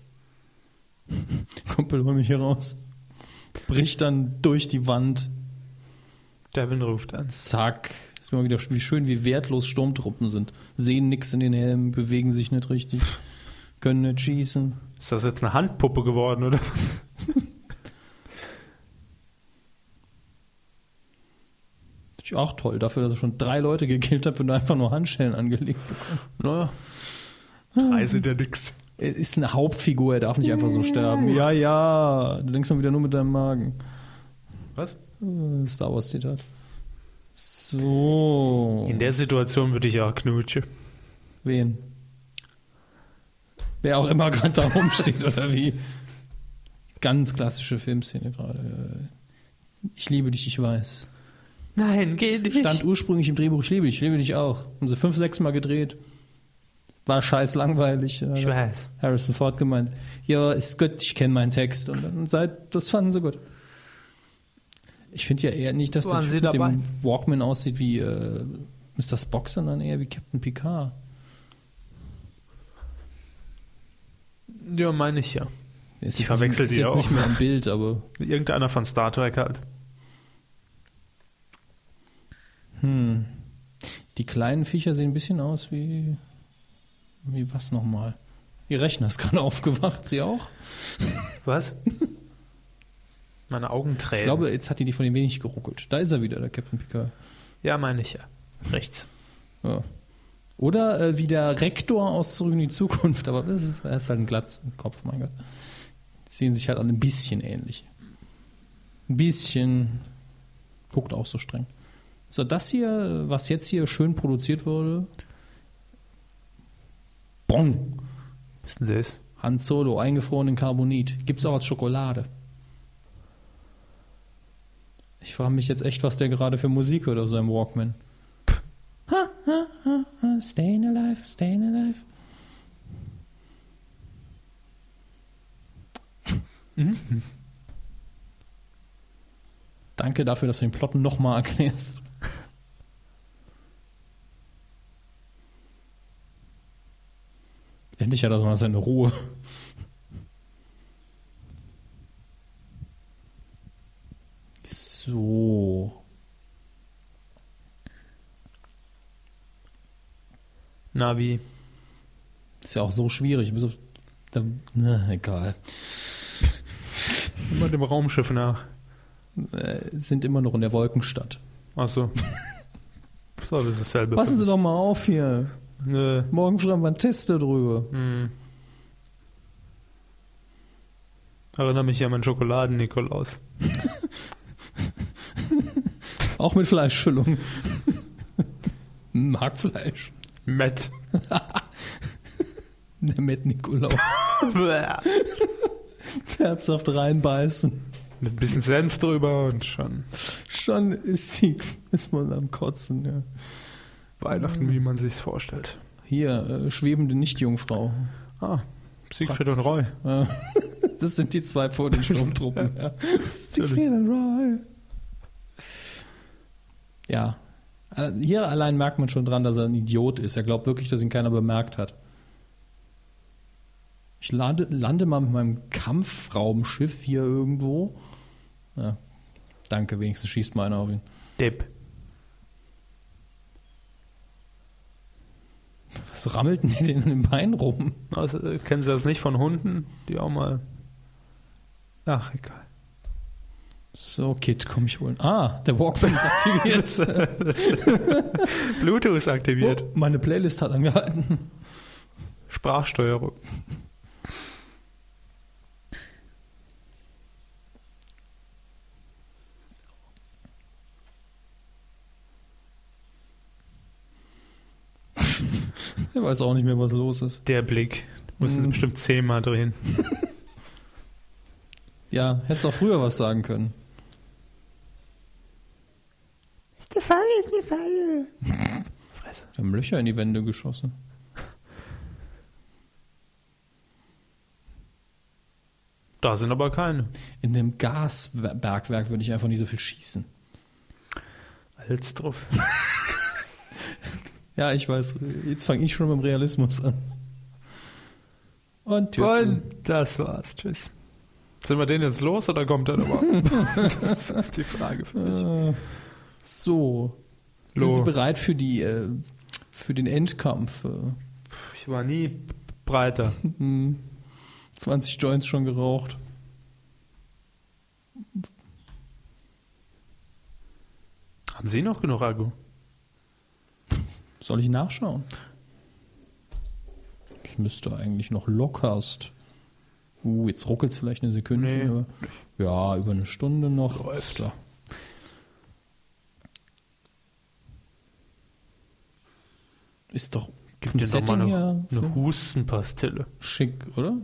Speaker 2: Kumpel, hol mich hier raus. Bricht dann durch die Wand.
Speaker 1: Devin ruft an.
Speaker 2: Zack. Ist mal wieder sch- wie schön, wie wertlos Sturmtruppen sind. Sehen nichts in den Helmen, bewegen sich nicht richtig, können nicht schießen.
Speaker 1: Ist das jetzt eine Handpuppe geworden, oder was?
Speaker 2: Finde ich auch toll, dafür, dass er schon drei Leute gekillt hat und einfach nur Handschellen angelegt bekommt.
Speaker 1: Naja. Drei sind ja nix.
Speaker 2: Er ist eine Hauptfigur, er darf nicht einfach so sterben. Ja, ja. Du denkst mal wieder nur mit deinem Magen.
Speaker 1: Was?
Speaker 2: Äh, Star Wars-Zitat. So.
Speaker 1: In der Situation würde ich ja knutschen.
Speaker 2: Wen? Wer auch immer gerade da rumsteht oder wie. Ganz klassische Filmszene gerade. Ich liebe dich, ich weiß.
Speaker 1: Nein, geh nicht.
Speaker 2: Stand ursprünglich im Drehbuch, ich liebe dich, ich liebe dich auch. Haben sie fünf, sechs Mal gedreht. War scheiß langweilig. äh,
Speaker 1: ich weiß.
Speaker 2: Harrison Ford gemeint, ja, ist gut, ich kenne meinen Text. Und dann seit, das fanden sie gut. Ich finde ja eher nicht, dass der
Speaker 1: Waren
Speaker 2: Typ
Speaker 1: Sie
Speaker 2: mit
Speaker 1: dabei?
Speaker 2: dem Walkman aussieht wie äh, Mr. Spock, sondern eher wie Captain Picard.
Speaker 1: Ja, meine ich ja.
Speaker 2: Der ist
Speaker 1: Die
Speaker 2: jetzt
Speaker 1: verwechselt
Speaker 2: nicht,
Speaker 1: die
Speaker 2: ist jetzt
Speaker 1: auch.
Speaker 2: nicht mehr im Bild, aber
Speaker 1: Irgendeiner von Star Trek halt. Hm.
Speaker 2: die kleinen Viecher sehen ein bisschen aus wie wie was nochmal? Ihr Rechner ist gerade aufgewacht, sie auch?
Speaker 1: Was? Meine Augen tränen.
Speaker 2: Ich glaube, jetzt hat die die von dem wenig geruckelt. Da ist er wieder, der Captain Picard.
Speaker 1: Ja, meine ich ja. Rechts.
Speaker 2: Ja. Oder äh, wie der Rektor aus Zurück in die Zukunft, aber das ist, er ist halt ein glatzen Kopf, mein Gott. Die sehen sich halt alle ein bisschen ähnlich. Ein bisschen Guckt auch so streng. So, das hier, was jetzt hier schön produziert wurde. Bong.
Speaker 1: Was ist denn das?
Speaker 2: Han Solo, eingefroren in Carbonit. Gibt's auch als Schokolade. Ich frage mich jetzt echt, was der gerade für Musik hört auf seinem Walkman. Ha, ha, ha, ha, Stayin' alive, stayin' alive. Danke dafür, dass du den Plot nochmal erklärst. Endlich hat er mal seine Ruhe. So.
Speaker 1: Na, wie?
Speaker 2: Ist ja auch so schwierig. Bis auf, da, na, egal.
Speaker 1: Immer dem Raumschiff nach.
Speaker 2: Äh, Sind immer noch in der Wolkenstadt.
Speaker 1: Achso. so, das ist dasselbe.
Speaker 2: Passen Sie doch mal auf hier.
Speaker 1: Nö.
Speaker 2: Morgen schreiben wir einen Test darüber.
Speaker 1: Hm. Erinnere mich an meinen Schokoladen-Nikolaus.
Speaker 2: Auch mit Fleischfüllung. Hm, Hackfleisch.
Speaker 1: Matt.
Speaker 2: Der Matt Nikolaus.
Speaker 1: Mit
Speaker 2: Herzhaft reinbeißen.
Speaker 1: ein bisschen Senf drüber und schon
Speaker 2: Schon ist, die, ist man am Kotzen. Ja.
Speaker 1: Weihnachten, wie man sich's vorstellt.
Speaker 2: Hier, äh, schwebende Nichtjungfrau.
Speaker 1: Ah, Siegfried und Roy.
Speaker 2: Äh, das sind die zwei vor den Sturmtruppen. ja. Siegfried und Roy. Ja. Äh, Hier allein merkt man schon dran, dass er ein Idiot ist. Er glaubt wirklich, dass ihn keiner bemerkt hat. Ich lande, lande mal mit meinem Kampfraumschiff hier irgendwo. Ja. Danke, wenigstens schießt mal einer auf ihn.
Speaker 1: Depp.
Speaker 2: Was rammelt denn der denn in den Bein rum?
Speaker 1: Also, äh, kennen Sie das nicht von Hunden? Die auch mal. Ach, egal.
Speaker 2: So, Kid, komm ich holen. Ah, der Walkman ist aktiviert.
Speaker 1: Bluetooth aktiviert.
Speaker 2: oh, meine Playlist hat angehalten.
Speaker 1: Sprachsteuerung.
Speaker 2: Der weiß auch nicht mehr, was los ist. Hm.
Speaker 1: Der Blick. Müssen Sie bestimmt zehnmal drehen.
Speaker 2: Ja, hättest auch früher was sagen können.
Speaker 5: Ist eine Falle, ist eine Falle.
Speaker 2: Wir haben Löcher in die Wände geschossen.
Speaker 1: Da sind aber keine.
Speaker 2: In dem Gasbergwerk würde ich einfach nicht so viel schießen.
Speaker 1: Als drauf.
Speaker 2: Ja, ich weiß. Jetzt fange ich schon mit dem Realismus an. Und Tür zu.
Speaker 1: Und das war's. Tschüss. Sind wir den jetzt los oder kommt er nochmal? das ist die Frage für mich.
Speaker 2: Äh, So.
Speaker 1: Lo.
Speaker 2: Sind Sie bereit für die äh, für den Endkampf? Äh,
Speaker 1: Ich war nie breiter.
Speaker 2: 20 Joints schon geraucht.
Speaker 1: Haben Sie noch genug Akku?
Speaker 2: Soll ich nachschauen? Ich müsste eigentlich noch lockerst. Uh, jetzt ruckelt's vielleicht eine Sekunde.
Speaker 1: Nee.
Speaker 2: aber- Ja, über eine Stunde noch.
Speaker 1: Läuft.
Speaker 2: So. Ist doch
Speaker 1: Gib
Speaker 2: vom
Speaker 1: dir nochmal
Speaker 2: Setting
Speaker 1: eine,
Speaker 2: her
Speaker 1: eine Hustenpastille.
Speaker 2: schick, oder?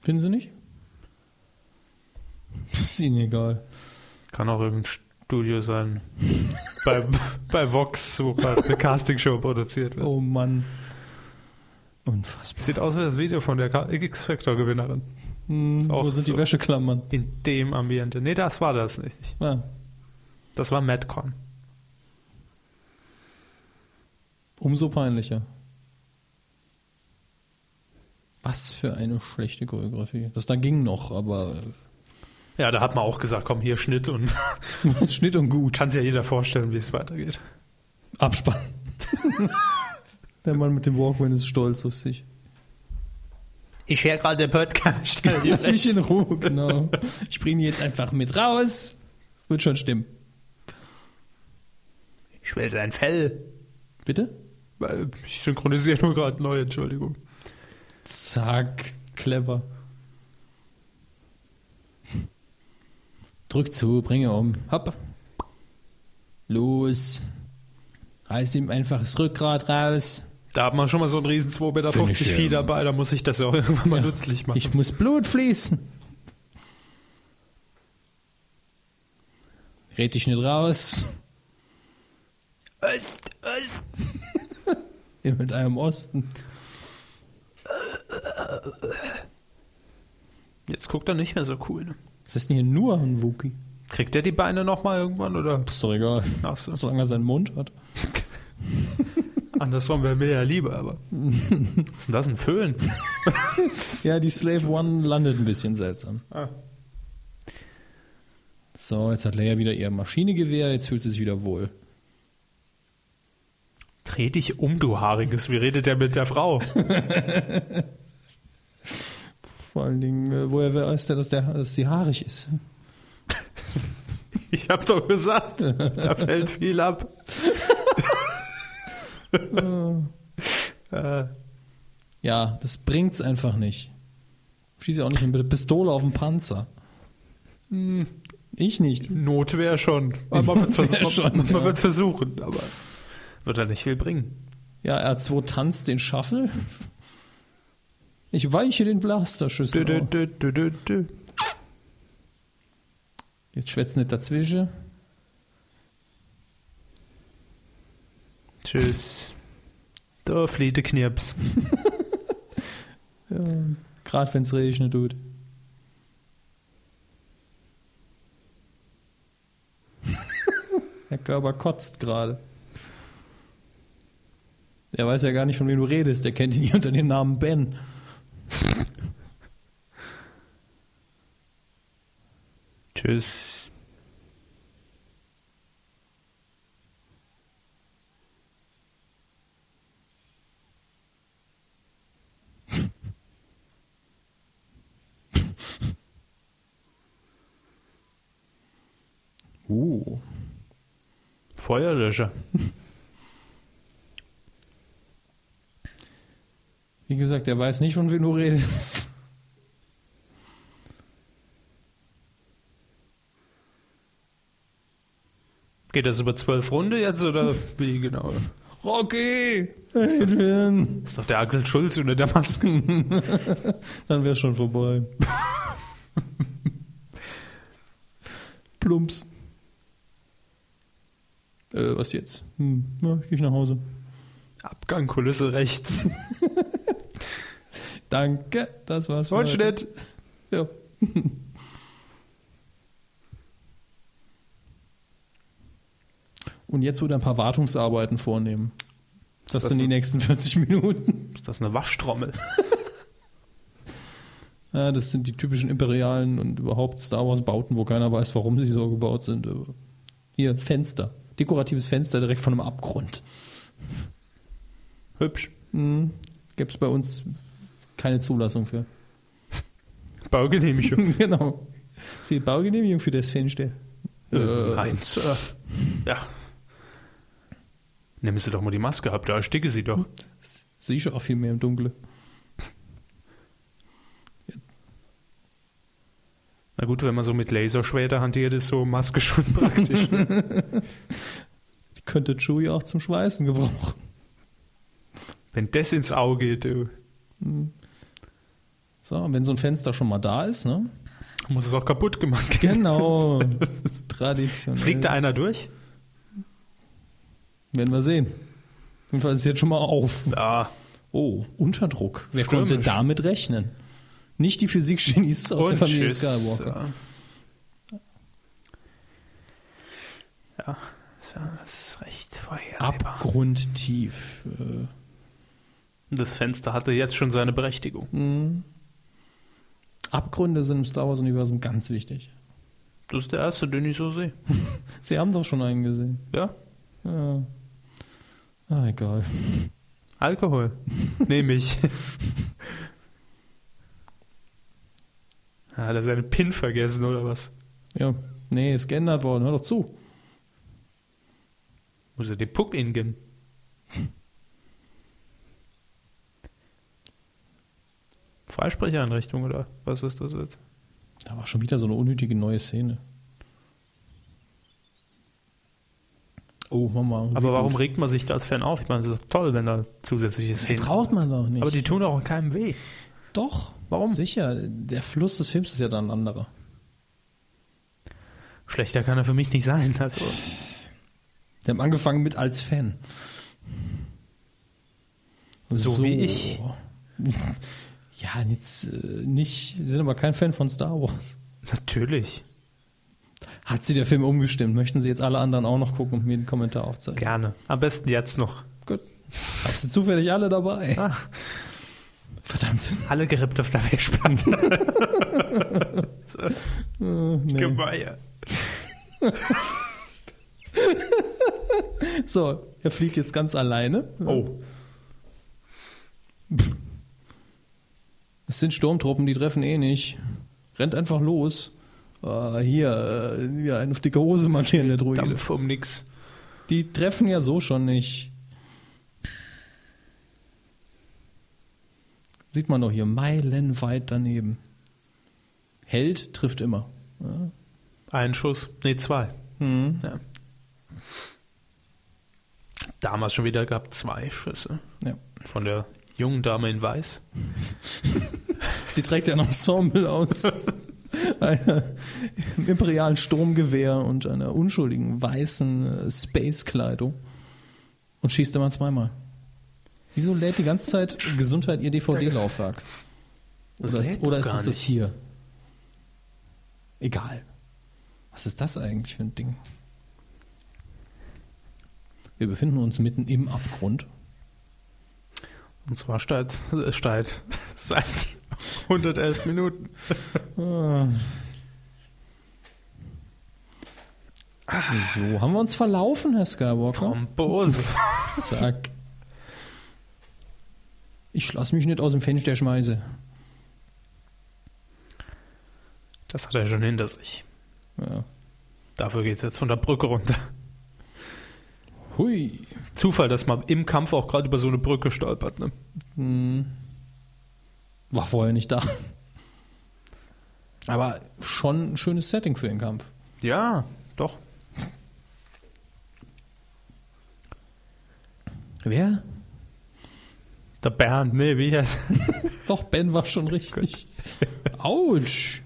Speaker 2: Finden Sie nicht? Ist Ihnen egal.
Speaker 1: Kann auch irgendein Studio sein. bei, bei Vox, wo gerade eine Castingshow produziert wird.
Speaker 2: Oh Mann. Unfassbar.
Speaker 1: Sieht aus wie das Video von der X-Factor-Gewinnerin.
Speaker 2: Hm,
Speaker 1: auch
Speaker 2: wo sind
Speaker 1: so.
Speaker 2: die Wäscheklammern?
Speaker 1: In dem Ambiente. Nee, das war das nicht.
Speaker 2: Ah,
Speaker 1: Das war Madcon.
Speaker 2: umso peinlicher. Was für eine schlechte Choreografie. Das da ging noch, aber
Speaker 1: Ja, da hat man auch gesagt, komm, hier Schnitt und
Speaker 2: äh, Schnitt und gut.
Speaker 1: kann sich ja jeder vorstellen, wie es weitergeht.
Speaker 2: Abspann. Der Mann mit dem Walkman ist stolz auf sich.
Speaker 5: Ich höre gerade den Podcast.
Speaker 2: Lass mich in Ruhe, genau. Ich bringe die jetzt einfach mit raus. Wird schon stimmen.
Speaker 5: Ich will sein Fell.
Speaker 2: Bitte?
Speaker 1: Äh, Ich synchronisiere nur gerade neu, Entschuldigung.
Speaker 2: Zack. Clever. Drück zu, bringe um. Hopp. Los. Reiß ihm einfach das Rückgrat raus.
Speaker 1: Da hat man schon mal so einen riesen 2,50 Meter
Speaker 2: Finish
Speaker 1: Vieh
Speaker 2: him.
Speaker 1: dabei, da muss ich das ja auch irgendwann mal
Speaker 2: Ja.
Speaker 1: nützlich machen.
Speaker 2: Ich muss Blut fließen. Red dich nicht raus.
Speaker 6: Ost, Ost.
Speaker 2: Mit einem Osten.
Speaker 1: Jetzt guckt er nicht mehr so cool. Ne?
Speaker 2: Was ist denn hier nur ein Wookie?
Speaker 1: Kriegt er die Beine nochmal irgendwann oder?
Speaker 2: Ist doch egal.
Speaker 1: Ach so.
Speaker 2: Solange er seinen Mund hat.
Speaker 1: Andersrum wäre mir ja lieber, aber. Was ist denn das? Ein Föhn?
Speaker 2: Ja, die Slave One landet ein bisschen seltsam. So, jetzt hat Leia wieder ihr Maschinegewehr. Jetzt fühlt sie sich wieder wohl.
Speaker 1: Dreh dich um, du Haariges. Wie redet der mit der Frau?
Speaker 2: Vor allen Dingen, äh, woher weiß der, dass, der, dass sie haarig ist?
Speaker 1: Ich hab doch gesagt, da fällt viel ab. Äh,
Speaker 2: Ja, das bringt's einfach nicht. Schieß ja auch nicht mit der Pistole auf den Panzer. Hm. Ich nicht.
Speaker 1: Not wäre schon. Aber Man wird es
Speaker 2: Not wär schon, ja.
Speaker 1: versuchen, aber wird er nicht viel bringen.
Speaker 2: Ja, R2 tanzt den Shuffle. Ich weiche den Blasterschüssel.
Speaker 1: Dö, dö,
Speaker 2: aus.
Speaker 1: dö, dö, dö, dö.
Speaker 2: Jetzt schwätzt nicht dazwischen.
Speaker 1: Tschüss. Da flieht der Knirps.
Speaker 2: Gerade wenn's regnet tut. Der Körper kotzt gerade. Er weiß ja gar nicht, von wem du redest. Der kennt ihn nicht unter dem Namen Ben.
Speaker 1: Tschüss.
Speaker 2: Uh.
Speaker 1: Feuerlöscher.
Speaker 2: Wie gesagt, er weiß nicht, von wem du redest.
Speaker 1: Geht das über zwölf Runde jetzt oder wie genau?
Speaker 2: Rocky! Adrian!
Speaker 1: Ist doch der Axel Schulz unter der Maske.
Speaker 2: Dann wär's schon vorbei. Plumps. Äh, was jetzt? Hm, na, ich geh nach Hause.
Speaker 1: Abgang, Kulisse rechts.
Speaker 2: Danke, das war's. für heute.
Speaker 1: Holzschnitt.
Speaker 2: Ja. Und jetzt wird er ein paar Wartungsarbeiten vornehmen. Das,
Speaker 1: das
Speaker 2: sind die
Speaker 1: so?
Speaker 2: nächsten 40 Minuten.
Speaker 1: Ist das eine Waschtrommel?
Speaker 2: Ja, das sind die typischen imperialen und überhaupt Star Wars Bauten, wo keiner weiß, warum sie so gebaut sind. Aber Hier, Fenster. Dekoratives Fenster direkt von einem Abgrund.
Speaker 1: Hübsch.
Speaker 2: Mhm. Gibt es bei uns keine Zulassung für.
Speaker 1: Baugenehmigung.
Speaker 2: genau. Sie Baugenehmigung für das Fenster.
Speaker 1: Äh, Nein, Sir. Ja. Nehmen Sie doch mal die Maske ab, da ersticke sie doch.
Speaker 2: Sehe schon auch viel mehr im Dunkeln.
Speaker 1: Na gut, wenn man so mit Laserschwerter hantiert, ist so Maske schon praktisch. ne?
Speaker 2: Die könnte Chewie auch zum Schweißen gebrauchen.
Speaker 1: wenn das ins Auge geht, du,
Speaker 2: So, und wenn so ein Fenster schon mal da ist, ne?
Speaker 1: muss es auch kaputt gemacht werden.
Speaker 2: Genau. Traditionell.
Speaker 1: Fliegt da einer durch?
Speaker 2: Werden wir sehen. Auf jeden Fall ist es jetzt schon mal auf.
Speaker 1: Ja.
Speaker 2: Oh, Unterdruck. Wer
Speaker 1: Stürmisch.
Speaker 2: konnte damit rechnen? Nicht die Physikgenies aus der Familie
Speaker 1: tschüss.
Speaker 2: Skywalker.
Speaker 1: Ja. Ja, ist ja, das ist recht vorhersehbar.
Speaker 2: Abgrundtief. Äh,
Speaker 1: Das Fenster hatte jetzt schon seine Berechtigung.
Speaker 2: Abgründe sind im Star Wars-Universum ganz wichtig.
Speaker 1: Das ist der erste, den ich so sehe.
Speaker 2: Sie haben doch schon einen gesehen.
Speaker 1: Ja.
Speaker 2: Ja. Ah, egal.
Speaker 1: Alkohol. Nehme ich. Hat er seinen PIN vergessen oder was?
Speaker 2: Ja. Nee, ist geändert worden. Hör doch zu.
Speaker 1: Muss er den Puck ingehen? Freisprecheinrichtung oder was ist das jetzt?
Speaker 2: Da war schon wieder so eine unnötige neue Szene. Oh, machen wir. einen
Speaker 1: Aber warum
Speaker 2: Reboot.
Speaker 1: regt man sich da als Fan auf? Ich meine, es ist doch toll, wenn da zusätzliche Szenen.
Speaker 2: Hm. braucht man doch nicht?
Speaker 1: Aber die tun doch keinem weh.
Speaker 2: doch.
Speaker 1: Warum?
Speaker 2: Sicher. Der Fluss des Films ist ja dann ein anderer.
Speaker 1: Schlechter kann er für mich nicht sein. Also,
Speaker 2: Wir haben angefangen mit als Fan.
Speaker 1: So wie ich.
Speaker 2: Ja, jetzt äh, nicht. Sie sind aber kein Fan von Star Wars.
Speaker 1: natürlich.
Speaker 2: Hat sie der Film umgestimmt? Möchten Sie jetzt alle anderen auch noch gucken und mir einen Kommentar aufzeigen?
Speaker 1: Gerne. Am besten jetzt noch.
Speaker 2: Gut. Habt sie zufällig alle dabei?
Speaker 1: Ah.
Speaker 2: Verdammt.
Speaker 1: Alle gerippt auf der Festplatte.
Speaker 2: Äh,
Speaker 1: Gemein.
Speaker 2: So, er fliegt jetzt ganz alleine.
Speaker 1: Oh.
Speaker 2: Es sind Sturmtruppen, die treffen eh nicht. Rennt einfach los. Ah, hier, äh, ja, eine auf dicke Hose marschieren der Droide.
Speaker 1: Dampf um nix.
Speaker 2: Die treffen ja so schon nicht. Sieht man doch hier meilenweit daneben. Held trifft immer. Ja.
Speaker 1: Ein Schuss. Nee, zwei.
Speaker 2: Hm.
Speaker 1: Ja. Damals schon wieder gab zwei Schüsse.
Speaker 2: Ja.
Speaker 1: Von der jungen Dame in Weiß.
Speaker 2: Sie trägt ja ein Ensemble aus einer im imperialen Sturmgewehr und einer unschuldigen weißen äh, Space-Kleidung und schießt immer zweimal. Wieso lädt die ganze Zeit Gesundheit ihr DVD-Laufwerk? Oder ist,
Speaker 1: lädt
Speaker 2: oder
Speaker 1: doch
Speaker 2: ist
Speaker 1: gar
Speaker 2: es das
Speaker 1: nicht.
Speaker 2: hier? Egal. Was ist das eigentlich für ein Ding? Wir befinden uns mitten im Abgrund.
Speaker 1: Und zwar steigt, äh, steigt seit 111 Minuten.
Speaker 2: So haben wir uns verlaufen, Herr Skywalker.
Speaker 1: Hm? Trombose.
Speaker 2: Zack. Ich lass mich nicht aus dem Fenster schmeißen.
Speaker 1: Das hat er schon hinter sich.
Speaker 2: Ja.
Speaker 1: Dafür geht es jetzt von der Brücke runter.
Speaker 2: Hui.
Speaker 1: Zufall, dass man im Kampf auch gerade über so eine Brücke stolpert. Ne?
Speaker 2: War vorher nicht da. Aber schon ein schönes Setting für den Kampf.
Speaker 1: Ja, doch.
Speaker 2: Wer?
Speaker 1: Der Bernd, nee, wie heißt
Speaker 2: Doch, Ben war schon richtig. Autsch.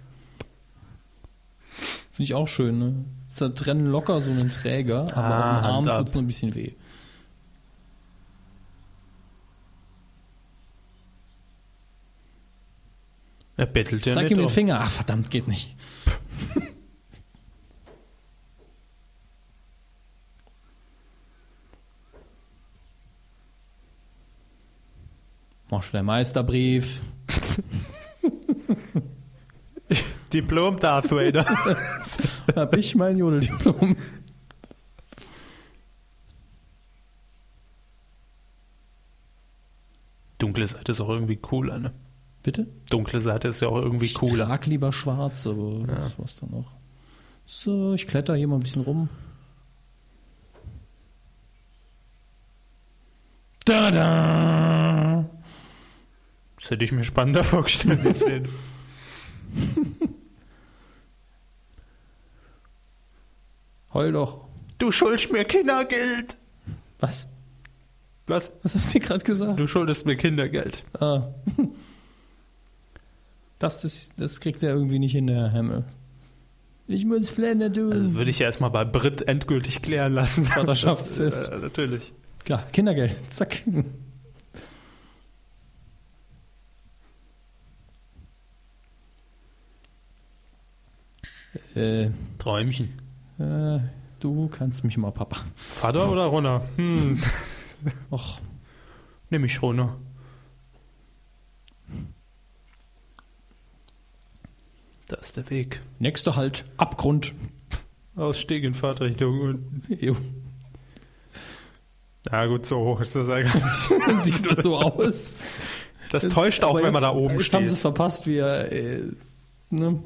Speaker 2: Finde ich auch schön, ne? Zertrennen locker so einen Träger, aber
Speaker 1: Ah,
Speaker 2: auf dem
Speaker 1: Hand
Speaker 2: Arm
Speaker 1: ab.
Speaker 2: tut's nur ein bisschen weh.
Speaker 1: Er bettelt ja
Speaker 2: Zeig
Speaker 1: nicht
Speaker 2: ihm den
Speaker 1: um.
Speaker 2: Finger. Ach, verdammt, geht nicht. Mach schon der Meisterbrief.
Speaker 1: Diplom Darth Vader.
Speaker 2: Hab ich mein Jodeldiplom.
Speaker 1: Dunkle Seite ist auch irgendwie cooler, ne?
Speaker 2: Bitte?
Speaker 1: Dunkle Seite ist ja auch irgendwie
Speaker 2: Ich
Speaker 1: cooler.
Speaker 2: trag lieber schwarz, aber was war's dann noch? So, ich kletter hier mal ein bisschen rum. Da da!
Speaker 1: Das hätte ich mir spannender vorgestellt. die Szene.
Speaker 2: Heul doch.
Speaker 1: du schuldest mir Kindergeld.
Speaker 2: Was?
Speaker 1: Was?
Speaker 2: Was habt ihr gerade gesagt?
Speaker 1: Du schuldest mir Kindergeld.
Speaker 2: Ah. Das, ist, das kriegt er irgendwie nicht hin, der Hemmel. Ich muss flennen, du.
Speaker 1: Also würde ich ja erstmal bei Brit endgültig klären lassen.
Speaker 2: Vaterschaftstest.
Speaker 1: Das, äh, natürlich.
Speaker 2: ja, Kindergeld, zack. äh,
Speaker 1: Träumchen.
Speaker 2: äh, du kannst mich mal, Papa.
Speaker 1: Vater oder Runner? Hm,
Speaker 2: Och,
Speaker 1: nehme ich Runner. Da ist der Weg.
Speaker 2: nächster Halt, Abgrund.
Speaker 1: Ausstieg in Fahrtrichtung und.
Speaker 2: Jo.
Speaker 1: Na gut, so hoch ist das eigentlich. nicht.
Speaker 2: Sieht nur so aus.
Speaker 1: Das täuscht auch,
Speaker 2: Aber
Speaker 1: wenn man
Speaker 2: jetzt-
Speaker 1: da oben
Speaker 2: jetzt haben sie es
Speaker 1: steht.
Speaker 2: verpasst, wie er äh, ne,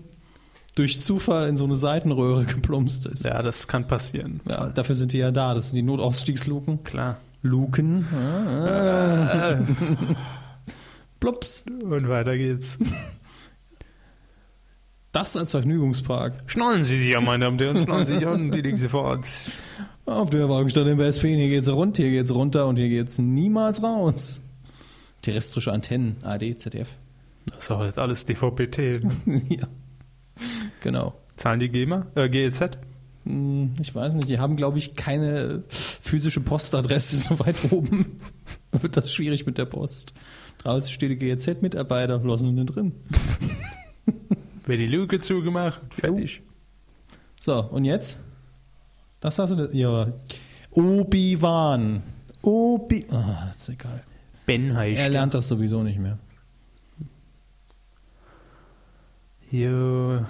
Speaker 2: durch Zufall in so eine Seitenröhre geplumpst ist.
Speaker 1: Ja, das kann passieren.
Speaker 2: Ja, dafür sind die ja da. Das sind die Notausstiegsluken.
Speaker 1: Klar.
Speaker 2: Luken. Plups.
Speaker 1: Und weiter geht's.
Speaker 2: Das als Vergnügungspark.
Speaker 1: Schnallen Sie sich an meine Damen und Herren, schnallen Sie sich an, die legen Sie vor Ort.
Speaker 2: Auf der Wagenstadt in Westfalen, hier geht's rund, hier geht's runter und hier geht's niemals raus. Terrestrische Antennen, AD, ZDF.
Speaker 1: Das ist aber jetzt alles DVPT.
Speaker 2: ja. Genau.
Speaker 1: Zahlen die GEMA? Äh, GEZ?
Speaker 2: Hm, Ich weiß nicht, die haben, glaube ich, keine physische Postadresse so weit oben. da wird das schwierig mit der Post. Draußen steht der GEZ-Mitarbeiter, lassen ihn drin.
Speaker 1: Wer die Lücke zugemacht? Fertig.
Speaker 2: So, und jetzt? Das hast du. Ja. Obi-Wan. Obi. Ah, ist egal.
Speaker 1: Ben
Speaker 2: Er
Speaker 1: heißt.
Speaker 2: lernt das sowieso nicht mehr.
Speaker 1: Jo.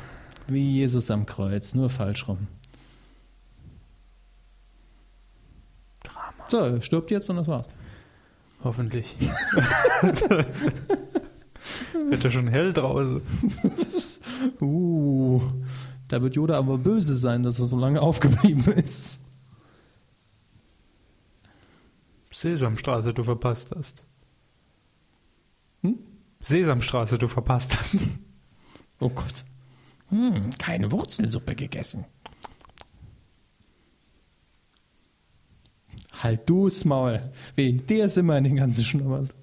Speaker 2: Wie Jesus am Kreuz, nur falsch rum. Drama. So, er stirbt jetzt und das war's.
Speaker 1: Hoffentlich. Wird ja schon hell draußen.
Speaker 2: Uh, da wird Yoda aber böse sein, dass er so lange aufgeblieben ist.
Speaker 1: Sesamstraße, du verpasst hast.
Speaker 2: Hm?
Speaker 1: Sesamstraße, du verpasst hast.
Speaker 2: Oh Gott. Hm, keine Wurzelsuppe gegessen. Halt du's Maul. Wegen dir sind wir in den ganzen Schnummers.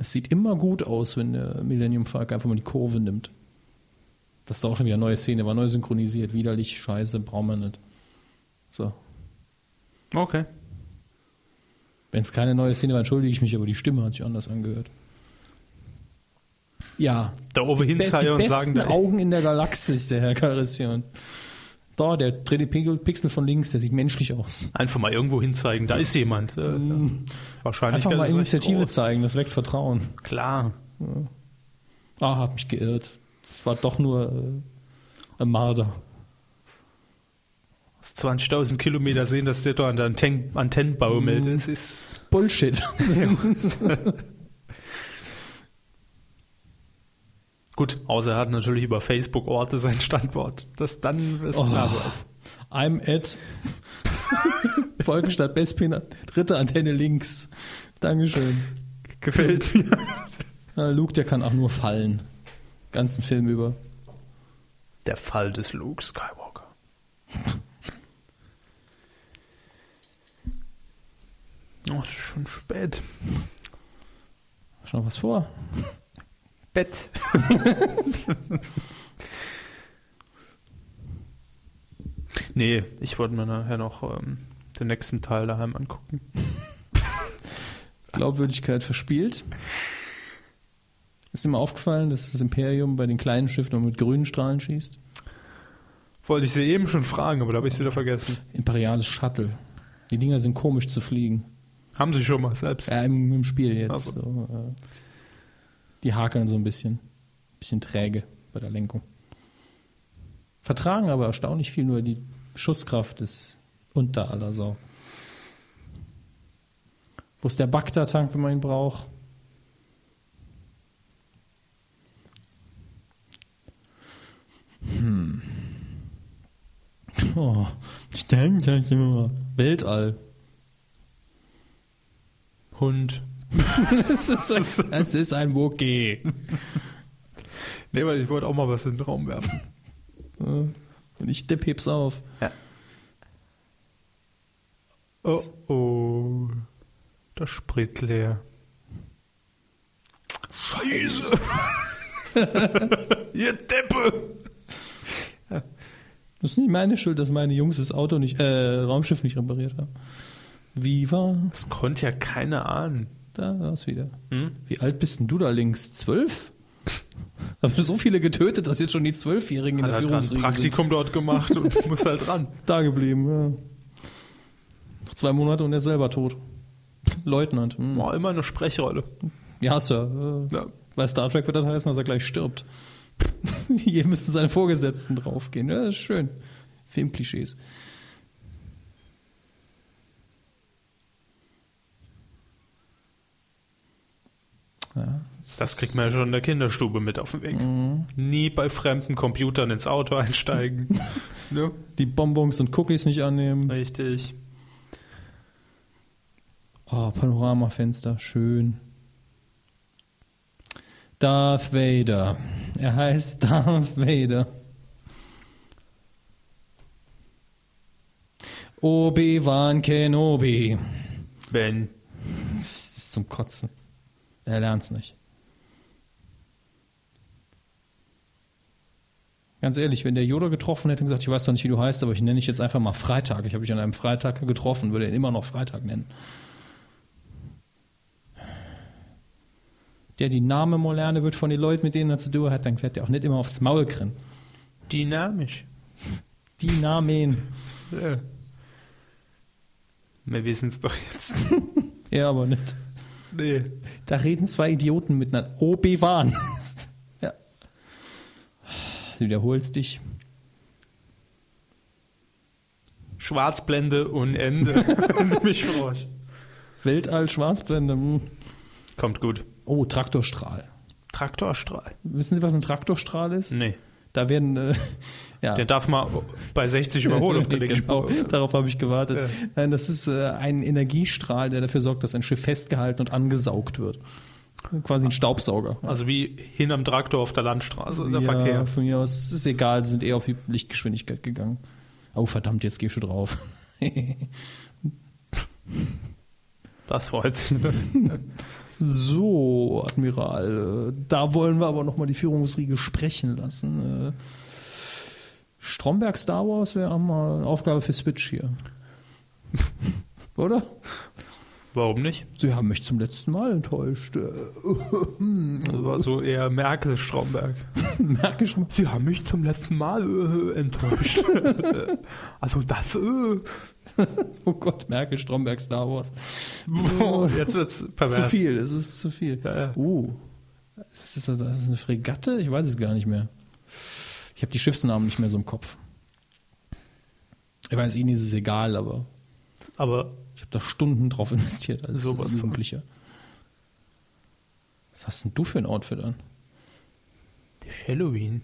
Speaker 2: Es sieht immer gut aus, wenn der Millennium Falcon einfach mal die Kurve nimmt. Das ist doch auch schon wieder eine neue Szene, war neu synchronisiert, widerlich, scheiße, brauchen wir nicht. So.
Speaker 1: Okay.
Speaker 2: Wenn es keine neue Szene war, entschuldige ich mich, aber die Stimme hat sich anders angehört. Ja,
Speaker 1: Da oben hinzeigen und
Speaker 2: die
Speaker 1: sagen,
Speaker 2: besten Augen in der Galaxis, der Herr Karissian. Da, der 3D-Pixel von links, der sieht menschlich aus.
Speaker 1: einfach mal irgendwo hinzeigen, da ist jemand. Äh, Wahrscheinlich
Speaker 2: Mhm. Einfach
Speaker 1: ist
Speaker 2: mal
Speaker 1: recht
Speaker 2: Initiative
Speaker 1: groß.
Speaker 2: zeigen, das weckt Vertrauen.
Speaker 1: Klar.
Speaker 2: Ah, hab mich geirrt. Es war doch nur äh, ein Marder.
Speaker 1: Aus 20.000 Kilometer sehen, dass der da an der Anten Antennenbaum hält.
Speaker 2: Mhm.
Speaker 1: Das ist.
Speaker 2: Bullshit.
Speaker 1: Gut, außer er hat natürlich über Facebook Orte seinen Standort. Das dann ist
Speaker 2: Oh.
Speaker 1: klar was.
Speaker 2: I'm at Volkenstadt Bespin, dritte Antenne links. Dankeschön.
Speaker 1: Gefällt mir.
Speaker 2: Ah, Luke, der kann auch nur fallen. Ganzen Film über.
Speaker 1: Der Fall des Luke Skywalker. Oh, es ist schon spät.
Speaker 2: Hast du noch was vor?
Speaker 1: Bett. nee, ich wollte mir nachher noch ähm, den nächsten Teil daheim angucken.
Speaker 2: Glaubwürdigkeit verspielt. Ist dir mal aufgefallen, dass das Imperium bei den kleinen Schiffen nur mit grünen Strahlen schießt?
Speaker 1: Wollte ich sie eben schon fragen, aber da habe ich es wieder vergessen.
Speaker 2: Imperiales Shuttle. Die Dinger sind komisch zu fliegen.
Speaker 1: Haben sie schon mal selbst.
Speaker 2: Äh, im, Im Spiel jetzt.
Speaker 1: Also.
Speaker 2: So, äh, die hakeln so ein bisschen. Bisschen träge bei der Lenkung. Vertragen aber erstaunlich viel, nur die Schusskraft ist unter aller Sau. Wo ist der Bagdad-Tank, wenn man ihn braucht? Hm. Oh, ich denke immer. Weltall.
Speaker 1: Hund.
Speaker 2: Das ist, das ist ein Wookie.
Speaker 1: Nee, weil ich wollte auch mal was in den Raum werfen.
Speaker 2: Und ich depp heb's auf.
Speaker 1: Oh, oh. Das Sprit leer. Scheiße. Ihr Deppe.
Speaker 2: Das ist nicht meine Schuld, dass meine Jungs das Auto nicht, äh, Raumschiff nicht repariert haben. Viva,
Speaker 1: Das konnte ja keiner ahnen.
Speaker 2: da war's wieder.
Speaker 1: Hm?
Speaker 2: Wie alt bist denn du da links? Zwölf? Haben so viele getötet, dass jetzt schon die Zwölfjährigen in
Speaker 1: Hat
Speaker 2: der
Speaker 1: halt gerade ein
Speaker 2: Führungsriege sind.
Speaker 1: Praktikum dort gemacht und muss halt ran.
Speaker 2: Da geblieben, ja. Noch zwei Monate und er ist selber tot. Leutnant. Hm.
Speaker 1: War immer eine Sprechrolle.
Speaker 2: Ja, Sir. Äh,
Speaker 1: Ja.
Speaker 2: Bei Star Trek wird das heißen, dass er gleich stirbt. Hier müssten seine Vorgesetzten draufgehen. Ja, das ist schön. Filmklischees.
Speaker 1: Das kriegt man ja schon in der Kinderstube mit auf den Weg. Nie bei fremden Computern ins Auto einsteigen. ne?
Speaker 2: Die Bonbons und Cookies nicht annehmen.
Speaker 1: Richtig.
Speaker 2: Oh, Panoramafenster, schön. Darth Vader. Er heißt Darth Vader. Obi-Wan Kenobi.
Speaker 1: Ben.
Speaker 2: Das ist zum Kotzen. Er lernt's nicht. Ganz ehrlich, wenn der Yoda getroffen hätte und gesagt, ich weiß doch nicht, wie du heißt, aber ich nenne dich jetzt einfach mal Freitag. Ich habe dich an einem Freitag getroffen, würde er ihn immer noch Freitag nennen. Der die Name Molerne wird von den Leuten, mit denen er zu tun hat, dann wird er auch nicht immer aufs Maul kriegen.
Speaker 1: Dynamisch.
Speaker 2: Die Namen.
Speaker 1: Ja. Wir wissen es doch jetzt.
Speaker 2: Ja, aber nicht.
Speaker 1: nee.
Speaker 2: Da reden zwei Idioten miteinander. Obi-Wan. ja. Du wiederholst dich.
Speaker 1: Schwarzblende und Ende. Wenn du mich fragst.
Speaker 2: Weltall, Schwarzblende. hm.
Speaker 1: Kommt gut.
Speaker 2: Oh, Traktorstrahl.
Speaker 1: Traktorstrahl.
Speaker 2: Wissen Sie, was ein Traktorstrahl ist?
Speaker 1: Nee.
Speaker 2: Da werden, äh, ja.
Speaker 1: Der darf mal bei 60 überholen auf der linken
Speaker 2: genau,
Speaker 1: Spur.
Speaker 2: darauf habe ich gewartet. Nein, das ist äh, ein Energiestrahl, der dafür sorgt, dass ein Schiff festgehalten und angesaugt wird. Quasi ein Staubsauger.
Speaker 1: Also wie hin am Traktor auf der Landstraße, der
Speaker 2: ja,
Speaker 1: Verkehr.
Speaker 2: Von mir aus ist egal, sie sind eher auf die Lichtgeschwindigkeit gegangen. Oh, verdammt, jetzt gehst du drauf.
Speaker 1: Das war jetzt.
Speaker 2: So, Admiral, äh, da wollen wir aber nochmal die Führungsriege sprechen lassen. Äh, Stromberg Star Wars wäre auch mal eine Aufgabe für Switch hier. Oder?
Speaker 1: Warum nicht?
Speaker 2: Sie haben mich zum letzten Mal enttäuscht. Äh,
Speaker 1: Das war so eher Merkel-Stromberg.
Speaker 2: Merke schon.
Speaker 1: Sie haben mich zum letzten Mal äh, enttäuscht. also das. Äh.
Speaker 2: Oh Gott, Merke, Stromberg Star Wars.
Speaker 1: Boah, jetzt wird's pervers.
Speaker 2: Zu viel, es ist zu viel.
Speaker 1: Ja, ja.
Speaker 2: Uh. Was ist also, das? Ist das eine Fregatte? Ich weiß es gar nicht mehr. Ich habe die Schiffsnamen nicht mehr so im Kopf. Ich weiß, Ihnen ist es egal, aber
Speaker 1: Aber
Speaker 2: ich habe da Stunden drauf investiert als
Speaker 1: Sowas von.
Speaker 2: Jugendlicher. Was hast denn du für ein Outfit an?
Speaker 1: das ist Halloween.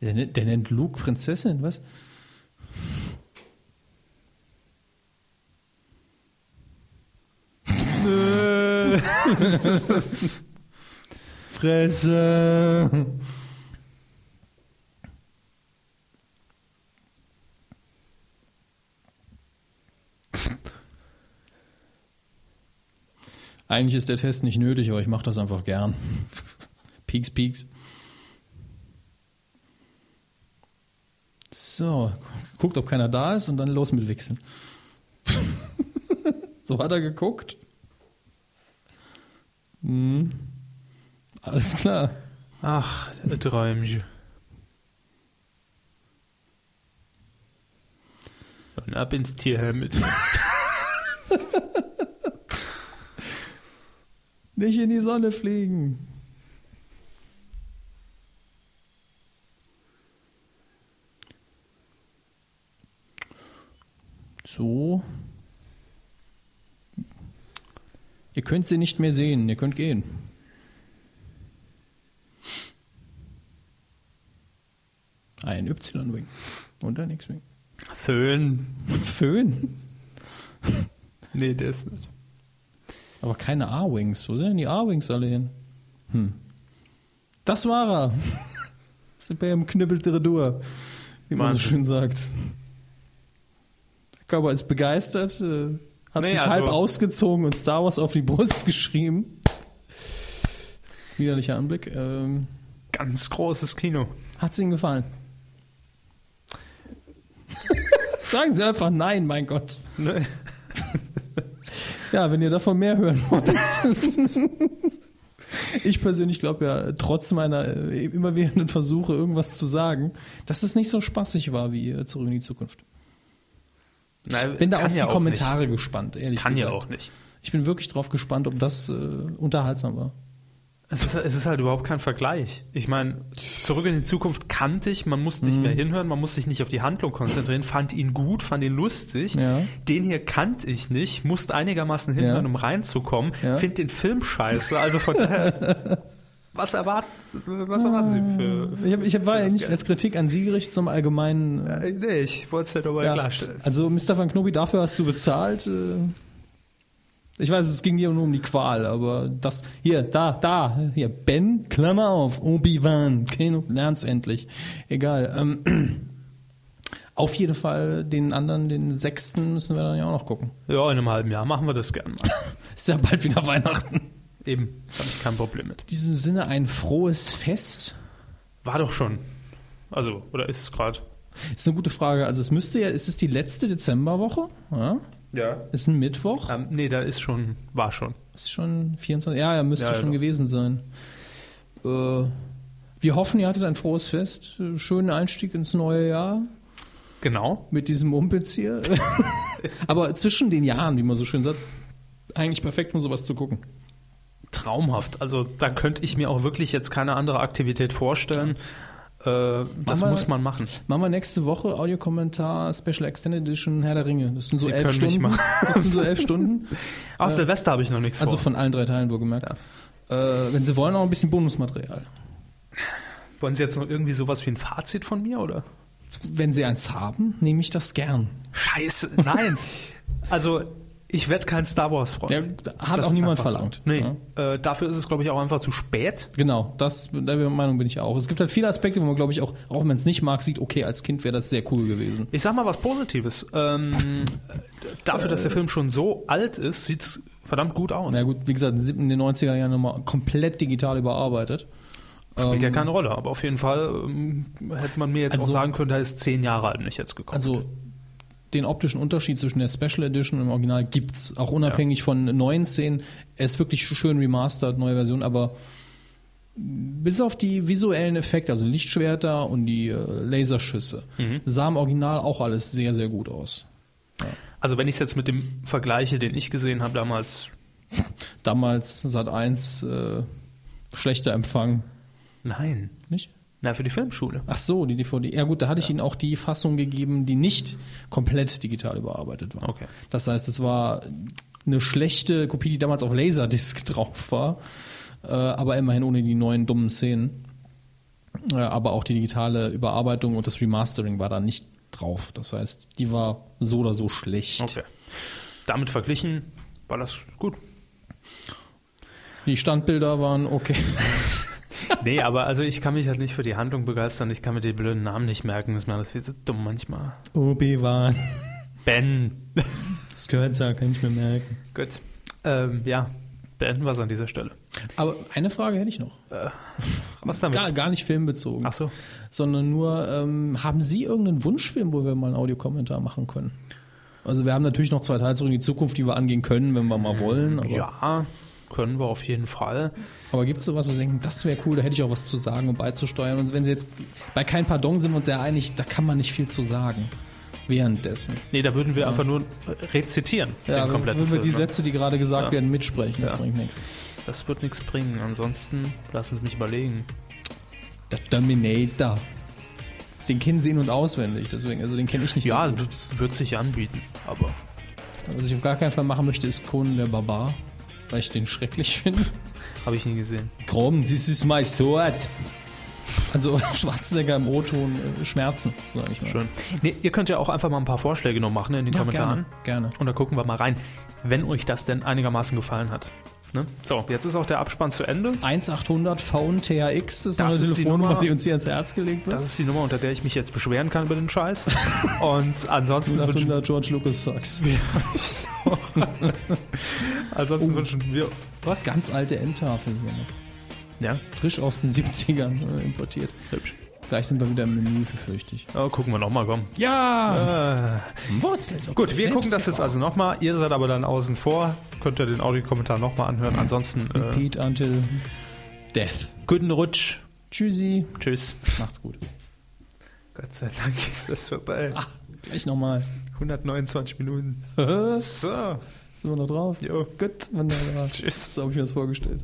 Speaker 2: Der, nennt- der nennt Luke Prinzessin, was? Fresse! Eigentlich ist der Test nicht nötig, aber ich mache das einfach gern. Peaks, Peaks. So, guckt, ob keiner da ist und dann los mit Wichsen. so hat er geguckt. Hm. Alles klar.
Speaker 1: Ach, der Träumchen. Und ab ins Tierheim mit.
Speaker 2: Nicht in die Sonne fliegen. So. Ihr könnt sie nicht mehr sehen, ihr könnt gehen. Ein Y-Wing und ein X-Wing.
Speaker 1: Föhn.
Speaker 2: Föhn?
Speaker 1: Nee, der ist nicht.
Speaker 2: Aber keine A-Wings. Wo sind denn die A-Wings alle hin? Hm. Das war er. Sind bei ihm knüppelte Redur, wie man so
Speaker 1: Wahnsinn.
Speaker 2: schön sagt. Der Körper ist begeistert, äh, hat
Speaker 1: Nee,
Speaker 2: sich
Speaker 1: also-
Speaker 2: halb ausgezogen und Star Wars auf die Brust geschrieben. Das ist ein widerlicher Anblick. Ähm,
Speaker 1: Ganz großes Kino.
Speaker 2: Hat's Ihnen gefallen? Sagen Sie einfach nein, mein Gott.
Speaker 1: Ne?
Speaker 2: Ja, wenn ihr davon mehr hören wollt. ich persönlich glaube ja, trotz meiner äh, immerwährenden Versuche, irgendwas zu sagen, dass es nicht so spaßig war wie äh, Zurück in die Zukunft.
Speaker 1: Nein,
Speaker 2: Ich bin da
Speaker 1: kann
Speaker 2: auf
Speaker 1: ja
Speaker 2: die
Speaker 1: auch
Speaker 2: Kommentare gespannt, ehrlich
Speaker 1: Nicht. Kann ja
Speaker 2: gesagt.
Speaker 1: auch nicht.
Speaker 2: Ich bin wirklich drauf gespannt, ob das äh, unterhaltsam war.
Speaker 1: Es ist, es ist halt überhaupt kein Vergleich. Ich meine, zurück in die Zukunft kannte ich, man musste nicht mehr hinhören, man musste sich nicht auf die Handlung konzentrieren, fand ihn gut, fand ihn lustig.
Speaker 2: Ja.
Speaker 1: Den hier kannte ich nicht, musste einigermaßen hinhören,
Speaker 2: Ja.
Speaker 1: um reinzukommen,
Speaker 2: Ja.
Speaker 1: find den Film scheiße. Also von daher, was erwarten, was erwarten Sie für. für
Speaker 2: Ich, hab, ich hab, war ja
Speaker 1: das
Speaker 2: nicht
Speaker 1: Geld?
Speaker 2: als Kritik an Sie gerichtet, sondern allgemein. Äh,
Speaker 1: Äh, Nee, ich wollte es ja doch mal
Speaker 2: ja.
Speaker 1: klarstellen.
Speaker 2: Also, Mr. Van Knobi, dafür hast du bezahlt. Äh, Ich weiß, es ging dir nur um die Qual, aber das hier, da, da, hier, Ben, Klammer auf, Obi-Wan, Keno, lern's endlich. Egal. Ähm, auf jeden Fall den anderen, den sechsten, müssen wir dann ja auch noch gucken.
Speaker 1: Ja, in einem halben Jahr machen wir das gern mal.
Speaker 2: Ist ja bald wieder Weihnachten.
Speaker 1: Eben, habe ich kein Problem mit.
Speaker 2: In diesem Sinne ein frohes Fest.
Speaker 1: War doch schon. Also, oder ist es gerade?
Speaker 2: Ist eine gute Frage. Also es müsste ja, ist es die letzte Dezemberwoche? Ja.
Speaker 5: Ja.
Speaker 2: Ist ein Mittwoch?
Speaker 1: Ähm, nee, da ist schon, war schon.
Speaker 2: Ist schon 24. Ja, ja, müsste
Speaker 1: Ja, ja,
Speaker 2: schon
Speaker 1: doch.
Speaker 2: gewesen sein. Äh, wir hoffen, ihr hattet ein frohes Fest. Äh, Schönen Einstieg ins neue Jahr
Speaker 1: Genau.
Speaker 2: mit diesem Umpitz hier. Aber zwischen den Jahren, wie man so schön sagt, eigentlich perfekt, um sowas zu gucken.
Speaker 1: Traumhaft. Also da könnte ich mir auch wirklich jetzt keine andere Aktivität vorstellen. Äh, das
Speaker 2: wir-
Speaker 1: muss man machen.
Speaker 2: Machen wir nächste Woche Audiokommentar Special Extended Edition Herr der Ringe. Das sind so
Speaker 1: Sie
Speaker 2: elf
Speaker 1: können mich
Speaker 2: Stunden.
Speaker 1: machen.
Speaker 2: Das sind so elf Stunden.
Speaker 1: Auch Silvester habe ich noch nichts
Speaker 2: Also
Speaker 1: vor.
Speaker 2: von allen drei Teilen, wohlgemerkt. Äh, wenn Sie wollen, auch ein bisschen Bonusmaterial.
Speaker 1: Wollen Sie jetzt noch irgendwie sowas wie ein Fazit von mir, oder?
Speaker 2: Wenn Sie eins haben, nehme ich das gern.
Speaker 1: Scheiße, nein. also, ich werde kein Star Wars-Freund.
Speaker 2: Ja, hat
Speaker 1: Das
Speaker 2: auch
Speaker 1: ist
Speaker 2: niemand
Speaker 1: einfach
Speaker 2: verlangt.
Speaker 1: So. Nee,
Speaker 2: Ja.
Speaker 1: äh, dafür ist es, glaube ich, auch einfach zu spät.
Speaker 2: Genau, das, der Meinung bin ich auch. Es gibt halt viele Aspekte, wo man, glaube ich, auch, auch wenn man es nicht mag, sieht, okay, als Kind wäre das sehr cool gewesen.
Speaker 1: Ich sag mal was Positives. Ähm, dafür, dass der Film schon so alt ist, sieht es verdammt gut aus.
Speaker 2: Na gut, wie gesagt, in den 90er Jahren nochmal komplett digital überarbeitet.
Speaker 1: Spielt ja keine Rolle, aber auf jeden Fall ähm, hätte man mir jetzt auch
Speaker 2: Also-
Speaker 1: sagen können, da ist zehn Jahre alt nicht jetzt gekommen.
Speaker 2: Also den optischen Unterschied zwischen der Special Edition und dem Original gibt's, auch unabhängig von neuen Szenen. Er ist wirklich schön remastered, neue Version, aber bis auf die visuellen Effekte, also Lichtschwerter und die äh, Laserschüsse, sah im Original auch alles sehr, sehr gut aus.
Speaker 1: also wenn ich es jetzt mit dem vergleiche, den ich gesehen habe damals,
Speaker 2: Damals Sat 1 äh, schlechter Empfang,
Speaker 1: nein.
Speaker 2: nicht?
Speaker 1: Na, für die Filmschule.
Speaker 2: Ach so, die DVD. Ja gut, da hatte ich Ihnen auch die Fassung gegeben, die nicht komplett digital überarbeitet war.
Speaker 1: Okay.
Speaker 2: Das heißt, es war eine schlechte Kopie, die damals auf Laserdisc drauf war, äh, aber immerhin ohne die neuen dummen Szenen. Äh, aber auch die digitale Überarbeitung und das Remastering war da nicht drauf. Das heißt, die war so oder so schlecht.
Speaker 1: Okay. Damit verglichen war das gut.
Speaker 2: Die Standbilder waren okay.
Speaker 1: Nee, aber also ich kann mich halt nicht für die Handlung begeistern. Ich kann mir die blöden Namen nicht merken. Das ist mir alles viel zu dumm manchmal.
Speaker 2: Obi-Wan.
Speaker 1: Ben.
Speaker 2: Das gehört ja, kann ich mir merken.
Speaker 1: Gut. Ähm, ja, beenden wir es an dieser Stelle.
Speaker 2: Aber eine Frage hätte ich noch.
Speaker 1: Was damit?
Speaker 2: Gar, gar nicht filmbezogen.
Speaker 1: Ach so.
Speaker 2: sondern nur, ähm, haben Sie irgendeinen Wunschfilm, wo wir mal einen Audiokommentar machen können? Also wir haben natürlich noch zwei Teile zurück in die Zukunft, die wir angehen können, wenn wir mal wollen. Aber,
Speaker 1: Mhm, Ja, können wir auf jeden Fall.
Speaker 2: aber gibt es sowas, wo Sie denken, das wäre cool, da hätte ich auch was zu sagen und beizusteuern. Und wenn Sie jetzt, bei kein Pardon sind wir uns sehr einig, da kann man nicht viel zu sagen. Währenddessen.
Speaker 1: Nee, da würden wir einfach nur rezitieren.
Speaker 2: Ja, wenn
Speaker 1: kompletten
Speaker 2: wenn wir die
Speaker 1: Film, ne?
Speaker 2: Sätze, die gerade gesagt werden, mitsprechen, das
Speaker 1: Ja.
Speaker 2: bringt nichts.
Speaker 1: Das wird nichts bringen. Ansonsten lassen Sie mich überlegen.
Speaker 2: Der Dominator. Den kennen Sie in- und auswendig, deswegen, also den kenne ich nicht
Speaker 1: Ja,
Speaker 2: so gut.
Speaker 1: w- wird sich anbieten. Aber
Speaker 2: Was ich auf gar keinen Fall machen möchte, ist Conan der Barbar, weil ich den schrecklich finde.
Speaker 1: habe ich nie gesehen.
Speaker 2: Komm, this is my sword. Also Schwarzenegger im O-Ton äh, Schmerzen, sag ich mal.
Speaker 1: Schön. Nee, ihr könnt ja auch einfach mal ein paar Vorschläge noch machen in den
Speaker 2: Ja,
Speaker 1: Kommentaren.
Speaker 2: Gerne, gerne.
Speaker 1: Und da gucken wir mal rein, wenn euch das denn einigermaßen gefallen hat. Ne? So, jetzt ist auch der Abspann zu Ende.
Speaker 2: 1800 VNTHX ist eine
Speaker 1: ist die
Speaker 2: Telefonnummer,
Speaker 1: Nummer.
Speaker 2: die, uns hier ans Herz gelegt wird.
Speaker 1: Das ist die Nummer, unter der ich mich jetzt beschweren kann über den Scheiß. Und ansonsten, wünschen,
Speaker 2: 1800 George Lucas Sucks.
Speaker 1: ansonsten wünschen wir.
Speaker 2: Was? Ganz alte Endtafeln hier noch.
Speaker 1: Ja,
Speaker 2: Frisch aus den 70ern äh, importiert.
Speaker 1: hübsch.
Speaker 2: Gleich sind wir wieder im Menü, befürchte ich.
Speaker 1: Ja, oh, gucken wir nochmal, komm.
Speaker 2: Ja! Äh. Wurzel ist auch
Speaker 1: Gut, wir
Speaker 2: selbst
Speaker 1: gucken das jetzt also nochmal. Ihr seid aber dann außen vor. Könnt ihr den Audiokommentar nochmal anhören. Ansonsten, äh,
Speaker 2: Repeat until death.
Speaker 1: guten Rutsch.
Speaker 2: Tschüssi.
Speaker 1: Tschüss.
Speaker 2: Macht's gut.
Speaker 1: Gott sei Dank ist das vorbei.
Speaker 2: Ah, gleich nochmal.
Speaker 1: 129 Minuten.
Speaker 2: Sind
Speaker 1: So,
Speaker 2: wir noch drauf?
Speaker 1: jo.
Speaker 2: Gut, wunderbar.
Speaker 1: Tschüss.
Speaker 2: So habe ich mir das vorgestellt.